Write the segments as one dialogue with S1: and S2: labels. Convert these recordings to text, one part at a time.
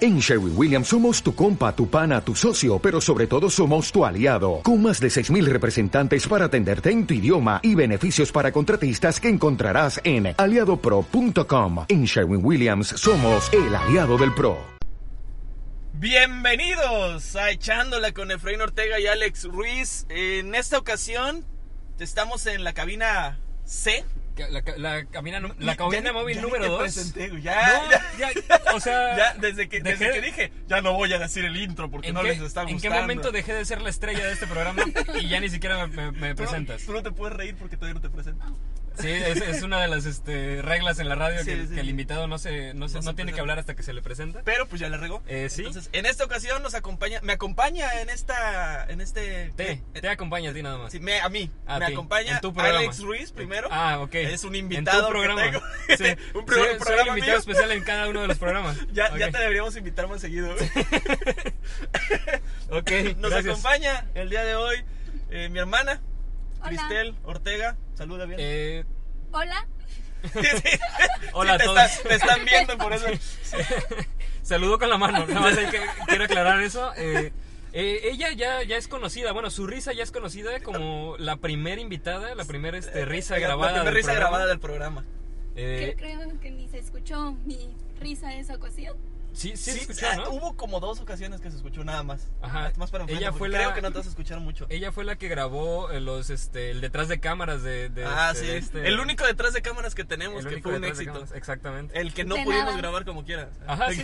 S1: En Sherwin Williams somos tu compa, tu pana, tu socio, pero sobre todo somos tu aliado, con más de 6.000 representantes para atenderte en tu idioma y beneficios para contratistas que encontrarás en aliadopro.com. En Sherwin Williams somos el aliado del PRO.
S2: Bienvenidos a Echándola con Efraín Ortega y Alex Ruiz. En esta ocasión estamos en la cabina C.
S3: Ca- La, ca- la cabina, nu- la cabina
S2: Ya ni-
S3: móvil
S2: ya ni
S3: número
S2: te
S3: 2.
S2: presenté, güey. Ya, ya,
S3: o sea,
S2: ya, desde, que,
S3: dejé
S2: desde que
S3: de-
S2: dije, ya no voy a decir el intro porque
S3: ¿en,
S2: no
S3: qué,
S2: les está
S3: en
S2: gustando.
S3: qué momento dejé de ser la estrella de este programa y ya ni siquiera me, me
S2: Tú no-
S3: presentas?
S2: Tú no te puedes reír porque todavía no te presentas.
S3: Sí, es, es una de las este, reglas en la radio
S2: Sí,
S3: que,
S2: sí,
S3: que el
S2: sí.
S3: invitado no, se, no, se-
S2: No se
S3: no tiene
S2: presenta.
S3: que hablar hasta que se le presenta.
S2: Pero pues ya la regó.
S3: Eh, sí.
S2: Entonces, en esta ocasión nos acompaña, me acompaña en esta, en este...
S3: te,
S2: eh,
S3: te acompaña a ti nada más.
S2: sí, me- a mí,
S3: A
S2: me
S3: ti,
S2: acompaña
S3: en tu programa.
S2: Alex Ruiz primero.
S3: Ah, ok.
S2: Es un
S3: En tu
S2: invitado que
S3: programa.
S2: tengo.
S3: Sí.
S2: Un pro-
S3: Soy- soy
S2: programa
S3: el invitado
S2: mío.
S3: especial en cada uno de los programas.
S2: Ya, ya
S3: Ok.
S2: te deberíamos invitar más seguido. güey.
S3: Ok,
S2: Nos
S3: gracias.
S2: acompaña el día de hoy eh, mi hermana,
S4: Hola.
S2: Cristel Ortega. Saluda bien.
S3: Eh,
S4: Hola,
S2: Sí, sí.
S3: hola
S2: Sí,
S3: a
S2: te
S3: todos.
S2: están- te están viendo por eso.
S3: Saludo con la mano, nada más hay que, quiero aclarar eso. Eh, eh, ella ya, ya es conocida, bueno, su risa ya es conocida como la primera invitada, la primera este, risa grabada.
S2: La primera
S3: del
S2: risa
S3: programa.
S2: grabada del programa.
S3: Eh,
S4: creo, creo que ni se escuchó mi risa en esa ocasión.
S3: sí, sí, se escuchó,
S2: ah,
S3: ¿no?
S2: Hubo como dos ocasiones que se escuchó nada más.
S3: Ajá.
S2: Más para enfrente,
S3: Ella
S2: porque
S3: fue la-
S2: creo que no te vas a escuchar mucho.
S3: Ella fue la que grabó eh, los, este, el detrás de cámaras de. de,
S2: ah,
S3: este,
S2: sí.
S3: de este-
S2: el único detrás de cámaras que
S3: el
S2: tenemos que
S3: único
S2: fue un
S3: detrás de
S2: éxito. Eh,
S3: cámaras, Exactamente.
S2: El que no
S4: De
S2: pudimos
S4: nada.
S2: grabar como quiera.
S3: Ajá, sí.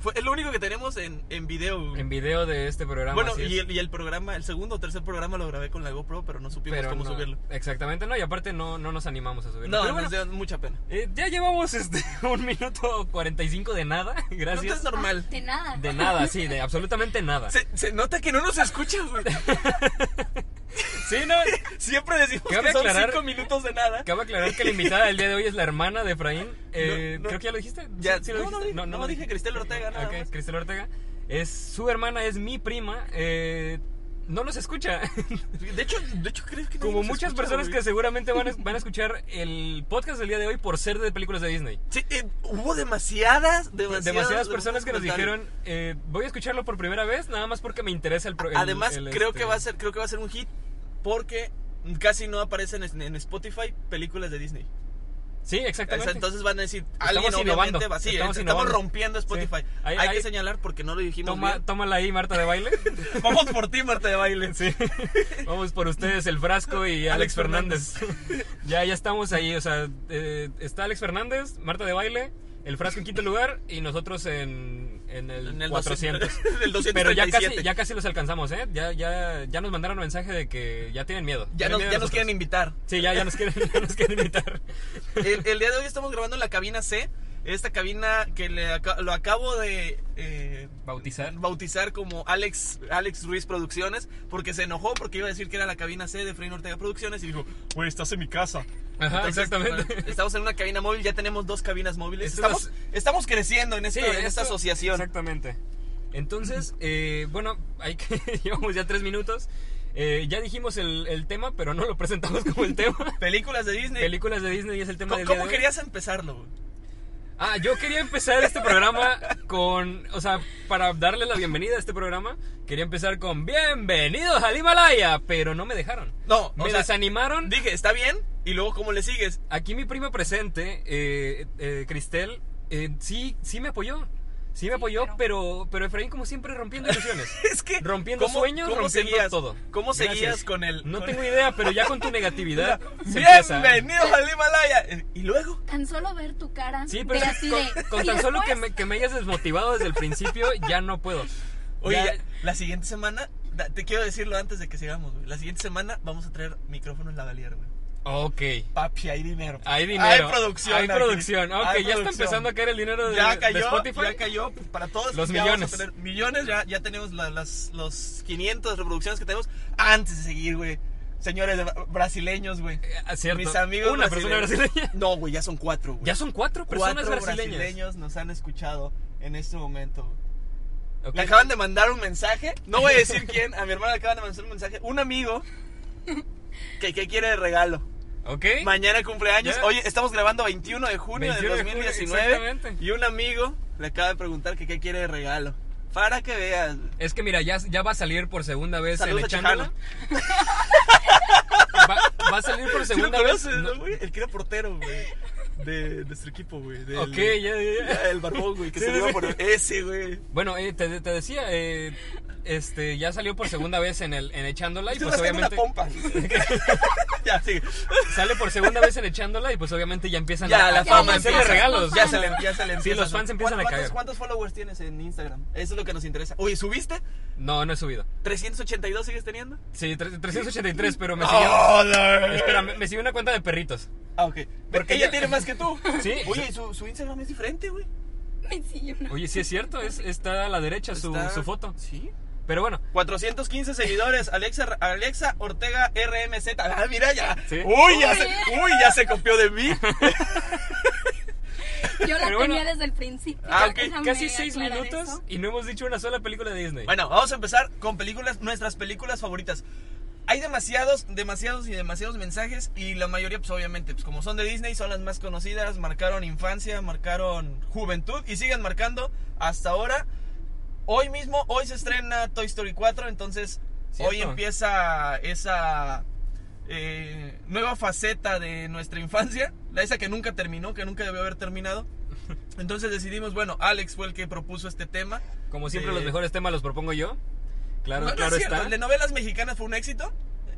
S2: fue el único que tenemos en, en video. güey.
S3: En video de este programa.
S2: Bueno,
S3: así
S2: y
S3: es.
S2: el, y el programa, el segundo o tercer programa lo grabé con la GoPro, pero no supimos
S3: Pero
S2: cómo
S3: no,
S2: subirlo.
S3: Exactamente, no, y aparte no, no nos animamos a subirlo.
S2: No,
S3: Pero bueno,
S2: nos dio mucha pena.
S3: eh, ya llevamos este, un minuto 45 de nada,
S2: No
S3: gracias.
S2: es normal.
S4: De nada.
S3: De nada, sí, de absolutamente nada.
S2: Se, se nota que no nos escucha, güey.
S3: Sí, no.
S2: Siempre decimos
S3: Cabe
S2: que son
S3: aclarar-
S2: cinco minutos de nada.
S3: Cabe aclarar que la invitada del día de hoy es la hermana de Efraín. Eh,
S2: No, no.
S3: creo que ya lo dijiste.
S2: Ya.
S3: Sí, sí lo
S2: No, no
S3: dijiste.
S2: dije- no dije Cristel Ortega, nada
S3: Ok,
S2: más.
S3: Cristel Ortega. Es, su hermana es mi prima. eh, no nos escucha.
S2: De hecho, de hecho creo que nadie
S3: Como
S2: nos
S3: muchas
S2: escucha,
S3: personas
S2: güey.
S3: que seguramente van a, van a escuchar el podcast del día de hoy por ser de películas de Disney.
S2: Sí, eh, hubo demasiadas, demasiadas,
S3: Demasiadas personas que nos
S2: comentarios.
S3: dijeron, eh, voy a escucharlo por primera vez, nada más porque me interesa el este programa.
S2: Además, creo que va a ser, creo que va a ser un hit porque casi no aparecen en, en Spotify películas de Disney.
S3: Sí,
S2: O sea,
S3: exactamente.
S2: entonces van a decir, alguien
S3: innovando,
S2: obviamente va sí, estamos,
S3: estamos innovando.
S2: rompiendo Spotify.
S3: Sí.
S2: Hay,
S3: Hay-
S2: que
S3: hay-
S2: señalar porque no lo dijimos
S3: Toma,
S2: bien.
S3: tómala ahí, Marta de baile.
S2: Vamos por ti, Marta de baile.
S3: Sí. Vamos por ustedes, el Frasco y
S2: Alex
S3: Alex,
S2: Fernández.
S3: Fernández. ya, ya estamos ahí. O sea, eh, está Alex Fernández, Marta de Baile, el Frasco en quinto lugar y nosotros en, en el,
S2: En el
S3: 400.
S2: 200, el 237.
S3: Pero ya casi, ya casi los alcanzamos, ¿eh? Ya, ya, ya nos mandaron un mensaje de que ya tienen miedo.
S2: Ya
S3: Tienen
S2: nos,
S3: miedo
S2: ya
S3: de
S2: nos
S3: nosotros.
S2: quieren invitar.
S3: Sí, ya, ya nos quieren, ya nos quieren invitar.
S2: El, el día de hoy estamos grabando en la cabina C. Esta cabina que le aca- lo acabo de eh,
S3: Bautizar.
S2: bautizar como Alex, Alex Ruiz Producciones porque se enojó porque iba a decir que era la cabina C de Frey Ortega Producciones y dijo, güey, estás en mi casa.
S3: Ajá,
S2: Entonces,
S3: exactamente.
S2: bueno, estamos en una cabina móvil, ya tenemos dos cabinas móviles.
S3: Esto
S2: Estamos,
S3: es-
S2: estamos creciendo en, esto- en esta
S3: esto-
S2: asociación.
S3: Exactamente. Entonces, eh, bueno, hay que, llevamos ya tres minutos. Eh, ya dijimos el, el tema, pero no lo presentamos como el tema.
S2: Películas de Disney.
S3: Películas de Disney es el tema
S2: ¿Cómo,
S3: del día
S2: cómo
S3: de hoy.
S2: querías empezarlo? güey?
S3: Ah, yo quería empezar este programa con, o sea, para darle la bienvenida a este programa, quería empezar con bienvenidos al Himalaya, pero no me dejaron.
S2: No, o
S3: me
S2: sea,
S3: desanimaron.
S2: Dije, está bien, y luego, ¿cómo le sigues?
S3: Aquí mi prima presente, eh, eh, Cristel, eh, sí, sí me apoyó. Sí me apoyó, pero... pero, Efraín como siempre rompiendo ilusiones.
S2: Es que.
S3: Rompiendo sueños, rompiendo
S2: seguías,
S3: todo.
S2: ¿Cómo seguías
S3: Gracias.
S2: con el.?
S3: No
S2: con-
S3: tengo idea, pero ya con tu negatividad se empieza.
S2: Bienvenidos al Himalaya. Eh, Y luego.
S4: Tan solo ver tu cara
S3: Sí,
S4: de
S3: pero
S4: así
S3: con,
S4: de.
S3: con
S4: "¿Y
S3: tan solo que
S4: después?".
S3: me, que me hayas desmotivado desde el principio, ya no puedo.
S2: Oye,
S3: Ya-
S2: ya, la siguiente semana. da- Te quiero decirlo antes de que sigamos, güey. La siguiente semana vamos a traer micrófonos lavalier, güey.
S3: Ok.
S2: Papi, hay dinero.
S3: Hay dinero.
S2: Hay producción.
S3: Hay
S2: aquí.
S3: producción.
S2: Hay
S3: Ok, ya está
S2: producción.
S3: empezando a caer el dinero de,
S2: Ya
S3: de
S2: cayó,
S3: Spotify.
S2: ya cayó para todos
S3: Los
S2: ya vamos a
S3: millones.
S2: tener millones, ya, ya tenemos la- las, los 500 reproducciones que tenemos antes de seguir, güey. Señores bra- brasileños, güey.
S3: Ah, cierto.
S2: Mis amigos
S3: Una persona
S2: brasileños.
S3: brasileña.
S2: No, güey, ya son cuatro, güey.
S3: Ya son cuatro personas
S2: cuatro
S3: brasileñas.
S2: brasileños nos han escuchado en este momento. güey.
S3: Ok.
S2: Le acaban de mandar un mensaje. No voy a decir quién. A mi hermana le acaban de mandar un mensaje. Un amigo que, que quiere de regalo.
S3: Ok.
S2: Mañana cumpleaños.
S3: Ya.
S2: Oye, estamos grabando 21 de junio
S3: 21
S2: de
S3: de junio,
S2: 2019.
S3: exactamente.
S2: y un amigo le acaba de preguntar que qué quiere de regalo. Para que veas.
S3: Es que mira, ya, ya va a salir por segunda vez
S2: Saludos
S3: el
S2: a
S3: echándola. Va, va a salir por
S2: ¿Sí lo
S3: segunda vez.
S2: conoces, no,
S3: no-
S2: güey? El que era portero, güey. De de nuestro equipo, güey. del-
S3: Ok, ya, ya, ya.
S2: El barbón, güey, que
S3: Sí,
S2: se
S3: sí,
S2: iba
S3: sí.
S2: por ese, güey.
S3: Bueno, eh, te, te decía, eh, este, ya salió por segunda vez en el en echándola y
S2: Tú
S3: pues
S2: vas a hacer una
S3: obviamente
S2: pompa. ya, sigue.
S3: sale por segunda vez en echándola y pues obviamente ya empiezan
S2: Ya,
S3: a,
S2: la
S3: a
S2: fama
S3: hacerle
S2: empieza.
S3: regalos.
S2: Ya se le, em, ya se le empieza.
S3: Sí, los fans empiezan a
S2: ¿Cuántos-
S3: caer.
S2: ¿Cuántos followers tienes en Instagram? Eso es lo que nos interesa. Oye, ¿subiste?
S3: No, no he subido.
S2: ¿382 sigues teniendo?
S3: Sí, tre- 383, pero me siguió.
S2: ¡Oh, no!
S3: Espera, me, me siguió una cuenta de perritos.
S2: Ah, ok. Porque
S3: Porque
S2: ella
S3: yo-
S2: tiene más que tú.
S3: Sí.
S2: Oye, su, su Instagram es diferente, güey.
S4: Me siguió una-
S3: Oye, sí es cierto, es, está a la derecha Pues su,
S2: Está-
S3: su foto.
S2: Sí.
S3: Pero bueno,
S2: 415 seguidores. Alexa, Alexa Ortega RMZ. Ah, mira ya.
S3: Sí.
S2: Uy, ya se, uy, ya se copió de mí.
S4: Yo la
S3: Pero bueno.
S4: tenía desde el principio.
S2: Ah, ok.
S4: Déjame
S3: casi seis
S4: aclarar
S3: minutos
S4: eso.
S3: y no hemos dicho una sola película de Disney.
S2: Bueno, vamos a empezar con películas, nuestras películas favoritas. Hay demasiados, demasiados y demasiados mensajes y la mayoría, pues obviamente, pues como son de Disney, son las más conocidas, marcaron infancia, marcaron juventud y siguen marcando hasta ahora. Hoy mismo, hoy se estrena Toy Story 4, entonces
S3: Cierto.
S2: hoy empieza esa eh, nueva faceta de nuestra infancia, la esa que nunca terminó, que nunca debió haber terminado. Entonces decidimos, bueno, Alex fue el que propuso este tema.
S3: Como siempre,
S2: Eh,
S3: los mejores temas los propongo yo. Claro,
S2: no, no
S3: claro
S2: es cierto,
S3: está.
S2: El de novelas mexicanas fue un éxito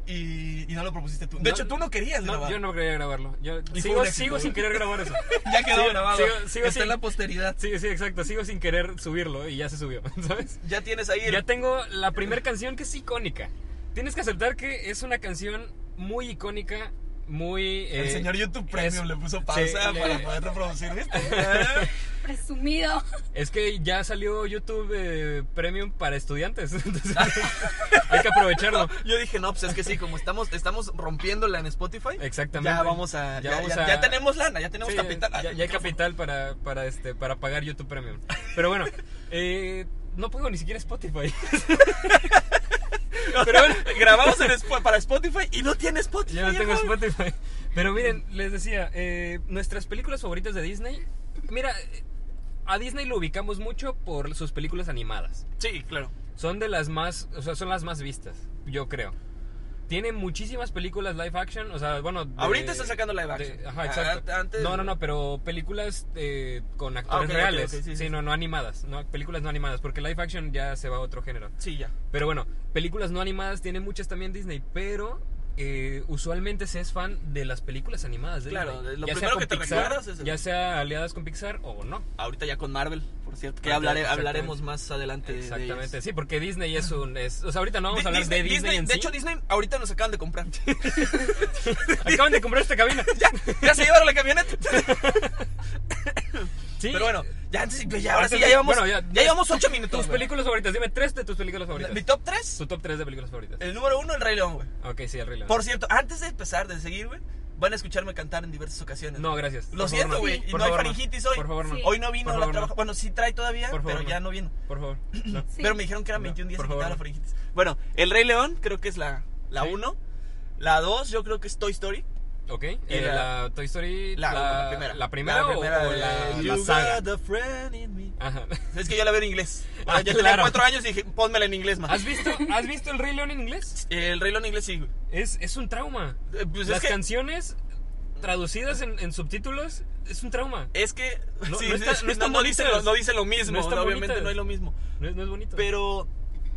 S2: y, y no lo propusiste tú. De
S3: No,
S2: hecho, tú no querías
S3: No,
S2: grabar.
S3: yo no quería grabarlo. Yo
S2: Y fue
S3: sigo,
S2: un éxito,
S3: sigo
S2: ¿eh?
S3: sin querer grabar eso.
S2: Ya quedó
S3: Sigo-
S2: grabado.
S3: sigo- sigo
S2: Está
S3: sin-
S2: en la posteridad.
S3: Sí, sí, exacto. Sigo sin querer subirlo y ya se subió, ¿sabes?
S2: Ya tienes ahí. el-
S3: Ya tengo la primera canción que es icónica. Tienes que aceptar que es una canción muy icónica, muy...
S2: el
S3: eh,
S2: señor YouTube Premium
S3: es-
S2: le puso
S3: sí,
S2: pausa
S3: le-
S2: para poder reproducir esto.
S4: Presumido.
S3: Es que ya salió YouTube eh, Premium para estudiantes. Entonces, hay que aprovecharlo.
S2: Yo dije, no, pues es que sí, como estamos, estamos rompiéndola en Spotify.
S3: Exactamente.
S2: Ya vamos a. Ya,
S3: Ya vamos
S2: ya-
S3: a-
S2: ya tenemos lana, ya tenemos
S3: Sí,
S2: capital.
S3: Ya, ya hay capital para, para, este, para pagar YouTube Premium. Pero bueno, eh, no pago ni siquiera Spotify.
S2: Pero bueno, grabamos en Spo- para Spotify y no tiene Spotify.
S3: Yo no tengo
S2: hermano.
S3: Spotify. Pero miren, les decía, eh, nuestras películas favoritas de Disney. Mira, eh, a Disney lo ubicamos mucho por sus películas animadas.
S2: Sí, claro.
S3: Son de las más, o sea, son las más vistas, yo creo. Tiene muchísimas películas live action, o sea, bueno. de-
S2: Ahorita está sacando live action.
S3: ajá, exacto.
S2: Ah, antes-
S3: No, no, no, pero películas eh, con
S2: Ah, ok,
S3: actores
S2: ok,
S3: reales.
S2: ok, sí,
S3: sí,
S2: sí,
S3: no, no animadas. No, películas no animadas, porque live action ya se va a otro género.
S2: Sí, ya.
S3: Pero bueno, películas no animadas tiene muchas también Disney, pero eh, usualmente se es fan de las películas animadas de
S2: Claro,
S3: Disney.
S2: lo
S3: Ya sea
S2: primero
S3: con
S2: que te
S3: Pixar,
S2: recuerdas es el-
S3: Ya sea aliadas con Pixar o no.
S2: Ahorita ya con Marvel, por cierto. Que
S3: Ahorita,
S2: hablaré-
S3: exactamente.
S2: hablaremos más adelante. de- de ellas.
S3: Exactamente, sí, porque Disney es un... es- o sea, ahorita no vamos a
S2: Di-
S3: hablar de Disney, en
S2: de
S3: sí.
S2: hecho, Disney ahorita nos acaban de comprar.
S3: Acaban de comprar esta cabina.
S2: ya, ya se llevaron la camioneta.
S3: Sí.
S2: Pero bueno, ya antes, ya, ahora
S3: Antes
S2: sí,
S3: de-
S2: ya llevamos,
S3: bueno, ya-
S2: ya, llevamos 8 minutos.
S3: Tus
S2: güey.
S3: películas favoritas, dime tres de tus películas favoritas.
S2: Mi top 3,
S3: Tu top tres de películas favoritas.
S2: el número 1, el Rey León, güey.
S3: Ok, sí, el Rey León.
S2: Por cierto, antes de empezar, de seguir, güey, van a escucharme cantar en diversas ocasiones.
S3: No,
S2: güey.
S3: gracias.
S2: Lo
S3: Por favor,
S2: siento, güey. y
S3: Por
S2: no hay
S3: favor,
S2: faringitis hoy.
S3: Por favor, no.
S4: Sí.
S2: Hoy no vino
S3: Por
S2: la
S3: favor,
S2: trabaja.
S3: no.
S2: Bueno, sí trae todavía,
S3: Por favor,
S2: pero ya
S3: no.
S2: no vino.
S3: Por favor. no.
S4: Sí.
S2: Pero me dijeron que eran
S3: No,
S2: 21 días
S3: por
S2: y quitaba
S3: favor,
S2: la
S3: no.
S2: faringitis. Bueno, el Rey León creo que es la 1. La
S3: Sí.
S2: 1. La 2 yo creo que es Toy Story.
S3: Ok,
S2: Y
S3: eh,
S2: la-
S3: la, Toy Story.
S2: La, la primera.
S3: La primera, o- o,
S2: de-
S3: la,
S2: You
S3: la saga.
S2: got a friend in me.
S3: Ajá.
S2: Es que yo la veo en inglés.
S3: Ah,
S2: ya tenía
S3: claro.
S2: cuatro años y dije, pónmela en inglés más.
S3: ¿Has visto, ¿Has visto el Rey León en inglés?
S2: El Rey León en inglés sí, güey.
S3: Es, es un trauma.
S2: Eh, Pues
S3: Las
S2: es que.
S3: canciones traducidas en, en subtítulos es un trauma.
S2: Es que.
S3: No-
S2: sí,
S3: no
S2: sí,
S3: está-
S2: sí,
S3: no están
S2: no dice lo,
S3: bonitas.
S2: no dice lo mismo.
S3: No están
S2: obviamente
S3: bonitas.
S2: no es lo mismo.
S3: No es, no es bonito.
S2: Pero.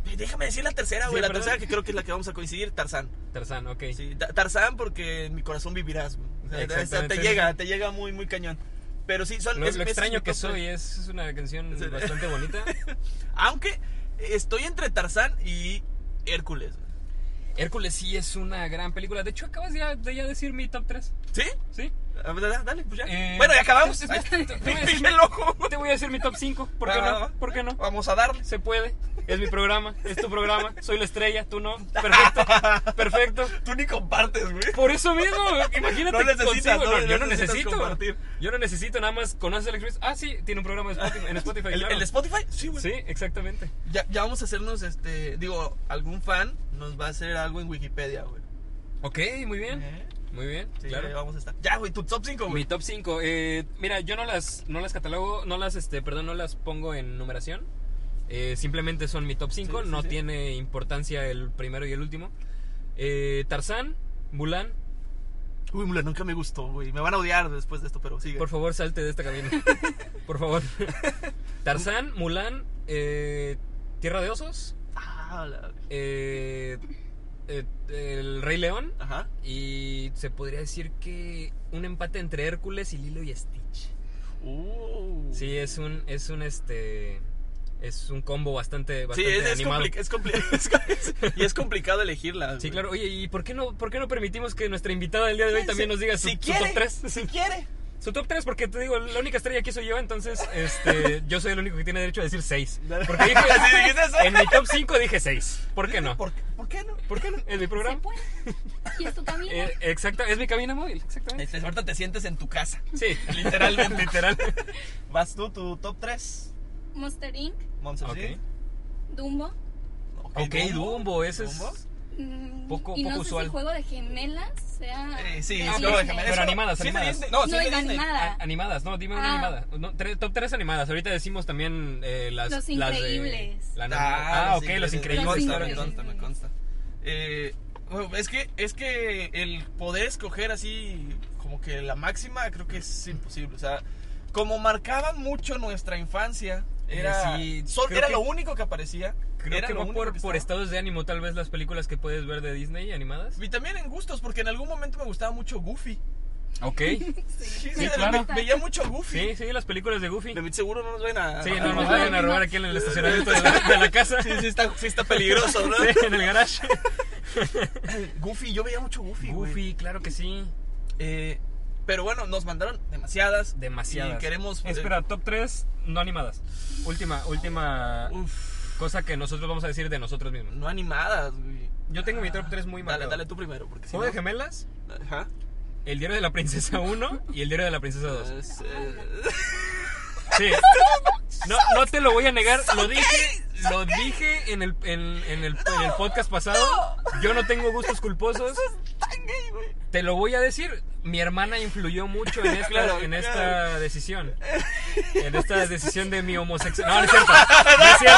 S2: eh, Déjame decir la tercera,
S3: Sí,
S2: güey. la
S3: perdón.
S2: tercera que creo que es la que vamos a coincidir, Tarzán.
S3: Tarzán, ok.
S2: Sí, Ta- Tarzán porque en mi corazón vivirás, güey. O sea, te- te,
S3: Exactamente.
S2: llega, te llega muy, muy cañón. Pero sí, son
S3: Lo,
S2: es- ese
S3: lo
S2: es mi
S3: extraño que
S2: top tres.
S3: soy eh. es, es una canción
S2: Sí.
S3: bastante bonita.
S2: Aunque estoy entre Tarzán y Hércules. güey.
S3: Hércules sí es una gran película. De hecho, acabas ya de ya decir mi top 3.
S2: ¿Sí?
S3: ¿Sí?
S2: A ver, Dale, dale, pues ya.
S3: Eh,
S2: bueno, ya acabamos.
S3: te- te-
S2: Ay,
S3: te- te voy a
S2: Pinche
S3: decir-
S2: loco. Ah.
S3: Te voy a decir mi top 5. ¿Por qué
S2: Va, va, va.
S3: no? ¿Por qué no?
S2: Vamos a darle.
S3: Se puede. Es mi programa. Es tu programa. Soy la estrella. Tú no. Perfecto. Perfecto.
S2: Tú ni compartes, güey.
S3: Por eso mismo, imagínate.
S2: No necesitas,
S3: consigo-
S2: no,
S3: yo no
S2: no necesitas
S3: necesito.
S2: compartir.
S3: Yo no necesito, nada más conoces a Alex Ruiz. Ah, sí, tiene un programa de Spotify- en Spotify.
S2: ¿El,
S3: Pues claro.
S2: el de Spotify? Sí, güey.
S3: Sí, exactamente.
S2: Ya, ya vamos a hacernos, este, digo, algún fan nos va a hacer algo en Wikipedia, güey.
S3: Ok, muy bien. Muy bien,
S2: Sí,
S3: claro.
S2: ahí vamos a estar. Ya, güey, tu top 5,
S3: Mi
S2: güey.
S3: top 5. mira, yo no las, no las catalogo, no las, este, perdón, no las pongo en numeración. Eh, simplemente son mi top 5.
S2: Sí, sí,
S3: no
S2: sí.
S3: tiene importancia el primero y el último. Eh, Tarzán, Mulan.
S2: Uy, Mulan, nunca me gustó, güey. Me van a odiar después de esto, pero sigue.
S3: Por favor, salte de esta cabina. Por favor. Tarzán, Mulan, eh, Tierra de Osos,
S2: Ah, la-
S3: eh, eh, El Rey León.
S2: Ajá.
S3: Y se podría decir que un empate entre Hércules y Lilo y Stitch.
S2: Uh.
S3: Sí, es un, es un este. Es un combo bastante,
S2: Sí,
S3: bastante
S2: es, es,
S3: animado.
S2: compli- es compli- es co- es- y es complicado elegirla.
S3: Sí,
S2: güey.
S3: claro. Oye, ¿y por qué no, por qué no permitimos que nuestra invitada del día de hoy también
S2: Si-
S3: nos diga su,
S2: si
S3: su
S2: quiere,
S3: top 3?
S2: Si quiere.
S3: Su top 3, porque te digo, la única estrella que soy yo, entonces este, yo soy el único que tiene derecho a decir 6. Porque dije,
S2: Sí, dijiste eso.
S3: en mi top 5 dije 6. ¿Por qué no?
S2: ¿Por, qué- por qué no?
S3: ¿Por qué no? Es mi
S4: ¿Se
S3: programa.
S4: puede? ¿Y es tu camino?
S3: Eh, exacto, es mi cabina móvil, exactamente.
S2: Este, ahorita te sientes en tu casa.
S3: Sí,
S2: Literalmente.
S3: literal.
S2: Vas tú, tu top 3.
S4: Monster Inc.,
S2: Monster
S3: Ok.
S2: ¿sí?
S4: Dumbo.
S3: Ok, Dumbo, ese es-
S2: Dumbo.
S4: mm,
S3: Poco-
S4: y no
S3: poco
S4: sé
S3: usual.
S4: si juego de gemelas sea.
S2: Eh, sí,
S4: de
S2: es
S3: Ah,
S2: como de
S4: Disney.
S2: gemelas.
S3: Pero
S2: Eso-
S3: animadas,
S2: sí es de
S3: animadas.
S2: Disney. No, sí
S4: No
S2: es de
S4: es
S2: Disney.
S4: animada.
S3: A- Animadas, no, dime una
S4: Ah.
S3: animada. No, tre- top 3 animadas. Ahorita decimos también eh, las.
S4: Los
S3: las de-
S4: Increíbles.
S3: la
S2: Ah,
S3: animada. Ah, ok, los increíbles.
S2: Me consta,
S4: Los
S3: claro.
S2: me
S4: Increíbles.
S2: consta, me consta. Eh, bueno, es, que, es que el poder escoger así como que la máxima creo que es imposible. O sea, como marcaba mucho nuestra infancia, era,
S3: Eh, Sí,
S2: sol-
S3: creo
S2: era
S3: que-
S2: lo único que aparecía.
S3: Creo
S2: era
S3: que
S2: lo
S3: va
S2: único
S3: por,
S2: que
S3: por
S2: estaba.
S3: estados de ánimo, tal vez las películas que puedes ver de Disney animadas.
S2: Y también en gustos, porque en algún momento me gustaba mucho Goofy.
S3: Ok.
S2: Sí,
S3: Sí,
S2: de-
S3: claro.
S2: ve- veía mucho Goofy.
S3: Sí, sí, las películas de Goofy.
S2: De mí seguro no nos ven a.
S3: Sí, no nos
S4: no,
S3: vayan a
S4: no.
S3: robar aquí en el estacionamiento de la, de la casa.
S2: Sí, sí está, sí está peligroso, ¿no?
S3: Sí, en el garage.
S2: Goofy, yo veía mucho Goofy. güey.
S3: Goofy, claro que sí.
S2: Eh, pero bueno, nos mandaron demasiadas.
S3: Demasiadas.
S2: Y queremos. eh,
S3: Espera, top 3 no animadas. Última, última
S2: uf,
S3: cosa que nosotros vamos a decir de nosotros mismos.
S2: no animadas, güey.
S3: Yo tengo mi top 3 muy
S2: Dale,
S3: marcado.
S2: dale tú primero, porque si
S3: Juego de
S2: no-
S3: gemelas,
S2: Ajá.
S3: El diario de la princesa 1 y el diario de la princesa 2.
S2: Es, eh,
S3: Sí. No, no te lo voy a negar, lo dije, lo dije en el, en, en el, en el podcast pasado. Yo no tengo gustos culposos. Te lo voy a decir, mi hermana influyó mucho en esta,
S2: Claro,
S3: en esta
S2: claro.
S3: decisión. En esta decisión de mi homosexualidad. No, no es cierto.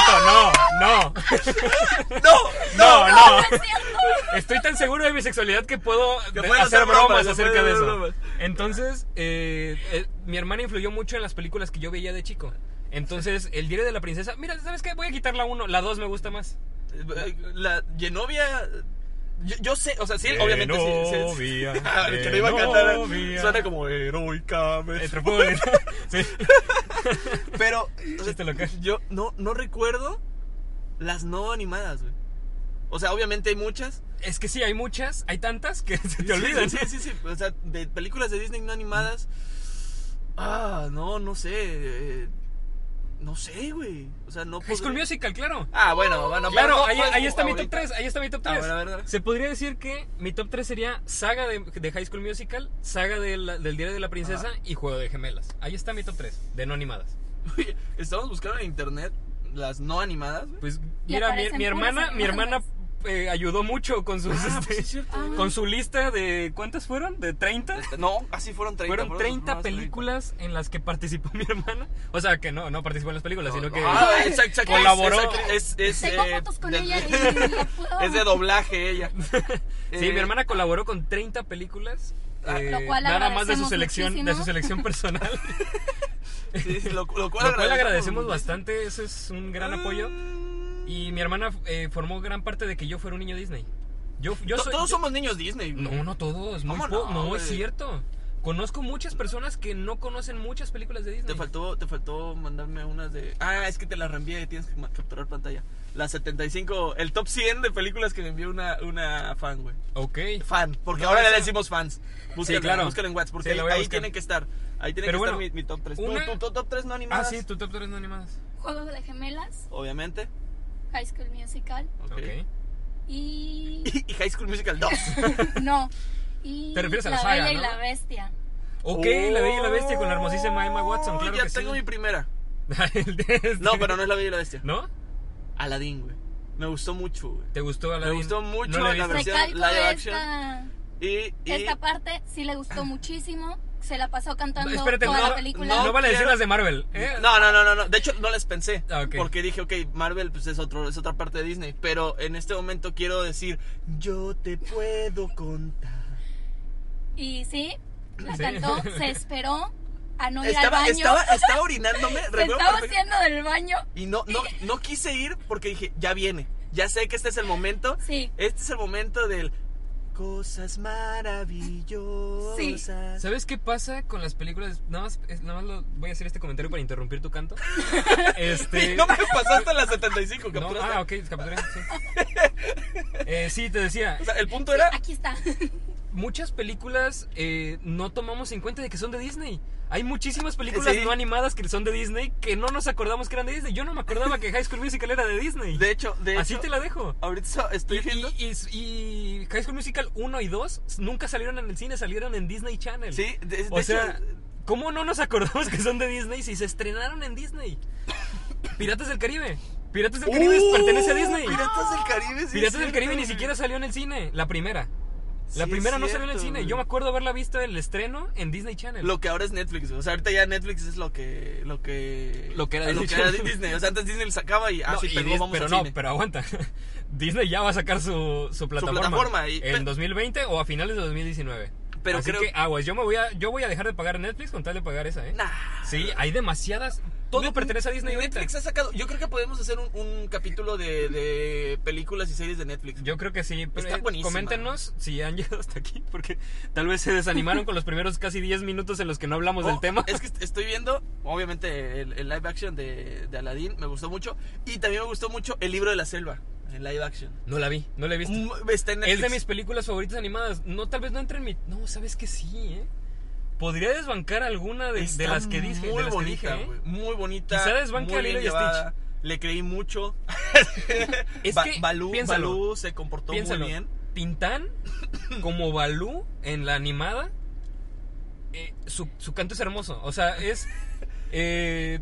S3: No es cierto, no, no.
S2: ¡No!
S3: No, no.
S4: ¡No es cierto!
S3: Estoy tan seguro de mi sexualidad que puedo
S2: Que
S3: de-
S2: puedes
S3: hacer
S2: hacer
S3: bromas,
S2: bromas, que
S3: acerca
S2: puedes
S3: de
S2: hacer
S3: eso.
S2: bromas.
S3: Entonces, eh, eh, mi hermana influyó mucho en las películas que yo veía de chico. Entonces, el diario de la princesa. Mira, ¿sabes qué? Voy a quitar la 1. La 2 me gusta más.
S2: Eh, La Genovia. Yo, yo sé, o sea, sí, obviamente sí, sí. sí. Ah, que no iba a cantar.
S3: Genovia.
S2: Suena como heroica. me-
S3: Eh, te lo puedo leer. sí.
S2: Pero o sea,
S3: Chiste local.
S2: yo no, no recuerdo las no animadas, güey. O sea, obviamente hay muchas.
S3: Es que sí, hay muchas, hay tantas que se te
S2: Sí,
S3: olvidan.
S2: Sí, sí, sí. O sea, de películas de Disney no animadas. Ah, no, no sé. eh, no sé, güey. O sea, no
S3: High School
S2: podría-
S3: Musical, claro.
S2: Ah, bueno, bueno. pero
S3: Claro,
S2: no,
S3: ahí,
S2: no es
S3: ahí está mi top
S2: favorita.
S3: 3, ahí está mi top
S2: Ah,
S3: 3.
S2: bueno, a ver, a ver.
S3: Se podría decir que mi top 3 sería saga de, de High School Musical, saga de la- del Diario de la Princesa y Juego de Gemelas. Ahí está mi top 3, de no animadas.
S2: Oye, Estamos buscando en internet las no animadas, güey.
S3: Pues
S4: Y
S3: mira, mi,
S4: aparecen
S3: mi
S4: puras
S3: hermana, mi hermana
S4: animadas.
S3: eh, ayudó mucho con sus
S2: Ah,
S3: este,
S2: pues sí es cierto.
S4: Ah.
S3: con su lista de ¿cuántas fueron? ¿De 30?
S2: Este, No, así fueron 30.
S3: Fueron 30
S2: más
S3: películas en las que participó mi hermana. O sea, que no, no participó en las películas, sino que
S2: Ah, exacto, exacto,
S3: colaboró.
S2: exacto, Es, es,
S4: Tengo
S2: eh,
S4: fotos con
S2: de-
S4: ella y la puedo-
S2: Es de doblaje ella.
S3: Sí,
S2: Eh,
S3: mi hermana colaboró con 30 películas. eh,
S4: Lo cual
S3: nada más de su
S4: agradecemos
S3: selección, de su
S4: muchísimo.
S3: selección personal.
S2: sí, sí, lo, lo Ah. cual,
S3: lo cual agradecemos bastante, eso es un gran apoyo.
S2: Mm,
S3: Y mi hermana eh, formó gran parte de que yo fuera un niño Disney. Yo, yo
S2: to-
S3: soy,
S2: todos
S3: yo-
S2: somos niños Disney. güey.
S3: No, no todos, muy
S2: ¿Cómo
S3: po-
S2: no,
S3: no, es
S2: güey?
S3: cierto. Conozco muchas personas que no conocen muchas películas de Disney.
S2: Te faltó, te faltó mandarme unas de. Ah, es que te las reenvié, tienes que ma- capturar pantalla. Las 75, el top 100 de películas que me envió una, una fan, güey.
S3: Ok.
S2: Fan, porque
S3: No,
S2: ahora le
S3: esa-
S2: decimos fans. Búscala,
S3: claro.
S2: búscala en WhatsApp, porque
S3: Sí, la voy a
S2: ahí
S3: buscar.
S2: tienen que estar. Ahí tiene
S3: Pero
S2: que
S3: bueno,
S2: estar mi, mi top 3.
S3: una-
S2: ¿Tu, top 3 no
S3: Ah,
S2: animadas?
S3: sí, tu top 3 no animadas.
S4: Juegos de gemelas,
S2: Obviamente.
S4: High School Musical
S2: Ok.
S3: Ok.
S4: y.
S2: Y, y High School Musical 2.
S4: no. Y
S3: Te refieres a la
S4: la
S3: saga,
S4: Bella
S3: ¿no?
S4: y la Bestia.
S3: Ok, la bella y la bestia con la hermosísima Emma Watson, claro
S2: Oh, ya
S3: que
S2: tengo
S3: sí.
S2: mi primera.
S3: El de este-
S2: No, pero no es la Bella y la Bestia.
S3: ¿No?
S2: Aladdin, güey. Me gustó mucho, güey.
S3: ¿Te gustó Aladdin?
S2: gustó mucho
S3: No la he
S2: la
S3: visto.
S2: versión
S4: Recalco
S2: live
S4: esta.
S2: action. Y, y-
S4: Esta parte sí le gustó muchísimo. Se la pasó cantando
S3: Espérate,
S4: toda
S3: no,
S4: la película.
S3: no,
S2: no
S3: vale decir
S2: quiero-
S3: las de Marvel. ¿eh?
S2: No, no, no, no, no. De hecho, no les pensé.
S3: Ah, ok.
S2: Porque dije, ok, Marvel pues, es, otro, es otra parte de Disney. Pero en este momento quiero decir, yo te puedo contar.
S4: Y sí, la
S3: Sí.
S4: cantó, se esperó a no ir al
S2: Estaba,
S4: baño.
S2: estaba, estaba orinándome.
S4: se
S2: recuerdo
S4: estaba
S2: perfecto.
S4: haciendo del baño.
S2: Y no, no, no quise ir porque dije, ya viene. Ya sé que este es el momento.
S4: Sí.
S2: Este es el momento del... Cosas maravillosas.
S3: ¿Sabes qué pasa con las películas? Nada más, es- nada más lo- voy a hacer este comentario para interrumpir tu canto. Este,
S2: No me pasó hasta las 75,
S3: no,
S2: capturaste.
S3: ah, ok, capturé, sí. Eh, sí, te decía,
S2: O sea, el punto era...
S4: Aquí está.
S3: muchas películas eh, no tomamos en cuenta de que son de Disney. Hay muchísimas películas
S2: Sí.
S3: no animadas que son de Disney que no nos acordamos que eran de Disney. Yo no me acordaba que High School Musical era de Disney.
S2: De hecho, de
S3: Así
S2: hecho,
S3: te la dejo.
S2: ahorita so- estoy viendo...
S3: Y, y- y High School Musical 1 y 2 nunca salieron en el cine, salieron en Disney Channel.
S2: Sí, de, de
S3: O
S2: hecho, eh,
S3: sea, ¿cómo no nos acordamos que son de Disney si se estrenaron en Disney? Piratas del Caribe. Piratas del Caribe
S2: ¡Uh!
S3: pertenece a Disney.
S2: Piratas del Caribe, sí. es
S3: Piratas del
S2: cierto,
S3: Caribe ni
S2: güey.
S3: siquiera salió en el cine, la primera. La
S2: Sí,
S3: primera
S2: es
S3: no salió en el
S2: cierto,
S3: cine.
S2: güey.
S3: Yo me acuerdo haberla visto el estreno en Disney Channel.
S2: Lo que ahora es Netflix, güey. o sea, ahorita ya Netflix es lo que. Lo que,
S3: Lo que era Disney.
S2: Disney. O sea, antes Disney le sacaba y
S3: No,
S2: así
S3: y
S2: ah, pero
S3: Dis-
S2: vamos
S3: pero
S2: al
S3: no,
S2: cine.
S3: pero aguanta. Disney ya va a sacar su, su plataforma,
S2: plataforma, y-
S3: en
S2: pero-
S3: 2020 o a finales de 2019.
S2: Pero
S3: Así
S2: creo-
S3: que aguas, yo me voy a yo voy a dejar de pagar Netflix con tal de pagar esa, ¿eh?
S2: Nah.
S3: Sí, hay demasiadas. Todo
S2: Net-
S3: pertenece a Disney ahorita.
S2: Netflix ha sacado. Yo creo que podemos hacer un, un capítulo de, de películas y series de Netflix.
S3: Yo creo que sí, pero
S2: Está
S3: eh,
S2: buenísima.
S3: coméntenos si han llegado hasta aquí, porque tal vez se desanimaron con los primeros casi 10 minutos en los que no hablamos del
S2: Oh,
S3: tema.
S2: Es que est- estoy viendo, obviamente, el, el live action de, de Aladdin. Me gustó mucho. Y también me gustó mucho El libro de la selva. En live action.
S3: No la vi, no la he visto.
S2: Mm, Está en Netflix.
S3: Es de mis películas favoritas animadas. No, tal vez no entre en mi. No, sabes que sí, ¿eh? Podría desbancar alguna de, de
S2: Está
S3: las que dije. de
S2: Muy
S3: las que
S2: bonita,
S3: dije, ¿eh?
S2: güey, Muy bonita.
S3: Quizá desbanque
S2: muy
S3: a Lilo
S2: bien
S3: y Stitch.
S2: llevada, Le creí mucho.
S3: Es
S2: Ba-
S3: que,
S2: Balú,
S3: piénsalo.
S2: Balú se comportó
S3: Piénsalo.
S2: muy bien.
S3: Tintán, como Balú en la animada, eh, su, su canto es hermoso. O sea, es. eh,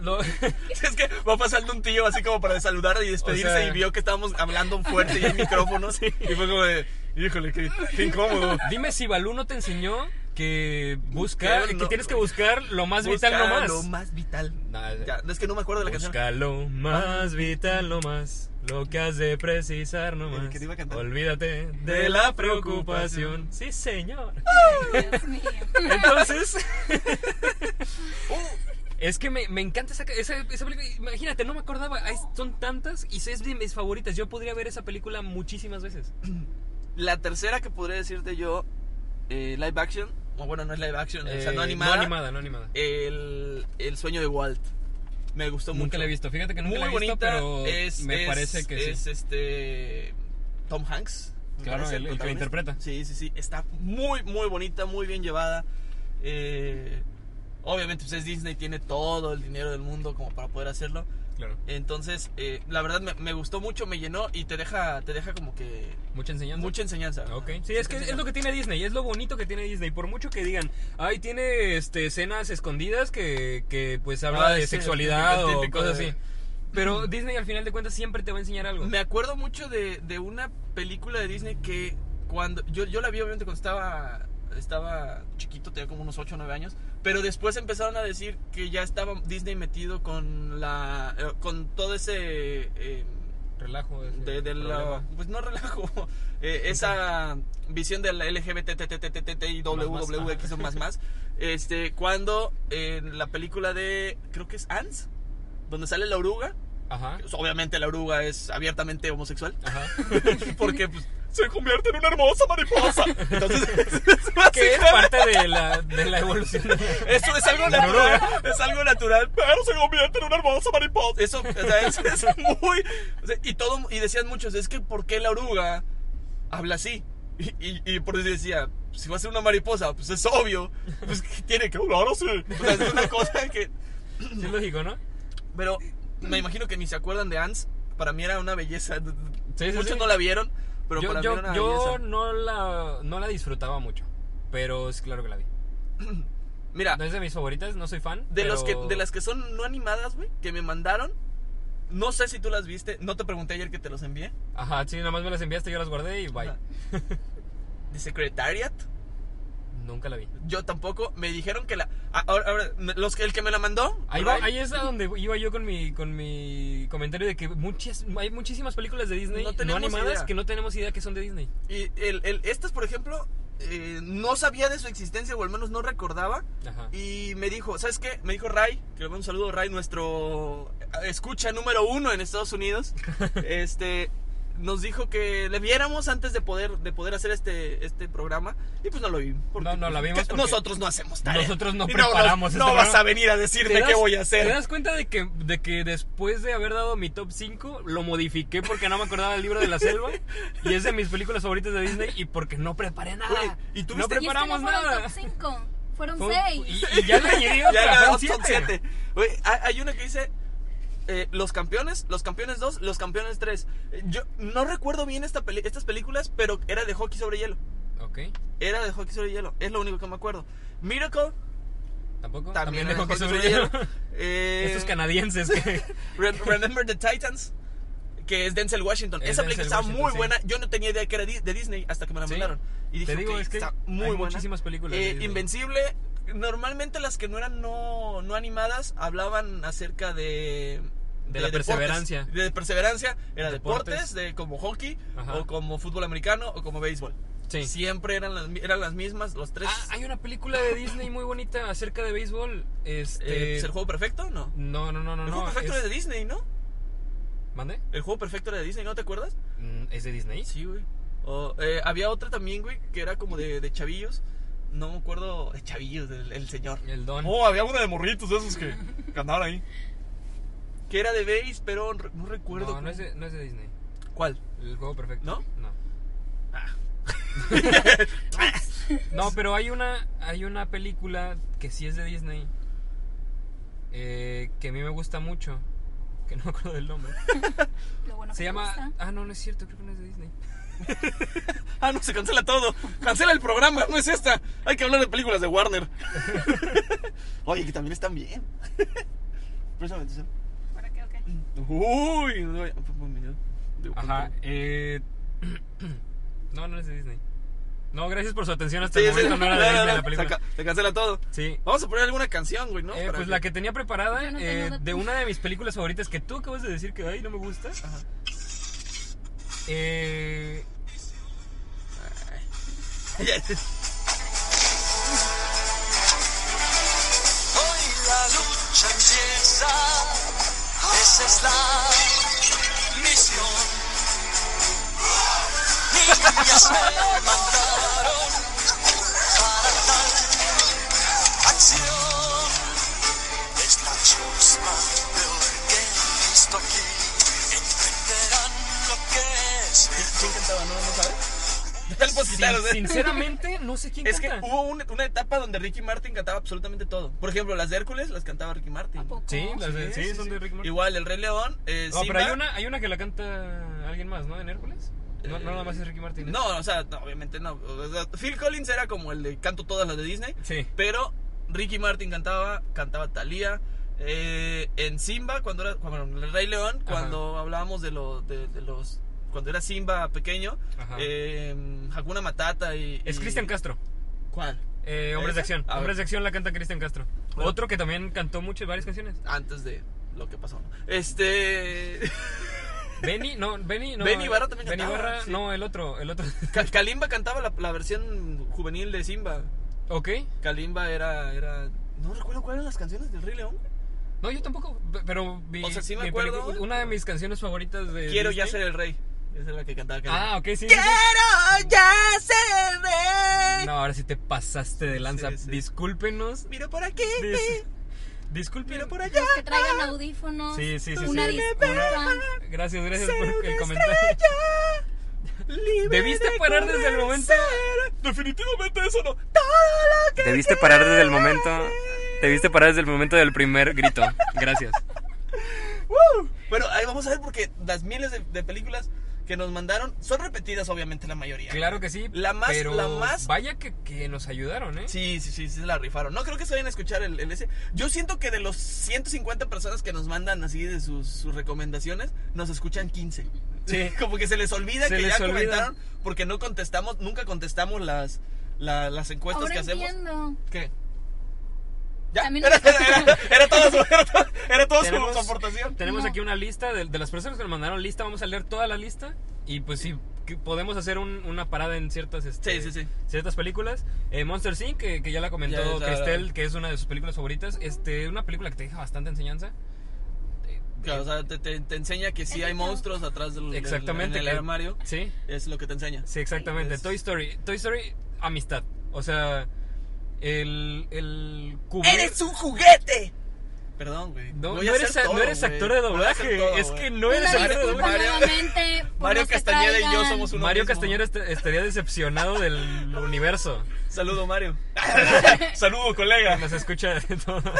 S3: lo-
S2: Es que va pasando un tío así como para saludar y despedirse
S3: O sea-
S2: y vio que estábamos hablando fuerte y en micrófonos. Y fue como de, híjole, qué, qué incómodo.
S3: dime si Balú no te enseñó que buscar,
S2: Que
S3: que,
S2: no-
S3: tienes que buscar lo más vital
S2: Busca
S3: nomás.
S2: Lo más vital.
S3: Nah,
S2: Ya, es que no me acuerdo de la canción.
S3: Busca lo más vital, lo más, lo que has de precisar nomás.
S2: El que te iba a cantar.
S3: Olvídate de la preocupación. Sí, señor.
S4: Dios mío. este
S3: Entonces. Uh, Es que me, me encanta esa, esa, esa película. Imagínate, no me acordaba. Ay, son tantas y es de mis favoritas. Yo podría ver esa película muchísimas veces.
S2: La tercera que podría decirte yo, eh, live action. O bueno, no es live action, o sea,
S3: Eh,
S2: no animada.
S3: No animada, no animada.
S2: El, el sueño de Walt. Me gustó
S3: nunca
S2: mucho.
S3: la he visto. Fíjate que
S2: Muy
S3: nunca la he visto,
S2: bonita.
S3: pero
S2: es,
S3: me
S2: es-
S3: parece que sí.
S2: es este. Tom Hanks. me
S3: Claro,
S2: parece,
S3: el- el que la
S2: protagonista.
S3: interpreta.
S2: Sí, sí, sí. Está muy, muy bonita, muy bien llevada. Eh, obviamente, pues es Disney, tiene todo el dinero del mundo como para poder hacerlo.
S3: Claro.
S2: Entonces, eh, la verdad me, me gustó mucho, me llenó y te deja, te deja como que
S3: Mucha enseñanza.
S2: mucha enseñanza.
S3: Ok. Sí, es que es lo que tiene Disney, es lo bonito que tiene Disney. Por mucho que digan, ay, tiene este, escenas escondidas que, que pues habla
S2: Ah,
S3: de
S2: sí,
S3: sexualidad
S2: el típico- el
S3: o
S2: típico
S3: cosas
S2: de-
S3: así. Pero Disney al final de cuentas siempre te va a enseñar algo.
S2: Me acuerdo mucho de, de una película de Disney que cuando. Yo, yo la vi obviamente cuando estaba. Estaba chiquito, tenía como unos 8 o 9 años. Pero después empezaron a decir que ya estaba Disney metido con la. eh, con todo ese. eh,
S3: Relajo. ese
S2: de, de la,
S3: problema.
S2: pues no relajo. eh, esa visión de la LGBTTTTT y WWX más más. Este, cuando en la película de. Creo que es Ants. Donde sale la oruga.
S3: Ajá.
S2: pues, Obviamente la oruga es abiertamente homosexual.
S3: Ajá.
S2: Porque pues, se convierte en una hermosa mariposa. Entonces, es,
S3: que es parte de la, de la evolución.
S2: eso es algo natural. Es algo natural. Pero se convierte en una hermosa mariposa. Eso, o sea, es, es muy. o sea, y, todo, y decían muchos: es que ¿por qué la oruga habla así? Y, y, y por eso decía: si va a ser una mariposa, pues es obvio. Pues que tiene que hablar así. O sea, es una cosa que.
S3: Sí, es lógico, ¿no?
S2: Pero me imagino que ni se acuerdan de Ants. Para mí era una belleza.
S3: sí,
S2: Muchos
S3: sí.
S2: no la vieron. Pero
S3: yo
S2: para
S3: yo-
S2: mí era una
S3: yo
S2: belleza.
S3: no, la, no la disfrutaba mucho, pero es claro que la vi.
S2: Mira,
S3: No es de mis favoritas, no soy fan.
S2: De, los que,
S3: pero-
S2: de las que son no animadas, güey, que me mandaron. No sé si tú las viste. No te pregunté ayer que te los envié.
S3: Ajá, sí, nada más me las enviaste, yo las guardé y bye.
S2: Ajá. The Secretariat.
S3: Nunca la vi.
S2: Yo tampoco. Me dijeron que la. ah, Ahora, ahora, me- los, que- el que me la mandó.
S3: Ahí, va-
S2: Ray,
S3: ahí es a donde iba yo con mi, con mi comentario de que muchas, hay muchísimas películas de Disney
S2: No
S3: no,
S2: tenemos
S3: animadas
S2: idea.
S3: que no tenemos idea que son de Disney.
S2: Y el, el- estas, por ejemplo, eh, no sabía de su existencia o al menos no recordaba.
S3: Ajá.
S2: Y me dijo, ¿sabes qué? Me dijo Ray, que le mando un saludo Ray, nuestro eh, escucha número uno en Estados Unidos. este nos dijo que le viéramos antes de poder de poder hacer este este programa y pues no lo vimos porque,
S3: No, no la vimos
S2: pues,
S3: porque
S2: nosotros no hacemos tarea
S3: nosotros no
S2: Y
S3: preparamos
S2: no,
S3: este
S2: no vas
S3: programa.
S2: a venir a
S3: ¿Te
S2: decirme
S3: das-
S2: qué voy a hacer
S3: ¿Te das cuenta de que, de que después de haber dado mi top 5, lo modifiqué porque no me acordaba del libro de la selva? Y es de mis películas favoritas de Disney y porque no preparé nada.
S2: Güey, ¿y tú
S3: no
S2: viste-
S4: Y es que no
S3: preparamos
S4: fueron
S3: nada.
S4: top 5, fueron
S3: Fue un-
S4: 6.
S3: Y, y ya le añadí otra,
S2: Ya le
S3: fueron
S2: damos top
S3: siete.
S2: siete. Güey, hay, hay una que dice eh, Los campeones, los campeones 2, los campeones 3. Yo no recuerdo bien esta peli- estas películas, pero era de hockey sobre hielo.
S3: Ok,
S2: Era de hockey sobre hielo, es lo único que me acuerdo. Miracle
S3: tampoco.
S2: también,
S3: dejó
S2: era
S3: que
S2: de hockey sobre
S3: sobreviviera.
S2: hielo. Eh,
S3: Estos canadienses que...
S2: Rem- Remember the Titans. Que es Denzel Washington.
S3: Es
S2: Esa
S3: Denzel
S2: película estaba
S3: Washington,
S2: muy
S3: sí.
S2: buena. Yo no tenía idea que era di- de Disney hasta que me la
S3: Sí.
S2: mandaron. Y dije,
S3: Te digo,
S2: "Ok,
S3: es que
S2: está muy
S3: hay
S2: buena".
S3: muchísimas películas de
S2: Eh,
S3: Disney.
S2: Invencible. Normalmente las que no eran no, no animadas hablaban acerca de.
S3: De la
S2: deportes.
S3: perseverancia.
S2: De perseverancia. Era deportes,
S3: Deportes.
S2: de como hockey,
S3: Ajá.
S2: o como fútbol americano, o como béisbol.
S3: Sí.
S2: Siempre eran las, mi- eran las mismas, los tres.
S3: Ah, hay una película de Disney muy bonita acerca de béisbol.
S2: Eh,
S3: Este...
S2: pues, ¿El juego perfecto? No.
S3: No, no, no, no.
S2: el juego
S3: no,
S2: perfecto
S3: es...
S2: era de Disney, ¿no?
S3: ¿Mande?
S2: El juego perfecto era de Disney, ¿no te acuerdas?
S3: Mm, ¿Es de Disney?
S2: Sí, güey. O, eh, había otra también, güey, que era como de, de chavillos. No me acuerdo de chavillos, del el señor.
S3: El Don.
S2: No, había una de morritos de esos que ganaban ahí. Que era de base, pero re- no recuerdo.
S3: no,
S2: cómo-
S3: no es, de, no es de Disney.
S2: ¿Cuál?
S3: El juego perfecto.
S2: ¿No? Ah.
S3: No. No, pero hay una, hay una película que sí es de Disney. eh, que a mí me gusta mucho. Que no me acuerdo del nombre.
S4: Lo bueno
S3: Se
S4: que te
S3: llama.
S4: gusta.
S3: Ah, no, no es cierto, creo que no es de Disney.
S2: Ah, no, se cancela todo. Cancela el programa, no es esta. Hay que hablar de películas de Warner. Oye, que también están bien. Préstame atención.
S4: ¿Para qué? Ok.
S2: Uy, no, ya, pues, mi Dios. Digo,
S3: Ajá.
S2: ¿cómo?
S3: eh, no, no es de Disney. No, gracias por su atención hasta
S2: Sí,
S3: el
S2: sí,
S3: momento. No era de
S2: claro,
S3: Disney la
S2: no,
S3: película.
S2: se ca- se cancela todo.
S3: Sí.
S2: Vamos a poner alguna canción, güey, ¿no?
S3: Eh,
S2: Para
S3: pues la que tenía preparada
S4: Yo no
S3: eh,
S4: tengo
S3: de
S4: datos.
S3: una de mis películas favoritas que tú acabas de decir que ay no me gusta. Eh,
S5: Hoy la lucha empieza, esa es la misión. Niñas me mandaron para tal acción. Es la chusma peor que he visto aquí. Entenderán lo que es
S2: ¿Quién cantaba? ¿No, no sabes? Ya le puedo
S3: sin-
S2: quitar, o sea.
S3: sinceramente no sé quién
S2: Es que
S3: canta.
S2: hubo un- una etapa donde Ricky Martin cantaba absolutamente todo. Por ejemplo, las de Hércules las cantaba Ricky Martin.
S4: ¿A poco?
S3: sí, las de-
S2: Sí,
S3: sí,
S2: sí,
S3: son
S2: sí.
S3: de Rick Martin.
S2: Igual, el Rey León. Eh,
S3: No, pero
S2: Simba.
S3: hay una, hay una que la canta alguien más, ¿no? En Hércules. No, no nada más es Ricky Martin. ¿eh?
S2: No, o sea, no, obviamente no. O sea, Phil Collins era como el de canto todas las de Disney.
S3: Sí.
S2: Pero Ricky Martin cantaba, cantaba Thalía. eh, en Simba, cuando era cuando, en el Rey León, cuando hablábamos de, lo- de- de los. Cuando era Simba pequeño,
S3: Ajá.
S2: eh, Hakuna Matata y.
S3: Es
S2: y-
S3: Cristian Castro.
S2: ¿Cuál?
S3: Eh, Hombres de
S2: ¿Esa?
S3: Acción.
S2: A ver.
S3: Hombres de Acción la canta Cristian Castro.
S2: Bueno.
S3: Otro que también cantó muchas, varias canciones.
S2: Antes de lo que pasó. Este.
S3: Benny, no, Benny, no. eh,
S2: Benny Ibarra también
S3: Benny
S2: cantaba,
S3: Ibarra,
S2: sí.
S3: no, el otro, el otro.
S2: Ka- Kalimba cantaba la, la versión juvenil de Simba.
S3: ok.
S2: Kalimba era. era no recuerdo cuáles eran las canciones del Rey León.
S3: No, yo tampoco, pe- pero mi-
S2: O sea, sí me
S3: mi
S2: acuerdo.
S3: pelicu- una de mis canciones favoritas de
S2: Quiero ya
S3: Disney-
S2: ser el rey. Esa es la que cantaba Kalimba.
S3: Ah, ok, sí, sí, sí.
S2: Quiero ya ser el rey.
S3: No, ahora sí te pasaste de lanza.
S2: Sí, sí.
S3: Discúlpenos.
S2: Mira por aquí.
S3: Dis- Disculpen.
S2: Mira por allá.
S4: Que traigan audífonos.
S3: Sí, sí, sí,
S4: Una
S3: sí.
S4: disculpa.
S3: Gracias, gracias
S2: Ser
S3: por
S2: una
S3: el comentario.
S2: Libre
S3: Debiste
S2: de
S3: parar desde el momento.
S2: Definitivamente eso no. Todo lo que.
S3: Debiste parar desde el momento. Debiste parar desde el momento del primer grito. Gracias.
S2: Bueno, ahí vamos a ver porque las miles de, de películas que nos mandaron son repetidas, obviamente, la mayoría.
S3: Claro que sí.
S2: La más-
S3: pero
S2: la más-
S3: Vaya que, que nos ayudaron, ¿eh?
S2: Sí, sí, sí, sí, se la rifaron. No creo que se vayan a escuchar el, el ese. Yo siento que de los 150 personas que nos mandan así de sus, sus recomendaciones, nos escuchan 15.
S3: Sí.
S2: Como que se les olvida
S3: Se
S2: que
S3: les
S2: ya
S3: olvida.
S2: comentaron porque no contestamos, nunca contestamos las, la- las encuestas
S4: Ahora
S2: que hacemos.
S4: entiendo.
S2: ¿Qué? Ya,
S4: También
S2: era,
S4: nos
S2: era, era, era toda su, era toda- era toda su
S3: Tenemos-
S2: comportación.
S3: Tenemos
S4: No.
S3: aquí una lista de, de las personas que nos mandaron lista. Vamos a leer toda la lista. Y pues sí, que podemos hacer un- una parada en ciertas, este,
S2: Sí, sí, sí.
S3: ciertas películas. Eh, Monster Inc., que, que ya la comentó
S2: Ya, ya, ya.
S3: Cristel, que es una de sus películas favoritas. Este, una película que te deja bastante enseñanza.
S2: Claro, o sea, te, te- te enseña que sí hay monstruos atrás del, del-
S3: Exactamente.
S2: en el
S3: que-
S2: armario.
S3: Sí,
S2: Es lo que te enseña.
S3: sí, exactamente.
S2: Es-
S3: Toy Story. Toy Story, amistad. O sea, el, el cubrir-
S2: ¡Eres un juguete! Perdón, güey.
S3: No,
S2: Voy
S3: no
S2: a hacer
S3: eres, a-
S2: todo,
S3: no eres
S2: güey.
S3: actor de
S2: Voy a hacer
S3: doblaje.
S2: todo,
S3: es
S2: güey.
S3: que no eres
S4: Una
S3: actor de
S4: disculpa
S3: doblaje.
S2: Mario-
S4: nuevamente. por
S2: Mario
S4: los que
S2: Castañeda y yo
S4: traigan.
S2: somos uno
S3: Mario
S2: mismo.
S3: Castañeda est- estaría decepcionado del universo.
S2: Saludo, Mario. Saludo, colega.
S3: Nos escucha de todo-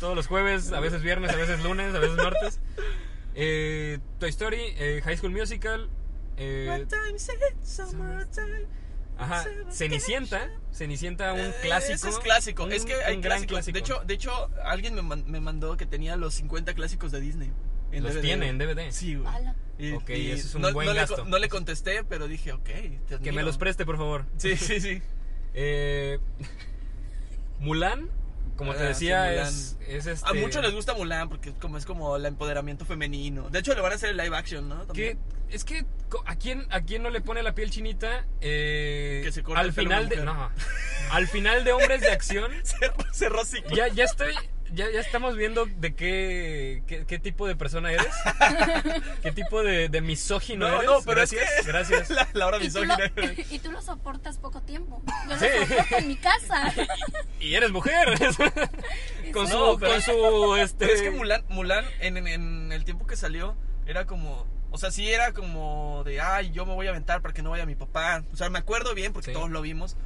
S3: todos los jueves, a veces viernes, a veces lunes, a veces martes. Eh, Toy Story, eh, High School Musical. eh, ajá, Cenicienta. Cenicienta, un
S2: Eh,
S3: clásico.
S2: Ese es clásico.
S3: un-
S2: es que hay
S3: un gran
S2: clásicos.
S3: clásico.
S2: De hecho, de hecho alguien me, man- me mandó que tenía los 50 clásicos de Disney. En
S3: los
S2: DVD.
S3: tiene en DVD.
S2: Sí, güey.
S4: Ala.
S2: Y-
S3: Ok,
S2: y
S3: eso es un
S2: no,
S3: buen
S2: no le
S3: gasto.
S2: co- no le contesté, pero dije, ok. te
S3: Que
S2: admiro.
S3: me los preste, por favor.
S2: Sí, sí, sí.
S3: Eh, Mulan, como te
S2: Ah,
S3: decía,
S2: sí, Mulan.
S3: es, es este.
S2: A muchos les gusta Mulan porque es como es como el empoderamiento femenino. De hecho, le van a hacer el live action, ¿no?
S3: Que,
S2: También.
S3: es que co- a quién a quién no le pone la piel chinita eh,
S2: Que se corte
S3: al
S2: el pelo
S3: final
S2: una
S3: de
S2: mujer.
S3: no al final de hombres de acción
S2: Cerró- Cerró ciclo.
S3: ya ya estoy ya, ya estamos viendo de qué, qué qué tipo de persona eres qué tipo de, de misógino
S2: No,
S3: eres
S2: no, pero es
S3: gracias
S2: que-
S3: gracias
S2: La, la hora
S4: Y tú, lo,
S2: misógina.
S4: y tú lo soportas poco tiempo. Yo lo
S3: Sí.
S4: soporto en mi casa.
S3: y eres mujer con su
S2: No, pero-
S3: con su este
S2: Pero es que Mulan, Mulan en, en- en el tiempo que salió, era como. O sea, sí era como de, ay, yo me voy a aventar para que no vaya mi papá. O sea, me acuerdo bien porque
S3: Sí.
S2: todos lo vimos.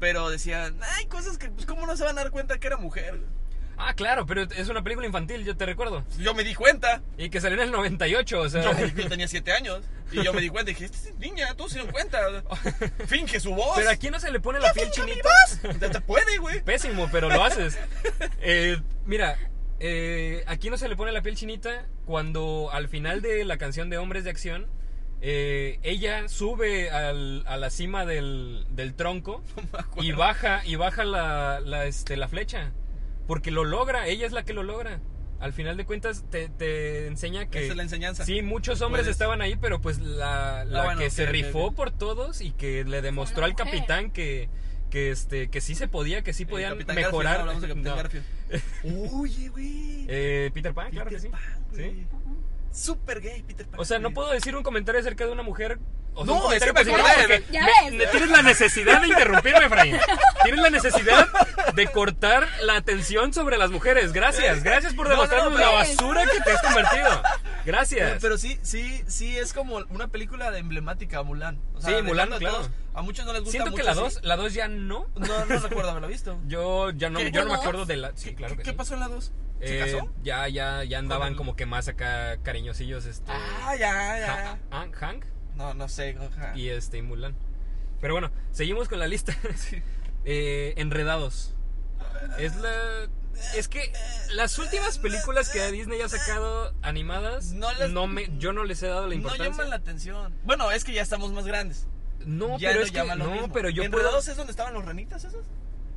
S2: Pero decían, ay, cosas que, pues, ¿cómo no se van a dar cuenta que era mujer?
S3: ah claro pero es una película infantil yo te recuerdo
S2: Yo me di cuenta.
S3: y que salió en el 98 o sea
S2: Yo, me di- yo tenía siete años. Y yo me di cuenta y dije, esta es niña, todos se dieron cuenta. Finge su voz.
S3: pero a quién no se le pone la piel
S2: Finge mi
S3: chinita
S2: voz. Ya te puede, güey.
S3: Pésimo, pero lo haces. Eh, mira, eh, aquí no se le pone la piel chinita cuando al final de la canción de Hombres de Acción, eh, ella sube al- a la cima del, del tronco y baja, y baja la, la, este, la flecha. Porque lo logra, ella es la que lo logra. Al final de cuentas te, te enseña que...
S2: Esa es la enseñanza.
S3: Sí, muchos hombres
S2: Puedes.
S3: estaban ahí, pero pues la, la
S2: Ah, bueno,
S3: que se
S2: ok, ok,
S3: rifó
S2: ok.
S3: por todos y que le demostró
S4: Una
S3: al
S4: mujer.
S3: capitán que, que, este, que sí se podía, que sí
S2: El
S3: podían
S2: Capitán Garfio,
S3: mejorar.
S2: no hablamos de Capitán
S3: No.
S2: Garfio. Oye, güey.
S3: Eh, Peter Pan, claro que
S2: Peter
S3: sí.
S2: Pan,
S3: Sí.
S2: güey. Super gay, Peter Pan.
S3: O sea, no
S2: güey.
S3: puedo decir un comentario acerca de una mujer. O sea,
S2: No,
S3: un comentario
S2: es que me
S3: positivo
S2: acordé.
S3: porque
S4: Ya
S3: me-
S4: ves.
S3: me- tienes la necesidad de interrumpirme, Efraín. Tienes la necesidad de cortar la atención sobre las mujeres. Gracias, gracias por
S2: No, no,
S3: demostrarnos
S2: no,
S3: la
S4: pero-
S3: basura que te has convertido.
S2: Pero,
S3: Gracias.
S2: pero sí, sí, sí es como una película de emblemática Mulan. O sea,
S3: Sí,
S2: dejando
S3: Mulan,
S2: a
S3: claro.
S2: todos. A muchos no les gusta
S3: Siento que
S2: mucho,
S3: la
S2: sí.
S3: 2 la dos ya no.
S2: No, no recuerdo haberla visto.
S3: Yo ya no,
S2: ¿Qué?
S3: yo no me
S4: ¿Hubo dos?
S3: acuerdo de la. Sí,
S2: ¿Qué,
S3: claro
S2: qué-
S3: que
S2: qué
S3: sí.
S2: pasó en la 2? ¿Se
S3: Eh,
S2: casó?
S3: Ya, ya, ya
S2: Con
S3: andaban
S2: el-
S3: como que más acá cariñosillos, este.
S2: Ah, ya,
S3: Ha-
S2: ya. Ah.
S3: Han- Hank
S2: No, no sé. ajá.
S3: y este y Mulan. Pero bueno, seguimos con la lista. Eh, enredados. Es la. Es que las últimas películas que Disney ha sacado animadas, no,
S2: No las-
S3: me, yo no les he dado la
S2: No
S3: importancia.
S2: llaman la atención. Bueno, es que ya estamos más grandes.
S3: No,
S2: ya
S3: pero
S2: no
S3: es que
S2: llaman lo
S3: no,
S2: mismo.
S3: pero yo
S2: ¿Enredados es donde estaban los ranitas esos?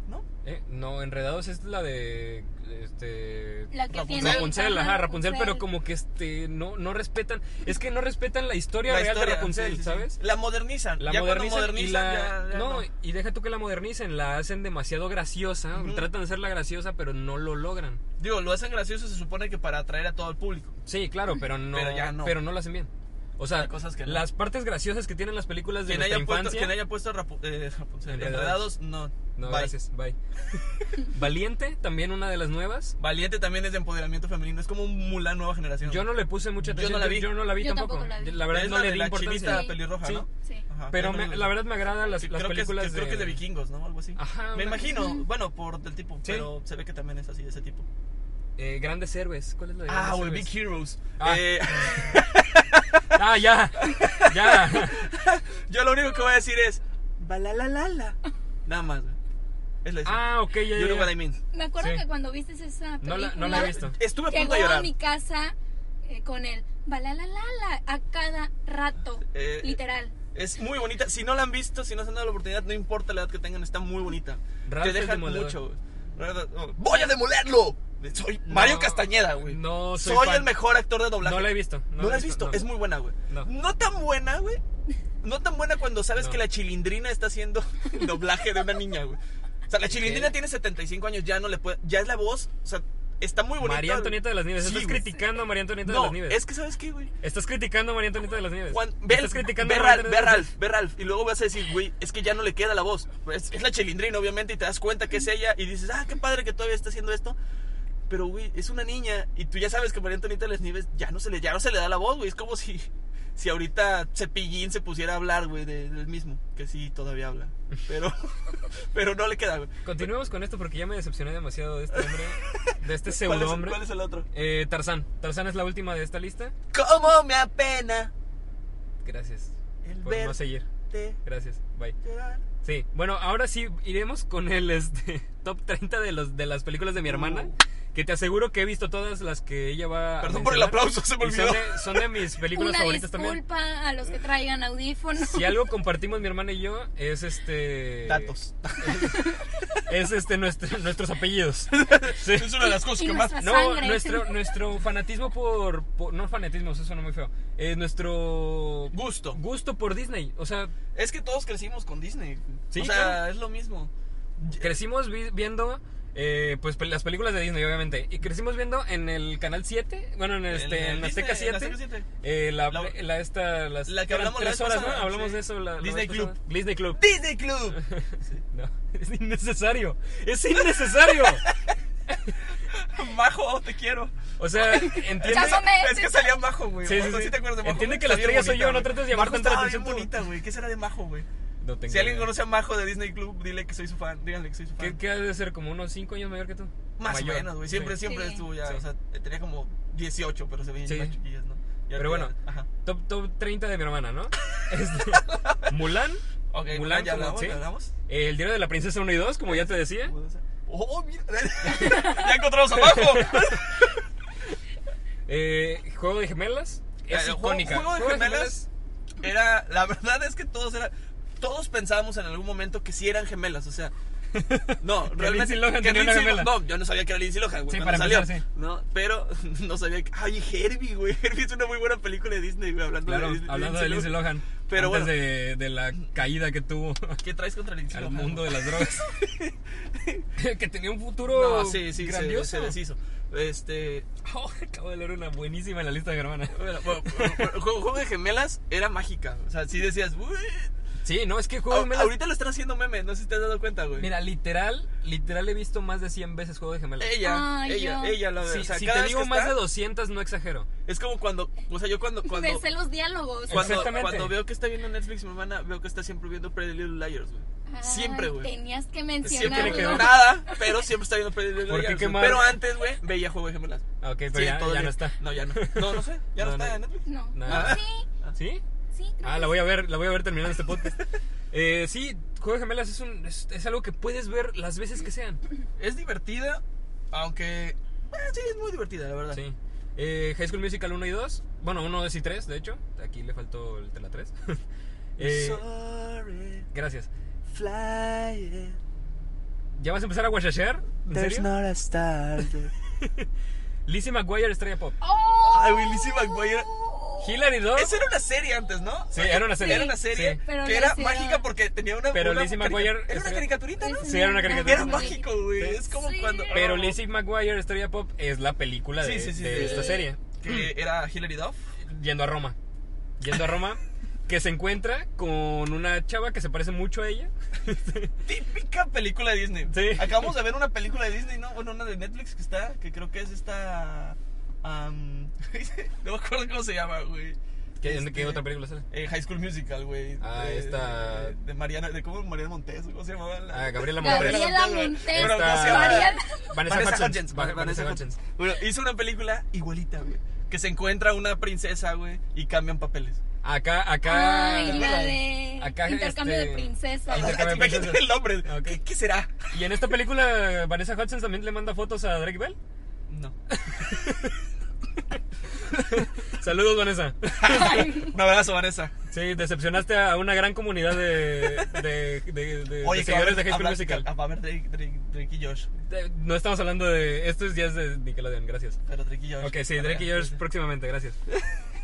S2: ¿No?
S3: puedo. eh, no, enredados es la de este
S4: La que
S2: Rapunzel.
S4: tiene.
S3: Rapunzel,
S4: Ajá,
S3: ajá, Rapunzel, pero como que este no no respetan, es que no respetan la historia
S2: La
S3: real
S2: historia,
S3: de Rapunzel,
S2: sí, sí, sí.
S3: ¿sabes?
S2: La modernizan.
S3: La
S2: ya cuando
S3: modernizan, y
S2: modernizan,
S3: la...
S2: ya- ya
S3: no, y deja tú que la modernicen, la hacen demasiado graciosa,
S2: Ujú.
S3: tratan de hacerla graciosa, pero no lo logran.
S2: Digo, lo hacen gracioso se supone que para atraer a todo el público.
S3: Sí, claro, pero no,
S2: Pero ya no.
S3: lo hacen bien. O sea,
S2: Hay cosas que no.
S3: las partes graciosas que tienen las películas de
S2: Quien
S3: nuestra
S2: haya, puesto,
S3: infancia.
S2: quien haya puesto Rapu- eh, Rapunzel,
S3: Enredados.
S2: enredados, no.
S3: No,
S2: Bye.
S3: gracias, bye. Valiente, también una de las nuevas.
S2: Valiente también es de empoderamiento femenino, es como un Mulan nueva generación.
S3: Yo no le puse mucha
S2: Yo no
S3: atención,
S2: la vi.
S3: vi
S4: Yo
S3: tampoco.
S4: tampoco la vi.
S3: verdad
S2: Es
S3: no
S2: la
S3: le
S2: de
S3: di
S2: la chinita
S3: importancia.
S4: Sí.
S2: pelirroja,
S3: Sí.
S2: ¿no?
S4: Sí.
S2: Ajá.
S3: Pero
S2: Bueno,
S3: me- la verdad me agradan las,
S2: que-
S3: las
S2: creo
S3: películas
S2: que es, que
S3: de...
S2: creo que es de vikingos, ¿no? Algo así.
S3: Ajá,
S2: me
S3: una-
S2: imagino,
S4: Ujú.
S2: bueno, por del tipo,
S3: Sí.
S2: pero se ve que también es así de ese tipo.
S3: eh, Grandes héroes. ¿Cuál es la de
S2: Ah,
S3: Grandes
S2: o el
S3: Héroes?
S2: Big Heroes.
S3: Ah.
S2: Eh,
S3: Ah, ya. Ya.
S2: Yo lo único que voy a decir es. Balalalala. Nada más, güey. Es la escena.
S3: Ah, ok, ya, ya,
S2: You know
S3: ya.
S2: what I mean.
S4: Me acuerdo
S3: Sí.
S4: que cuando viste esa
S3: No
S4: película,
S3: la, no la he visto.
S2: Estuve a punto
S4: llegó
S2: de
S4: a
S2: llorar.
S4: mi casa eh, con el balalalala a cada rato,
S2: Eh,
S4: literal.
S2: Es muy bonita. Si no la han visto, si no se han dado la oportunidad, no importa la edad que tengan, está muy bonita.
S3: Ralph
S2: Te
S3: el
S2: deja
S3: Demoledor.
S2: mucho, güey. Ralph- oh, ¡Voy a demolerlo! Soy
S3: No,
S2: Mario Castañeda, güey.
S3: no soy
S2: soy
S3: fan.
S2: el mejor actor de doblaje.
S3: No la he visto,
S2: No, la has visto.
S3: no.
S2: Es muy buena, güey.
S3: No.
S2: No. tan buena, güey. No tan buena cuando sabes
S3: No.
S2: que la chilindrina está haciendo el doblaje de una niña, güey. O sea, la chilindrina tiene 75 años, ya no le puede. Ya es la voz. O sea, está muy bonita.
S3: María Antonieta de las Nieves.
S2: Sí,
S3: Estás
S2: güey.
S3: criticando a María Antonieta de
S2: No,
S3: las Nieves.
S2: es que ¿sabes qué, güey?
S3: Estás criticando a María Antonieta de las Nieves.
S2: Juan, ve,
S3: Estás criticando
S2: ve
S3: a María
S2: Ralph, ve
S3: Antonieta de las
S2: Ralph, ve Ralph, Y luego vas a decir, güey, es que ya no le queda la voz. Es, es la chilindrina, obviamente, y te das cuenta que es ella. Y dices, ah, qué padre que todavía está haciendo esto. Pero, güey, es una niña. Y tú ya sabes que María Antonieta de las Nieves ya no se le, ya no se le da la voz, güey. Es como si, si ahorita Cepillín se pusiera a hablar, güey, de- del mismo. Que sí, todavía habla. Pero, pero no le queda, güey.
S3: Continuemos con esto porque ya me decepcioné demasiado de este hombre, de este
S2: ¿Cuál
S3: pseudo
S2: es,
S3: hombre.
S2: cuál es el otro?
S3: Eh, Tarzán. Tarzán es la última de esta lista.
S2: ¿Cómo me apena
S3: Gracias.
S2: el
S3: Por Pues no
S2: verte
S3: seguir. Gracias. Bye.
S2: llorar?
S3: Sí. Bueno, ahora sí iremos con el este, top 30 de, los, de las películas de mi hermana. Que te aseguro que he visto todas las que ella va a
S2: Uh. Perdón por el
S3: mencionar.
S2: aplauso, se me
S3: Y son
S2: olvidó.
S3: de- son de mis películas
S4: Una
S3: favoritas
S4: disculpa
S3: también.
S4: a los que traigan audífonos.
S3: Si algo compartimos mi hermana y yo es este
S2: Datos.
S3: es este nuestro- nuestros apellidos. Sí.
S2: Es una de las cosas
S4: y
S2: que más
S4: nuestras- La
S3: No,
S4: sangre.
S3: nuestro nuestro fanatismo por, por- no fanatismo, eso suena muy feo. Eh, nuestro
S2: gusto.
S3: gusto por Disney, o sea,
S2: Es que todos crecimos con Disney.
S3: Sí,
S2: o sea,
S3: claro.
S2: es lo mismo.
S3: crecimos vi- viendo eh, pues pel- las películas de Disney obviamente y crecimos viendo en el canal 7, bueno, en este en, Azteca
S2: Disney, en
S3: 7.
S2: Azteca siete.
S3: eh, la,
S2: La-
S3: la esta las
S2: la que
S3: eran
S2: hablamos la
S3: tres
S2: vez
S3: horas,
S2: pasada,
S3: ¿no? Hablamos
S2: sí.
S3: de eso la- la
S2: Disney
S3: vez
S2: Club.
S3: pasada. Disney Club.
S2: Disney Club.
S3: No, es innecesario. Es innecesario.
S2: Majo, te quiero.
S3: O sea, entiende.
S4: Ya son- Hombre,
S2: es que
S4: sí.
S2: salía Majo, güey.
S3: Sí, sí,
S2: O sea,
S3: sí.
S2: te acuerdas de Majo.
S3: Entiende
S2: güey?
S3: que la
S2: Está bien
S3: estrella soy yo,
S2: bonita,
S3: no trates de
S2: güey.
S3: llamar
S2: Majo
S3: tanta la
S2: estaba
S3: atención
S2: bien
S3: tú.
S2: bonita, güey. ¿Qué será de Majo, güey?
S3: No tengo
S2: Si alguien
S3: idea.
S2: conoce a Majo de Disney Club, dile que soy su fan. Díganle que soy su fan.
S3: ¿Qué, qué ha de ser? ¿Como unos 5 años mayor que tú?
S2: Más
S3: Mayor.
S2: o menos, güey. Siempre,
S3: Sí.
S2: siempre
S4: Sí.
S2: estuvo ya.
S3: Sí.
S2: O sea, tenía como 18, pero se veían
S3: Sí.
S2: más chiquillas, ¿no? Y ahora
S3: Pero
S2: ya-
S3: bueno,
S2: Ajá.
S3: top, top 30 de mi hermana, ¿no? Este, Mulan.
S2: Ok,
S3: Mulan,
S2: ya
S3: como-
S2: hablamos,
S3: sí.
S2: ya hablamos.
S3: El diario de la princesa 1 y 2, como ya te decía.
S2: Oh, mira. ya encontramos a Majo.
S3: Eh, Juego de gemelas. Es
S2: El juego-
S3: icónica.
S2: Ah, Juego, de gemelas era, la verdad es que todos era, todos pensábamos en algún momento que sí eran gemelas, o sea, no, realmente
S3: Lindsay Lohan
S2: que
S3: tenía una
S2: Lindsay
S3: gemela.
S2: Lo- No, yo no sabía que era Lindsay Lohan, güey,
S3: Sí,
S2: cuando
S3: para
S2: salió,
S3: empezar, sí.
S2: no, pero no sabía que ay, Herbie, güey, Herbie es una muy buena película de Disney, güey, hablando
S3: Claro,
S2: de Disney-
S3: hablando de Lindsay Lohan.
S2: Pero
S3: antes
S2: bueno.
S3: de, de la caída que tuvo
S2: ¿Qué traes contra Lindsay
S3: al
S2: Lohan?
S3: mundo de las drogas. que tenía un futuro
S2: No, sí, sí, se-
S3: grandioso.
S2: se deshizo. Este,
S3: Oh, acabo de leer una buenísima en la lista de mi hermana.
S2: bueno, bueno, el juego, juego de gemelas era mágica, o sea, sí decías, "Uy".
S3: Sí, no, es que juego de
S2: A-
S3: gemelas.
S2: ahorita lo están haciendo memes, no sé si te has dado cuenta, güey.
S3: Mira, literal, literal he visto más de 100 veces juego de gemelas.
S2: Ella,
S4: Ay,
S2: ella,
S4: yo.
S2: ella la
S3: si
S2: o sea,
S3: si
S2: cada
S3: te
S2: vez
S3: digo
S2: que
S3: más
S2: está,
S3: de 200, no exagero.
S2: Es como cuando, o sea, yo cuando cuando
S4: Me sé los diálogos.
S3: ¿Cuál?
S2: cuando,
S3: Exactamente.
S2: cuando veo que está viendo Netflix mi hermana, veo que está siempre viendo Pretty Little Liars, güey.
S4: Ay,
S2: Siempre, güey.
S4: Tenías que
S2: Siempre
S4: mencionarlo.
S3: que
S2: que
S3: ver.
S2: nada, pero siempre está viendo Pretty Little
S3: ¿Por qué
S2: Liars. güey.
S3: quemar?
S2: Pero antes, güey, veía Juego de Gemelas.
S3: Ah, Ok, pero
S2: Sí,
S3: ya,
S2: todo
S3: ya
S2: el
S3: no
S2: día.
S3: está.
S2: No, ya no. No, no sé. Ya no,
S3: No,
S2: está
S3: no.
S2: en Netflix.
S4: No.
S3: No.
S4: Ah, Sí,
S3: ¿Sí?
S4: sí, creo
S3: Ah,
S4: que
S3: la voy a ver, la voy a ver terminando este podcast. Eh, sí, juego de gemelas es, un, es, es algo que puedes ver las veces que sean.
S2: Es divertida, aunque eh, sí es muy divertida, la verdad.
S3: Sí. Eh, High School Musical 1 y 2. Bueno, 1, 2 y 3, de hecho. Aquí le faltó el de la 3. Eh,
S2: Sorry,
S3: gracias.
S2: flying,
S3: ¿Ya vas a empezar a guachachear? ¿En
S2: there's
S3: serio?
S2: not a star there.
S3: Lizzie McGuire, estrella pop.
S2: Ay, güey, Lizzie McGuire.
S3: Hillary 2.
S2: Esa Oh, era una serie antes, ¿no?
S3: Sí, era una serie.
S2: Era una serie
S3: Sí.
S4: Pero
S2: que
S4: no
S2: era
S4: hicieron.
S2: mágica porque tenía una.
S3: Pero
S2: una
S3: Lizzie
S2: cari-
S3: McGuire
S2: Era
S3: es-
S2: una caricaturita, ¿no?
S4: Es
S3: Sí, era una caricatura.
S2: Era mágico, güey. Es como
S4: Sí.
S2: cuando. Oh,
S3: Pero Lizzie McGuire, estrella pop, es la película de,
S2: Sí, sí, sí,
S3: de
S2: sí.
S3: esta serie.
S2: Que era Hilary Duff.
S3: Yendo a Roma. Yendo a Roma, que se encuentra con una chava que se parece mucho a ella.
S2: Típica película de Disney.
S3: Sí.
S2: Acabamos de ver una película de Disney, ¿no? Bueno, una de Netflix que está. Que creo que es esta. am, no me acuerdo cómo se llama, güey.
S3: ¿Qué, en
S2: Este,
S3: qué otra película sale?
S2: eh, High School Musical, güey.
S3: Ah,
S2: De-
S3: esta-
S2: De Mariana. ¿De cómo? Mariana Montes. ¿Cómo se llamaba? la-
S3: Ah, Gabriela Montes.
S4: Gabriela
S2: Montes.
S4: Montes.
S2: Pero, ¿cómo se
S3: Esta-
S2: llama?
S4: Mariana.
S3: Vanessa, Hudgens. Va-
S2: Va- Vanessa
S3: Hudgens.
S2: Hudgens. Bueno, hizo una película igualita, güey. Que se encuentra una princesa, güey, y cambian papeles.
S3: Acá, acá.
S4: Ay, la de
S3: acá,
S4: intercambio
S3: este,
S4: de princesas.
S3: inter- Intercambio de
S2: Imagínate
S3: princesas.
S2: el nombre.
S3: Ok.
S2: ¿Qué, qué será?
S3: Y en esta película, Vanessa Hudgens también le manda fotos a Drake Bell.
S2: No.
S3: Saludos, Vanessa.
S2: Un abrazo, Vanessa.
S3: Sí, decepcionaste a una gran comunidad de, de, de, de- de
S2: que va a haber-
S3: seguidores de High School
S2: habla-
S3: Musical.
S2: Va a haber Drake, Drake, Drake y Josh.
S3: De- No estamos hablando de. Esto ya es de Nickelodeon, gracias.
S2: Pero Drake y Josh.
S3: Ok, sí, Drake y George próximamente, gracias.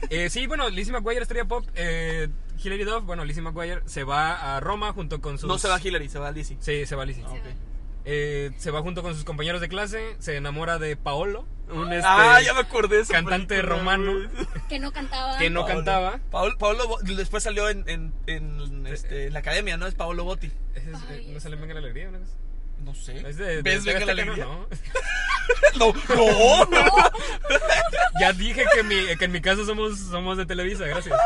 S3: Eh, sí, bueno, Lizzie McGuire, estrella pop. Eh, Hilary Duff, bueno, Lizzie McGuire se va a Roma junto con sus.
S2: No se va Hillary, se va Lizzie.
S3: Sí, se va Lizzie.
S2: Ok.
S3: Eh, se va junto con sus compañeros de clase, se enamora de Paolo, un este,
S2: ah, ya me acordé de esa
S3: cantante
S2: película,
S3: romano
S2: güey.
S4: Que no cantaba.
S3: que no
S2: Paolo.
S3: cantaba.
S2: Paolo, Paolo Bo- después salió en, en, en, este, en la academia, ¿no? Es Paolo Botti.
S3: Es- es- eh, ¿No sale Venga la Alegría? una cosa?
S2: No sé.
S3: ¿Es de, de
S2: ¿Ves
S3: TV
S2: Venga la
S3: Azteca,
S2: Alegría?
S3: No,
S2: No, no.
S3: Ya dije que, mi- que en mi caso somos, somos de Televisa, gracias.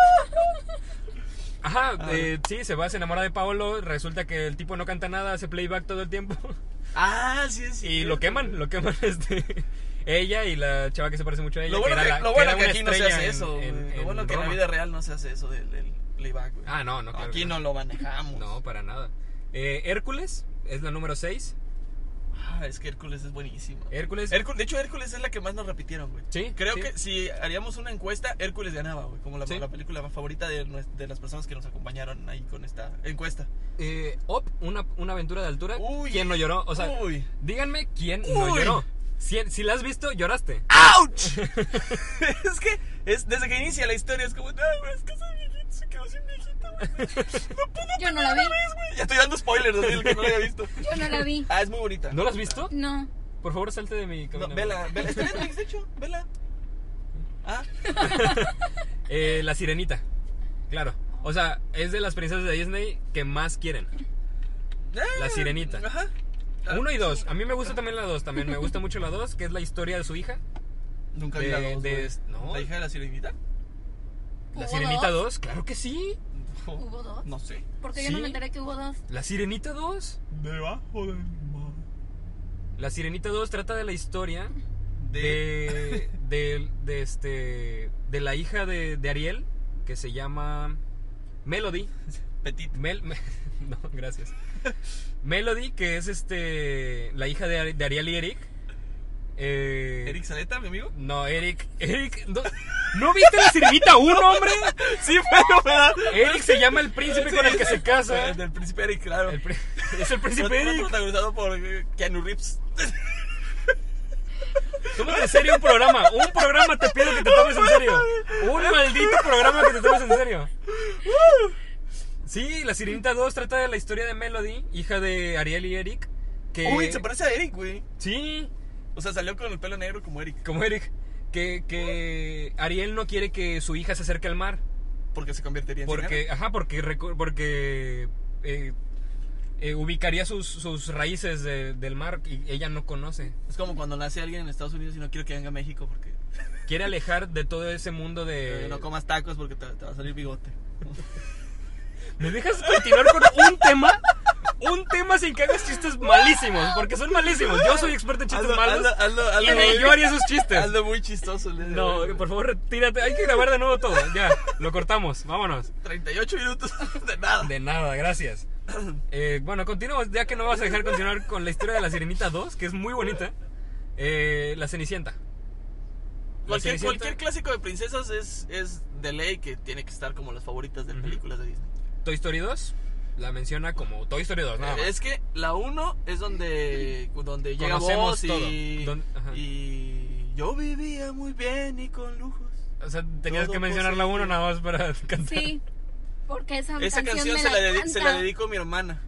S3: Ajá,
S2: Ah.
S3: eh, sí, se va, se enamora de Paolo, resulta que el tipo no canta nada, hace playback todo el tiempo
S2: Ah, sí, es
S3: y lo
S2: cierto.
S3: queman, lo queman este, ella y la chava que se parece mucho a ella.
S2: Lo bueno
S3: que,
S2: que,
S3: era la-
S2: lo bueno
S3: era
S2: que
S3: una
S2: aquí no se
S3: estrella
S2: hace
S3: en-
S2: eso.
S3: en-
S2: güey. lo
S3: en
S2: bueno que en la
S3: Roma.
S2: vida real no se hace eso del, del playback. güey.
S3: Ah, no, no, claro
S2: Aquí
S3: que no.
S2: no lo manejamos.
S3: No, para nada. Eh, Hércules es la número 6.
S2: Ah, es que Hércules es buenísimo.
S3: Hércules.
S2: Hércules- de hecho, Hércules es la que más nos repitieron, güey.
S3: Sí,
S2: Creo
S3: sí.
S2: que si haríamos una encuesta, Hércules ganaba, güey. Como la,
S3: Sí.
S2: la película más favorita de, nues- de las personas que nos acompañaron ahí con esta encuesta.
S3: eh, Op, una, una aventura de altura.
S2: Uy.
S3: ¿Quién no lloró? O sea,
S2: Uy.
S3: díganme quién no
S2: Uy.
S3: lloró. Si, si la has visto, lloraste.
S2: ¡Auch! es que es, desde que inicia la historia es como, no, güey, es que ese viejito se quedó sin viejito. güey". No pudo
S4: Yo no la vi.
S2: más, güey. Ya estoy dando spoilers, así el que no lo haya visto.
S4: Yo no la vi.
S2: Ah, es muy bonita.
S3: ¿No la has visto?
S4: No.
S3: Por favor, salte de mi
S2: No,
S3: cabina.
S2: vela, vela. Está en Netflix, de hecho, vela. Ah,
S3: Eh, la sirenita. Claro. O sea, es de las princesas de Disney que más quieren. La sirenita.
S2: Ah. Ajá.
S3: Uno y dos. A mí me gusta también la dos. También me gusta mucho la dos, que es la historia de su hija.
S2: Nunca
S3: De-
S2: vi la dos,
S3: de-
S2: güey.
S3: no.
S2: ¿La hija de la sirenita?
S4: ¿Hubo
S3: La sirenita
S4: dos?
S3: 2, claro que sí.
S4: ¿Hubo dos?
S2: No sé.
S4: Porque yo no
S3: ¿Sí?
S4: me enteré que hubo dos.
S3: La sirenita 2.
S2: Debajo del mar.
S3: La sirenita 2 trata de la historia
S2: De...
S3: de, de, de este de la hija de, de Ariel que se llama Melody
S2: Petit.
S3: Mel- me- no gracias Melody que es este la hija de, Ari- de Ariel y Eric Eh,
S2: ¿Eric Saleta, mi amigo?
S3: no Eric Eric no, ¿no viste la sirenita 1 hombre
S2: Sí, pero, ¿verdad?
S3: Eric se llama el príncipe con el que se casa
S2: El del príncipe Eric, claro.
S3: El pr- es
S2: Fue-
S3: el príncipe
S2: fue
S3: Eric
S2: protagonizado por eh, Keanu Reeves.
S3: Tómate en serio un programa. Un programa te pido que te tomes en serio. Un maldito programa que te tomes en serio. Sí, La Sirenita 2 trata de la historia de Melody, hija de Ariel y Eric. Que,
S2: Uy, se parece a Eric, güey.
S3: Sí,
S2: O sea, salió con el pelo negro como Eric.
S3: como Eric. Que, que Ariel no quiere que su hija se acerque al mar.
S2: Porque se convertiría en
S3: Porque, ajá, porque, recu- porque eh, eh, ubicaría sus, sus raíces de- del mar y ella no conoce.
S2: Es como cuando nace alguien en Estados Unidos y no quiero que venga a México porque
S3: Quiere alejar de todo ese mundo de...
S2: eh, no comas tacos porque te, te va a salir bigote.
S3: ¿Me dejas continuar con un tema? Un tema sin que hagas chistes malísimos, porque son malísimos. Yo soy experto en chistes
S2: Hazlo,
S3: malos.
S2: hazlo, hazlo, hazlo
S3: y ni
S2: muy-
S3: yo haría esos chistes.
S2: Hazlo muy chistoso. el día de
S3: No,
S2: hoy, güey.
S3: por favor, retírate. Hay que grabar de nuevo todo. Ya, lo cortamos. Vámonos.
S2: 38 minutos de nada.
S3: De nada, gracias. Eh, bueno, continuamos, ya que no vas a dejar continuar con la historia de la Sirenita 2, que es muy bonita. Eh, la Cenicienta. La
S2: Cualquier,
S3: Cenicienta-
S2: cualquier clásico de princesas es, es de ley que tiene que estar como las favoritas de
S3: Ujú.
S2: películas de Disney.
S3: Toy Story 2 la menciona como Toy Story 2, nada más.
S2: Es que la 1 es donde, donde llega
S3: Conocemos
S2: vos y,
S3: todo. Don- ajá.
S2: y yo vivía muy bien y con lujos.
S3: O sea, tenías
S2: todo
S3: que mencionar la 1
S2: positivo.
S3: nada más para cantar.
S4: Sí. Porque esa,
S2: Esa canción,
S4: me
S2: se, la dedi-
S4: canta.
S2: se la dedico a mi hermana.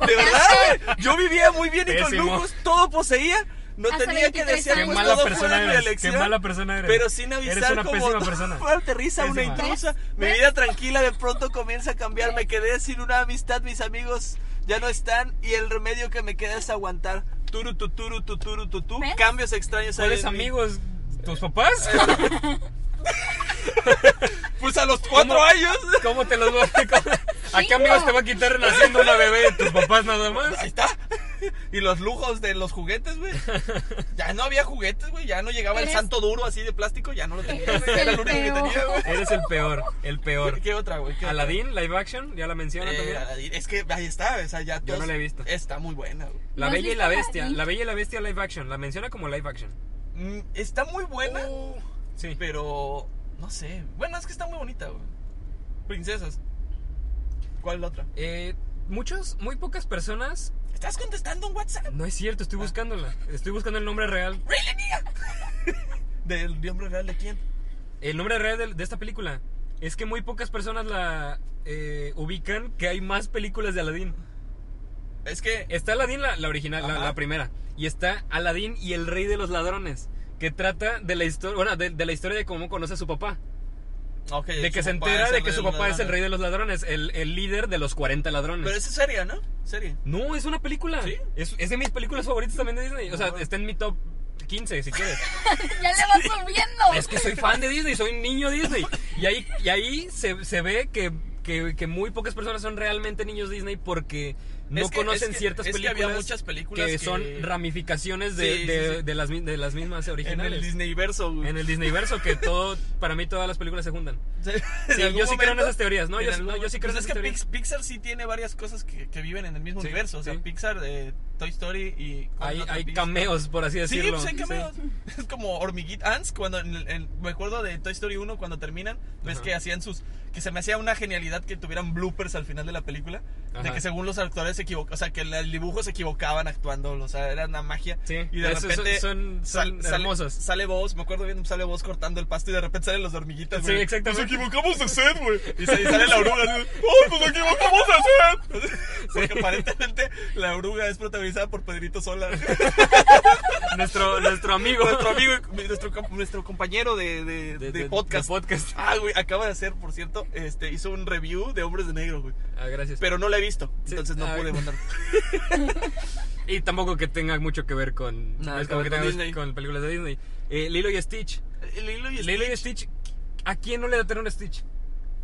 S2: De verdad, güey, yo vivía muy bien y con
S3: Pésimo.
S2: lujos, todo poseía. No
S4: Hasta
S2: tenía que
S4: 23
S2: desear
S3: Qué
S4: años.
S2: pues
S3: mala
S2: todo fuera
S3: persona
S2: de mi
S3: eres. Qué
S2: elección.
S3: mala persona eres.
S2: Pero sin avisar
S3: Eres una
S2: como
S3: pésima
S2: todo
S3: persona.
S2: aterriza una
S3: Pésima.
S2: intrusa. Mi vida tranquila de pronto comienza a cambiar. Me quedé sin una amistad, mis amigos ya no están y el remedio que me queda es aguantar. Turu tu turu tu turu tu tu.
S4: ¿Ves?
S2: Cambios extraños. hay
S3: ¿Cuáles
S2: en mí.
S3: amigos? ¿Tus papás?
S2: Pues a los cuatro
S3: ¿Cómo?
S2: años.
S3: ¿Cómo te los vas a cómo- ¿A qué amigos te va a quitar naciendo una bebé de tus papás nada más?
S2: Ahí está. y los lujos de los juguetes, güey. Ya no había juguetes, güey. Ya no llegaba el
S4: Eres-
S2: santo duro así de plástico, ya no lo tenía,
S4: Eres
S2: güey. Era
S4: el
S2: el único que
S4: peor.
S2: tenía, güey.
S3: Eres el peor, el peor.
S2: ¿Qué, qué otra, güey? ¿Qué otra?
S3: Aladdin, live action, ya la menciona
S2: Eh,
S3: también.
S2: Aladdin. Es que ahí está, o sea, ya
S3: Yo no la he visto.
S2: Está muy buena, güey.
S3: La
S4: ¿No has
S3: Bella y
S4: visto
S3: la Bestia,
S4: Aladdin?
S3: la Bella y la Bestia live action, la menciona como live action.
S2: Mm, Está muy buena,
S3: Oh, Uh. Sí.
S2: pero no sé. Bueno, es que está muy bonita, güey. Princesas. ¿Cuál la otra?
S3: Eh, muchos, muy pocas personas.
S2: ¿Estás contestando un WhatsApp?
S3: No es cierto, estoy buscándola. Estoy buscando el nombre real.
S2: ¡Really, nigga? ¿Del nombre real de quién?
S3: El nombre real del- de, esta película. Es que muy pocas personas la eh, ubican que hay más películas de Aladdin.
S2: Es que
S3: Está Aladdin, la, la original, la,
S2: Ajá.
S3: la primera. Y está Aladdin y el Rey de los Ladrones. Que trata de la historia, bueno, de, de la historia de cómo conoce a su papá.
S2: Ok,
S3: De
S2: su
S3: que se
S2: papá
S3: entera
S2: es
S3: de
S2: el
S3: que su
S2: del
S3: papá es el
S2: ladrón.
S3: rey de los ladrones, el, el líder de los 40 ladrones.
S2: Pero esa es serie, ¿no? Serie.
S3: No, es una película.
S2: ¿Sí?
S3: Es, es de mis películas favoritas también de Disney. O sea, está en mi top 15, si quieres.
S4: Ya le vas subiendo.
S3: es que soy fan de Disney, soy niño Disney. Y ahí, y ahí se, se ve que, que- que muy pocas personas son realmente niños Disney porque no
S2: Es que-
S3: conocen
S2: es que-
S3: ciertas
S2: es que
S3: películas,
S2: había muchas películas
S3: que
S2: que-
S3: son ramificaciones de,
S2: Sí,
S3: de-
S2: sí, sí.
S3: de las, mi- de las mismas
S2: En
S3: originales.
S2: el Disneyverso, güey.
S3: En el Disneyverso, que todo, para mí todas las películas se juntan.
S2: Sí,
S3: Sí, yo sí creo en esas teorías, ¿no? Yo- no, yo sí creo en
S2: Pues
S3: esas
S2: es que
S3: teorías.
S2: Pix- Pixar sí tiene varias cosas que, que viven en el mismo
S3: Sí,
S2: universo. O sea,
S3: sí.
S2: Pixar, eh, Toy Story y... ¿cuál
S3: Hay,
S2: es la otra
S3: hay
S2: Pixar?
S3: cameos, por así
S2: Sí,
S3: decirlo.
S2: pues hay cameos. Es como hormiguita. Ants, cuando en el- en- me acuerdo de Toy Story 1, cuando terminan, ves
S3: Ajá.
S2: que hacían sus. Que se me hacía una genialidad que tuvieran bloopers al final de la película. De
S3: Ajá.
S2: que según los actores se equivocaban. O sea, que el dibujo se equivocaban actuando. O sea, era una magia.
S3: Sí,
S2: y de
S3: esos son-
S2: repente.
S3: son- son
S2: sale-
S3: hermosos.
S2: Sale vos, me acuerdo bien, sale vos cortando el pasto y de repente salen los de hormiguitas.
S3: Sí,
S2: güey.
S3: exactamente.
S2: Nos equivocamos de sed, güey. Y, se- y sale la oruga. así, ¡Oh, nos equivocamos de sed! Porque aparentemente la oruga es protagonizada por Pedrito Sola.
S3: Nuestro, nuestro amigo.
S2: nuestro amigo, nuestro, com- nuestro compañero de, de-
S3: De-
S2: de
S3: de-
S2: podcast.
S3: de podcast.
S2: Ah, güey, acaba de hacer, por cierto, este, hizo un review de Hombres de Negro, güey.
S3: Ah, gracias.
S2: Pero no la he visto,
S3: Sí,
S2: entonces no
S3: ah,
S2: pude
S3: ok.
S2: mandar.
S3: Y tampoco que tenga mucho que ver con,
S2: Nada
S3: no es
S2: que
S3: como
S2: ver
S3: que
S2: con
S3: tenga
S2: Disney.
S3: con películas de Disney. Eh, Lilo y Stitch.
S2: Lilo y
S3: Lilo y Stitch, ¿a quién no le da ternura a Stitch?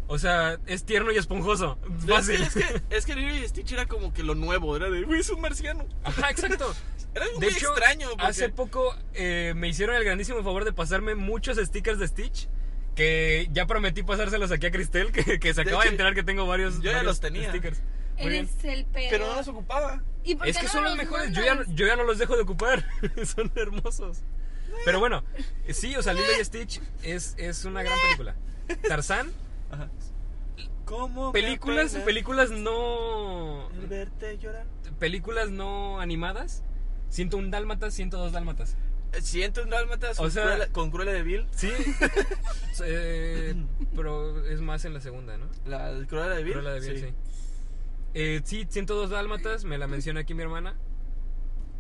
S3: O sea, es tierno y esponjoso.
S2: Es que,
S3: Fácil.
S2: es que- es que Lilo y Stitch era como que lo nuevo, era de, güey, es un marciano.
S3: Ajá, exacto.
S2: Era algo
S3: De
S2: muy
S3: hecho,
S2: extraño. porque-
S3: hace poco eh, me hicieron el grandísimo favor de pasarme muchos stickers de Stitch. Que ya prometí pasárselos aquí a Cristel, que, que
S2: De
S3: se acaba de
S2: hecho,
S3: enterar que tengo varios,
S2: yo ya
S3: varios
S2: los tenía.
S3: stickers. Muy bien.
S4: Eres el peor.
S2: Pero no los ocupaba.
S4: ¿Y por
S3: Es
S4: qué
S3: que
S4: no
S3: son los mejores, yo ya, no-
S4: mandas?
S3: yo ya no los dejo de ocupar, son hermosos. Pero bueno, sí, o sea, Lilo y Stitch es, es una gran película. Tarzán,
S2: ¿Cómo? me
S3: películas,
S2: apena
S3: películas no...
S2: el Verte llorar.
S3: Películas no animadas, 101 dálmatas, 102 dálmatas.
S2: Eh, Siento un dálmatas
S3: O
S2: con
S3: sea-
S2: Cruella- con Cruella de Vil.
S3: Sí, eh, pero es más en la segunda, ¿no?
S2: La de Cruella de Vil.
S3: Pero la de bien, sí. Eh, sí, 102 dálmatas, me la menciona aquí mi hermana.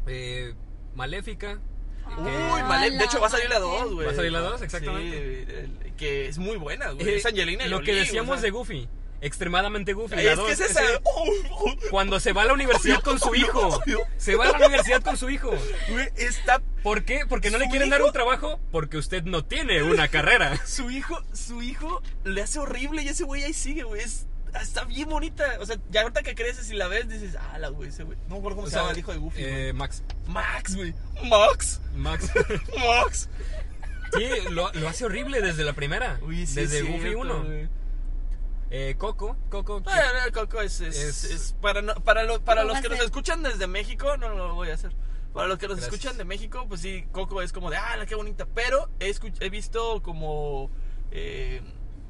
S3: Eh, Maléfica,
S4: Ah,
S2: Uy, Malé- de hecho va a salir Ah, la 2, güey.
S3: Va a salir la dos, exactamente.
S2: Sí, el- que es muy buena, güey.
S3: Eh,
S2: es Angelina
S3: Lo
S2: Jolie,
S3: que decíamos
S2: o sea.
S3: de Goofy. Extremadamente Goofy.
S2: Ay,
S3: la
S2: es
S3: dos,
S2: que es
S3: ese-
S2: esa. Oh, oh,
S3: Cuando se va a la universidad con su hijo. Se va a la universidad con su hijo.
S2: güey, está.
S3: ¿Por qué? Porque no le
S2: ¿Su
S3: quieren dar
S2: hijo?
S3: un trabajo porque usted no tiene una carrera.
S2: Su hijo, su hijo le hace horrible y ese güey ahí sigue, güey. Es- está bien bonita. O sea, ya ahorita que creces y la ves, dices, ah, la güey, ese güey. No me acuerdo cómo
S3: O
S2: se
S3: sea,
S2: llama el hijo de Goofy.
S3: eh,
S2: güey.
S3: Max.
S2: Max, güey. Max.
S3: Max.
S2: Max.
S3: Sí, lo, lo hace horrible desde la primera.
S2: Uy, sí,
S3: desde
S2: es
S3: Goofy
S2: cierto,
S3: 1.
S2: güey.
S3: Eh, Coco. Coco. que-
S2: Bueno, el Coco es, es,
S3: Es-
S2: es para, no- para, lo- para
S4: Lo
S2: los
S4: vas
S2: que
S4: a
S2: nos
S4: hacer.
S2: escuchan desde México, no lo voy a hacer. Para los que nos
S3: Gracias.
S2: escuchan de México, pues sí, Coco es como de, ah, la qué bonita. Pero he, escuch- he visto como eh,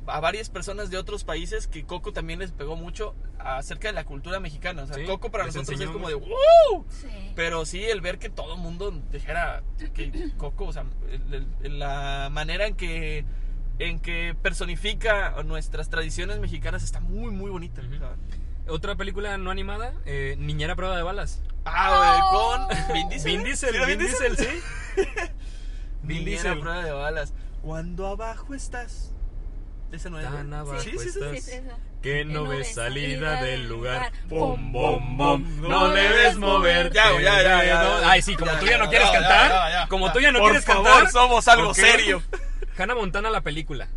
S2: a varias personas de otros países que Coco también les pegó mucho acerca de la cultura mexicana. O sea,
S3: Sí,
S2: Coco para
S3: les
S2: nosotros es
S3: enseñó
S2: como de,
S3: mucho.
S2: wow.
S4: Sí.
S2: Pero sí, el ver que todo mundo dijera que Coco, o sea, el- el- la manera en que en que personifica nuestras tradiciones mexicanas está muy, muy bonita.
S3: Ujú.
S2: o sea.
S3: Otra película no animada. eh, Niñera a prueba de balas.
S2: Ah, güey,
S4: No.
S2: con Vin Diesel.
S3: Vin Diesel.
S2: ¿Sí era
S3: Vin Diesel, sí.
S2: Vin
S3: Vin
S2: Diesel.
S3: Diesel.
S2: prueba de balas. Cuando abajo estás. Ese no es.
S3: Tan
S2: güey.
S3: abajo
S2: Sí, sí, sí, sí.
S3: estás.
S4: Sí, es eso.
S3: Que no
S4: no
S3: ves
S4: ves
S3: salida
S4: salida
S3: del
S4: del
S3: lugar.
S4: lugar.
S3: Bom, bom, bom. No debes moverte.
S2: Ya, güey, ya, ya, ya,
S3: No-
S2: ya.
S3: Ay, sí, como
S2: Ya,
S3: tú ya
S2: ya,
S3: no quieres
S2: ya, ya,
S3: cantar.
S2: ya, ya,
S3: como
S2: ya.
S3: tú ya no
S2: Por
S3: quieres
S2: favor,
S3: cantar.
S2: somos algo
S3: ok.
S2: serio.
S3: Hannah Montana, la película.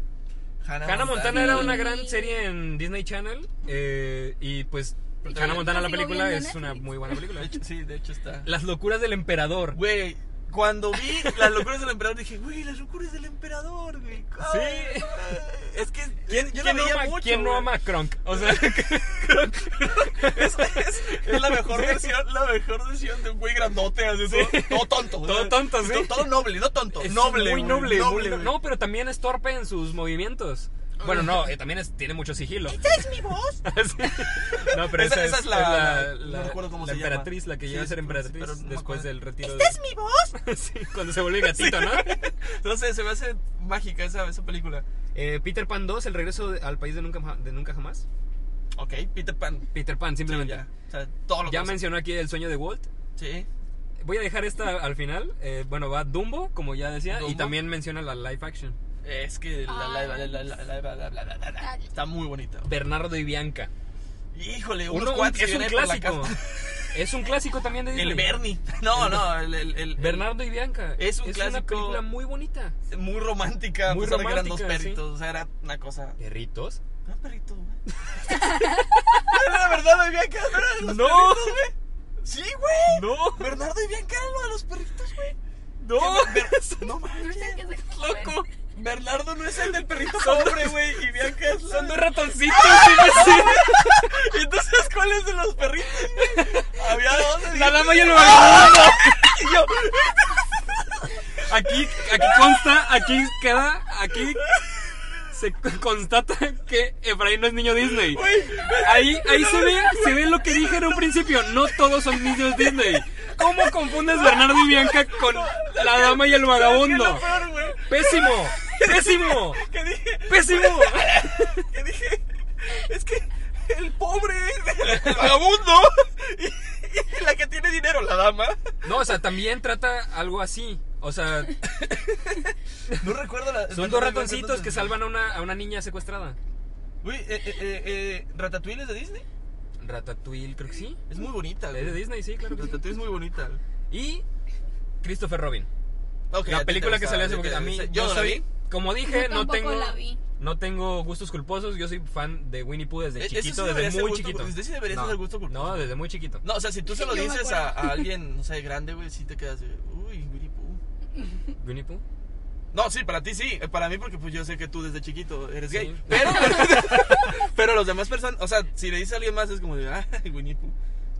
S3: Hannah Montana era una gran serie en Disney Channel. eh, y pues Hannah Montana la
S4: Sigo
S3: película
S4: viendo
S3: es una
S4: Netflix.
S3: muy buena película.
S2: De hecho, sí, de hecho está.
S3: Las locuras del emperador.
S2: Güey, cuando vi las locuras del emperador dije, güey, las locuras del emperador, güey. Ay,
S3: Sí.
S2: Es que
S3: ¿Quién,
S2: yo
S3: quién
S2: la
S3: no
S2: veía
S3: ama,
S2: mucho,
S3: quién no
S2: güey.
S3: ama a Kronk? O sea,
S2: Es, es- es la mejor versión, la mejor versión de un güey grandote, así, todo, todo tonto.
S3: Todo
S2: o sea,
S3: tonto, sí.
S2: Todo, todo noble, no tonto,
S3: es
S2: noble.
S3: muy
S2: güey,
S3: noble. muy
S2: güey.
S3: noble. no, pero también es torpe en sus movimientos. Bueno, no, eh, también es- tiene mucho sigilo. Ah,
S2: es mi voz.
S3: Sí. No, pero
S2: Esa-
S3: esa,
S2: esa
S3: es, la, la,
S2: no recuerdo cómo
S3: la
S2: se llama.
S3: emperatriz, la que
S2: Sí,
S3: llega a
S2: sí,
S3: ser emperatriz
S2: pero no me
S3: después
S2: acuerdo.
S3: del retiro.
S2: ¿Esta es mi voz?
S3: de... Sí, cuando se vuelve gatito, ¿no?
S2: No sé, se me hace mágica esa, esa película.
S3: Eh, Peter Pan 2, el regreso de- al país de nunca, de nunca jamás.
S2: Ok, Peter Pan.
S3: Peter Pan, simplemente.
S2: Ya, o sea, todo lo
S3: ya
S2: que
S3: mencionó aquí el sueño de Walt.
S2: Sí.
S3: Voy a dejar esta al final. Eh, bueno, va Dumbo, como ya decía, y
S2: Dumbo.
S3: también menciona la live action.
S2: Es que la, la,
S4: Ay.
S2: la, la, la, la, la, la, la, la, la. está muy bonita. güey.
S3: Bernardo y Bianca.
S2: Híjole,
S3: Uno-
S2: unos
S3: un-
S2: cuates
S3: es
S2: que
S3: un
S2: vienen por la
S3: clásico.
S2: casa.
S3: Es un clásico también de Disney.
S2: El Bernie. No, no, el, el, el-
S3: Bernardo y Bianca.
S2: Es un
S3: una
S2: clásico.
S3: película muy bonita.
S2: Muy romántica,
S3: Muy
S2: muy romántica. Eran dos
S3: romántica, sí.
S2: perritos, o sea, era una cosa.
S3: ¿Perritos?
S2: No, Ah, perrito, güey. No, la verdad, de Bianca. No, eran los
S3: ¡No!
S2: perritos, güey. Sí, güey.
S3: ¡No!
S2: Bernardo y Bianca eran lo de los perritos, güey.
S3: ¡No!
S2: Ber- No mames.
S3: ¡Loco!
S2: Bernardo no es el del perrito pobre, güey. Y Bianca es la-
S3: Son dos ratoncitos. imbécil.
S2: Entonces, ¿cuál es de los perritos, güey? Había dos.
S3: la dama y el
S2: ¡Ah!
S3: vagabundo. Y yo- Aquí, aquí consta, aquí queda, aquí se constata que Efraín no es niño Disney. Ahí, ahí se ve, se ve lo que dije en un principio. No todos son niños Disney. ¿Cómo confundes Bernardo y Bianca con la dama y el
S2: Es
S3: vagabundo?
S2: lo peor, güey.
S3: Pésimo, pésimo,
S2: Que dije,
S3: pésimo.
S2: que dije, es que el pobre, el vagabundo, y, y la que tiene dinero, la dama.
S3: No, o sea, también trata algo así. O sea,
S2: No recuerdo la.
S3: son dos ratoncitos que salvan a una, a una niña secuestrada.
S2: Uy, eh, eh, eh, eh, Ratatouille es de Disney.
S3: Ratatouille, creo que sí.
S2: Es muy bonita,
S3: Es de
S2: güey.
S3: Disney, sí, claro que sí.
S2: Ratatouille es muy bonita.
S3: Y Christopher Robin.
S2: Okay, a
S3: la
S2: ti
S3: película
S2: te
S3: que
S2: gusta,
S3: salió hace
S2: te-
S3: poquito. A mí,
S2: yo
S3: no
S2: la
S3: soy-
S2: vi.
S3: Como dije,
S4: Yo
S3: no
S4: tampoco
S3: tengo,
S4: la vi.
S3: no tengo gustos culposos. Yo soy fan de Winnie Pooh desde
S2: Eh, eso sí
S3: chiquito,
S2: debería
S3: desde
S2: ser
S3: muy
S2: gusto-
S3: chiquito.
S2: desde sí debería
S3: no,
S2: ser gusto culposo.
S3: No, desde muy chiquito.
S2: No, o sea, si tú se lo
S4: Yo me
S2: dices a,
S4: acuerdo.
S2: a alguien, no sé, grande, güey, sí te quedas, de, uy, Winnie Pooh.
S3: Winnie Pooh.
S2: No, sí, para ti sí, eh, para mí porque pues yo sé que tú desde chiquito eres
S3: Sí.
S2: gay. Pero, pero los demás personas, o sea, si le dices a alguien más es como de, ah, Winnie Pooh.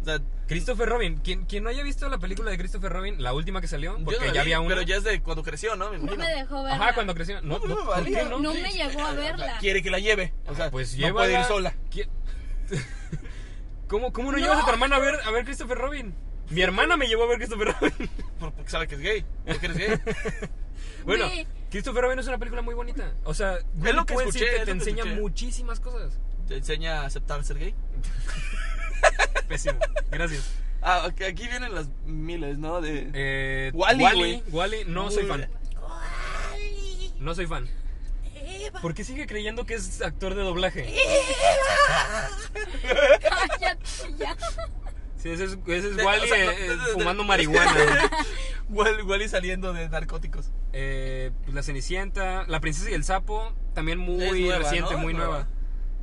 S2: O sea,
S3: Christopher Robin. Quien, quien no haya visto la película de Christopher Robin, la última que salió,
S2: yo
S3: porque
S2: no la
S3: ya
S2: vi,
S3: había una.
S2: Pero ya es de cuando creció, ¿no? Me
S4: No
S2: imagino.
S4: me dejó verla.
S3: Ajá, cuando creció.
S2: No,
S3: No,
S2: pues, no
S3: no,
S2: me
S3: ¿por qué
S2: valía.
S3: no?
S4: No me llegó a verla.
S2: Quiere que la lleve. O sea,
S3: Pues
S2: no
S3: lleva.
S2: puede ir sola.
S3: ¿Cómo, cómo no,
S4: No.
S3: llevas a tu hermana a ver, a ver Christopher Robin? Mi hermana me llevó a ver Christopher Robin.
S2: por- Porque sabe que es gay. Porque eres gay.
S3: Bueno,
S4: Güey.
S3: Christopher Robin es una película muy bonita. O sea, Winnie
S2: lo que
S3: Pooh en sí
S2: escuché,
S3: te,
S2: es
S3: te
S2: lo que
S3: enseña
S2: escuché.
S3: muchísimas cosas.
S2: Te enseña a aceptar ser gay.
S3: Pésimo. Gracias.
S2: Ah, ok, aquí vienen las miles, ¿no? De...
S3: Eh,
S2: Wall-E,
S3: Wall-E,
S2: güey.
S3: Wall-E, no soy
S2: Uy.
S3: fan. No soy fan. ¿Por qué sigue creyendo que es actor de doblaje?
S4: Cállate ya.
S3: Sí, ese es, ese es
S2: De-
S3: Wall-E
S2: o sea, no,
S3: eh,
S2: de- de-
S3: fumando
S2: de-
S3: marihuana.
S2: Igual, igual y saliendo de narcóticos.
S3: Eh, pues, la Cenicienta, La Princesa y el Sapo, también muy
S2: Es nueva,
S3: reciente,
S2: ¿no?
S3: muy nueva.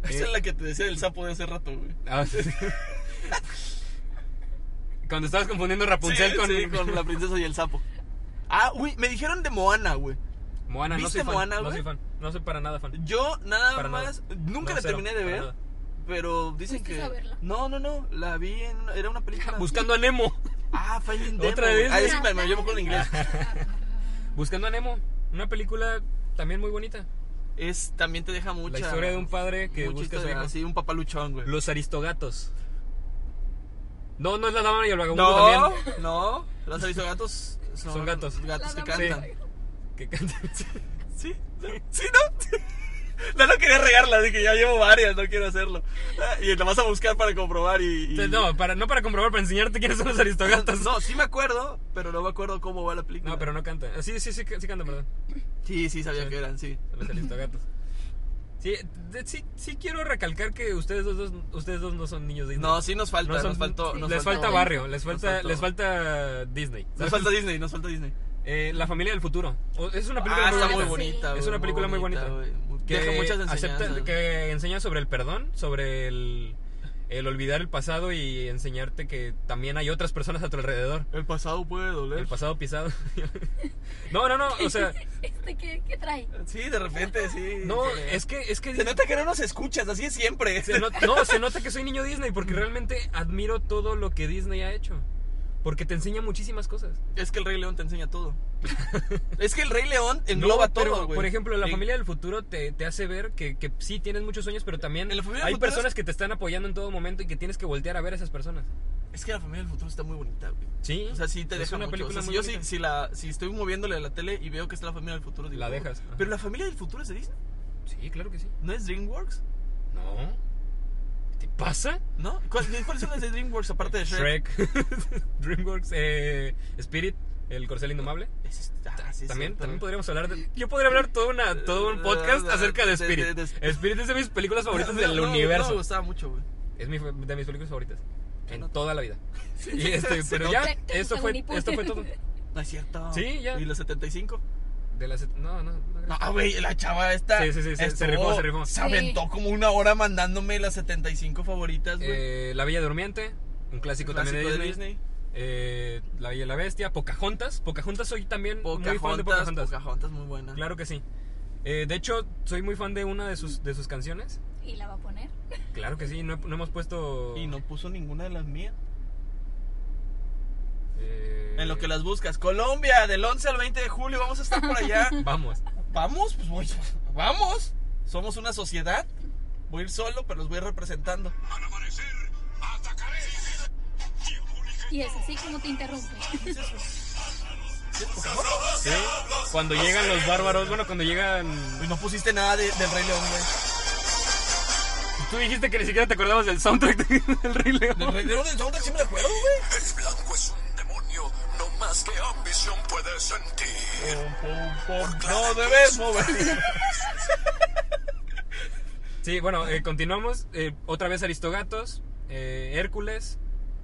S2: Nueva. Esa
S3: Eh.
S2: es la que te decía del sapo de hace rato, güey.
S3: Ah, sí. Cuando estabas confundiendo Rapunzel
S2: Sí,
S3: con,
S2: sí, con la princesa y el sapo. Ah, uy, me dijeron de Moana, güey.
S3: Moana, no
S2: ¿Viste
S3: soy fan.
S2: Moana,
S3: no
S2: güey?
S3: soy fan. No soy para nada fan.
S2: Yo nada
S3: Para nada.
S2: más nunca
S3: No,
S2: la
S3: cero,
S2: terminé de
S3: para
S2: ver,
S3: nada.
S2: pero dicen
S4: Fuiste
S2: que
S4: a verla.
S2: No, no, no, la vi en era una película.
S3: Buscando a Nemo.
S2: Ah, Finding Nemo.
S3: Otra Ah. de
S2: güey. Ah,
S3: Disney.
S2: sí, me, me llevo con el inglés.
S3: Buscando a Nemo. Una película también muy bonita.
S2: Es también te deja mucha
S3: la historia de un padre que
S2: mucha
S3: busca a su
S2: historia,
S3: hijo.
S2: así, un papaluchón, güey.
S3: Los aristogatos. No, no es la dama y el vagabundo
S2: No,
S3: también.
S2: no, ¿lo has visto gatos?
S3: Son gatos.
S2: Gatos que
S4: La dama-
S2: cantan.
S3: Que cantan.
S2: Sí, sí, no. No, no quería regarla, dije, ya llevo varias, no quiero hacerlo. Ah, Y la vas a buscar para comprobar y... y-
S3: No, para, no para comprobar, para enseñarte quiénes son los aristogatos.
S2: No, sí me acuerdo, pero no me acuerdo cómo va la película.
S3: No, pero no canta. Ah, Sí, sí, sí, sí canta, perdón.
S2: Sí, sí, sabía
S3: Sí.
S2: que eran, sí.
S3: Los aristogatos. Sí, de- sí, sí quiero recalcar que ustedes dos, dos- ustedes dos no son niños Disney.
S2: No, sí nos falta,
S3: No son-
S2: nos faltó... nos
S3: les
S2: faltó-
S3: falta barrio, les
S2: nos
S3: falta,
S2: faltó-
S3: les falta Disney.
S2: Nos falta Disney, nos falta Disney.
S3: Eh, la familia del futuro. O- Es una película
S2: Ah,
S3: muy
S2: está muy
S3: bonita.
S2: bonita,
S3: Es
S2: güey,
S3: una película muy bonita.
S2: güey.
S3: que
S2: Deja muchas
S3: acepta-
S2: enseñanzas.
S3: que enseña sobre el perdón, sobre el el olvidar el pasado y enseñarte que también hay otras personas a tu alrededor.
S6: El pasado puede doler.
S3: El pasado pisado. no, no, no, o sea,
S4: Este, ¿qué, qué trae?
S2: Sí, de repente, sí.
S3: no,
S2: Sí.
S3: es que es que
S2: Se nota que no nos escuchas, así es siempre.
S3: se not- no, se nota que soy niño Disney porque realmente admiro todo lo que Disney ha hecho. Porque te enseña muchísimas cosas.
S2: Es que el Rey León te enseña todo. es que el Rey León engloba
S3: No, pero,
S2: todo, güey.
S3: Por ejemplo, la
S2: Sí.
S3: familia del futuro te, te hace ver que, que sí tienes muchos sueños, pero también
S2: En la familia del
S3: hay
S2: futuro
S3: personas
S2: es-
S3: que te están apoyando en todo momento y que tienes que voltear a ver a esas personas.
S2: Es que la familia del futuro está muy bonita, güey.
S3: Sí.
S2: O sea, sí te
S3: es
S2: deja
S3: una
S2: mucho.
S3: película
S2: O sea, si
S3: muy
S2: yo
S3: bonita.
S2: sí- si, la, si estoy moviéndole a la tele y veo que está la familia del futuro, digo,
S3: La
S2: "Oh".
S3: dejas, ajá.
S2: Pero la familia del futuro es de Disney.
S3: Sí, claro que sí.
S2: ¿No es DreamWorks?
S3: No. ¿Qué te pasa?
S2: ¿No? ¿Cuál- ¿Cuáles son las de DreamWorks aparte de Shrek?
S3: Shrek, DreamWorks, eh, Spirit, El Corcel Indomable.
S2: Es- ah, sí, es
S3: También,
S2: cierto.
S3: también podríamos hablar de... Yo podría hablar todo, una, todo un podcast acerca Ah,
S2: De-
S3: de
S2: de-
S3: Spirit.
S2: de-
S3: Spirit es de mis películas favoritas
S2: No,
S3: del
S2: no, No, me
S3: universo.
S2: gustaba mucho, güey.
S3: Es mi- de mis películas favoritas. En
S2: no.
S3: toda la vida. Y este, pero ya,
S4: Te- te
S3: esto
S4: gusta
S3: fue,
S4: Winnie Pooh.
S3: esto fue todo.
S2: No es cierto.
S3: Sí, ya.
S2: ¿Y los 75?
S3: De las... No, no, no.
S2: No, güey, la chava esta.
S3: Sí, sí, sí, se- se
S2: estuvo-
S3: rifó, se rifó.
S2: Se aventó como una hora mandándome las 75 favoritas, güey.
S3: Eh, la Bella Durmiente, un clásico, también de
S2: Clásico
S3: Disney. Eh, la Bella y la Bestia, Pocahontas. Pocahontas soy también muy fan de
S2: Pocahontas,
S3: Pocahontas.
S2: Pocahontas muy buena.
S3: Claro que sí. Eh, de hecho, soy muy fan de una de sus, de sus canciones.
S4: ¿Y la va a poner?
S3: Claro que sí, no, no hemos puesto...
S2: Y no puso ninguna de las mías.
S3: eh,
S2: En lo que las buscas. Colombia, del 11 al 20 de julio, vamos a estar por allá.
S3: Vamos.
S2: Vamos, pues voy. Vamos. Somos una sociedad. Voy a ir solo, pero los voy a ir representando.
S5: Al amanecer, atacaré. Diabólica.
S4: Y es así como te interrumpe.
S2: ¿Qué es eso? ¿Qué es Pocahontas?
S3: Sí, Cuando llegan los bárbaros, bueno, cuando llegan...
S2: Uy, no pusiste nada de- del Rey León, güey.
S3: Tú dijiste que ni siquiera te acordabas del soundtrack de- del Rey León.
S2: Del Rey León del soundtrack sí me lo acuerdo, güey.
S5: El blanco es un demonio, no más que ambición puede sentir.
S2: Oh, No debes mover.
S3: Sí, bueno, eh, continuamos. Eh, otra vez Aristogatos, eh, Hércules,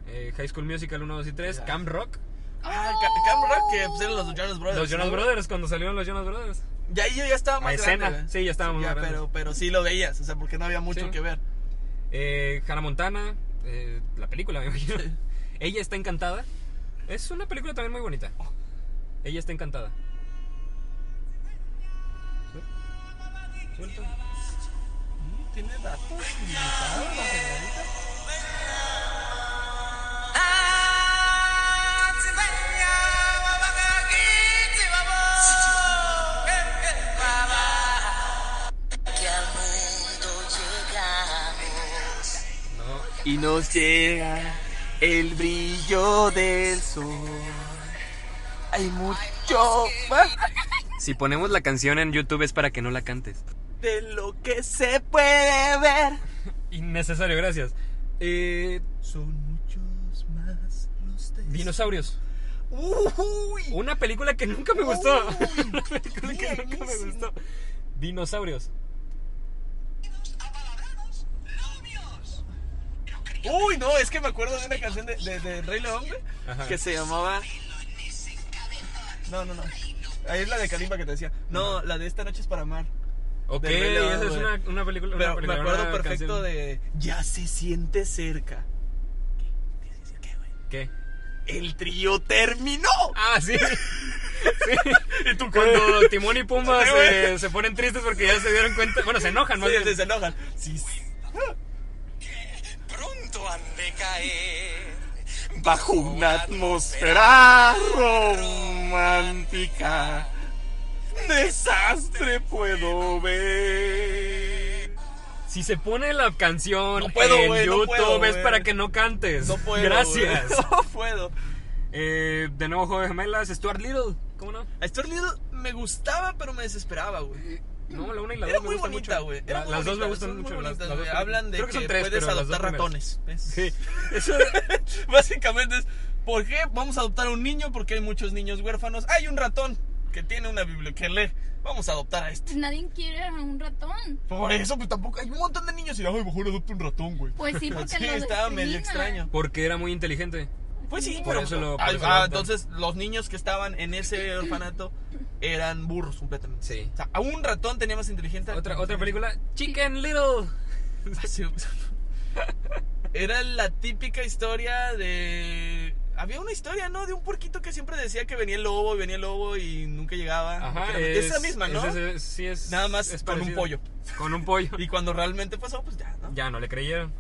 S3: eh, High School Musical 1, 2 y 3, Camp Rock.
S2: Ah, el Ca- Camp Rock que pues, eran los Jonas Brothers.
S3: Los Jonas
S2: ¿no?
S3: Brothers, cuando salieron los Jonas Brothers.
S2: Ya yo ya estaba más
S3: Maicena,
S2: grande, güey.
S3: sí, ya estábamos más grandes.
S2: pero, pero sí lo veías, o sea, porque no había mucho
S3: Sí.
S2: que ver.
S3: Eh, Hannah Montana, eh, la película, me imagino. Ella está encantada. Es una película también muy bonita. Ella está encantada. Suel- suelta.
S2: Tiene datos limitados la señorita.
S7: Que al mundo llegamos.
S6: Y nos llega el brillo del sol. Hay mucho más
S3: Si ponemos la canción en YouTube es para que no la cantes.
S6: de lo que se puede ver.
S3: Innecesario, gracias. Eh,
S2: Son muchos más los de...
S3: dinosaurios.
S2: ¡Uy!
S3: Una película que nunca me gustó.
S2: Uy,
S3: Una película que nunca me
S2: buenísimo.
S3: gustó. Dinosaurios.
S2: ¡Uy! No, es que me acuerdo de una canción de, de, de Rey León, güey,
S3: Ajá.
S2: que se llamaba... No, no, no. Ahí es la de Kalimba que te decía. No, la de esta noche es para amar.
S3: Ok,
S2: Del Rey León,
S3: esa es
S2: güey.
S3: una, una película. una
S2: Pero me
S3: película,
S2: acuerdo
S3: una
S2: perfecto
S3: canción.
S2: de... Ya se siente cerca. ¿Qué? ¿Qué dice? ¿Qué, güey?
S3: ¿Qué?
S2: El trío terminó.
S3: Ah, sí. Y tú cuando Timón y Pumba
S2: Sí,
S3: se,
S2: güey.
S3: se ponen tristes porque ya se dieron cuenta. Bueno, se enojan, más
S2: Sí,
S3: bien.
S2: se- se enojan. Sí, sí.
S7: Pronto han de caer.
S6: Bajo una atmósfera romántica. Desastre puedo ver.
S3: Si se pone la canción
S2: No puedo,
S3: en
S2: güey, no
S3: YouTube,
S2: puedo,
S3: es
S2: güey.
S3: para que no cantes.
S2: No puedo.
S3: Gracias.
S2: güey. No puedo.
S3: Eh, de nuevo, Joven Gemelas, Stuart Little. ¿Cómo no?
S2: A Stuart Little me gustaba, pero me desesperaba, güey.
S3: No, la una y la
S2: Era
S3: dos me
S2: muy
S3: gustan
S2: bonita,
S3: mucho.
S2: güey. Era
S3: La-
S2: muy
S3: las dos
S2: bonita,
S3: me gustan
S2: son muy
S3: mucho. las-
S2: bonitas,
S3: las dos
S2: güey.
S3: primeras.
S2: Hablan de
S3: Creo
S2: que,
S3: son tres,
S2: puedes
S3: pero las dos
S2: adoptar
S3: primeras.
S2: ratones. Es-
S3: Sí.
S2: Básicamente es, ¿por qué vamos a adoptar a un niño? Porque hay muchos niños huérfanos. Hay un ratón que tiene una biblioteca que lee. Vamos a adoptar a este.
S4: Nadie quiere a un ratón.
S2: Por eso, pues tampoco hay un montón de niños y, ay, mejor adopta un ratón, güey.
S4: Pues sí, porque
S2: Sí,
S4: lo
S2: estaba medio
S4: discriminan.
S2: extraño.
S3: Porque era muy inteligente.
S2: Pues sí,
S3: Por
S2: pero
S3: eso lo- por
S2: ah,
S3: eso lo
S2: ah,
S3: adoptan.
S2: entonces los niños que estaban en ese orfanato eran burros completamente.
S3: Sí.
S2: O sea, a un ratón tenía más inteligente.
S3: Otra, otra película, Chicken Little.
S2: Ah, sí. Era la típica historia de. Había una historia, ¿no? De un puerquito que siempre decía que venía el lobo y venía el lobo y nunca llegaba.
S3: Ajá,
S2: Era-
S3: es,
S2: es la misma, ¿no?
S3: es- es- sí, es.
S2: Nada más
S3: es
S2: con un
S3: parecido.
S2: pollo.
S3: Con un pollo.
S2: Y cuando realmente pasó, pues ya, ¿no?
S3: Ya no le creyeron.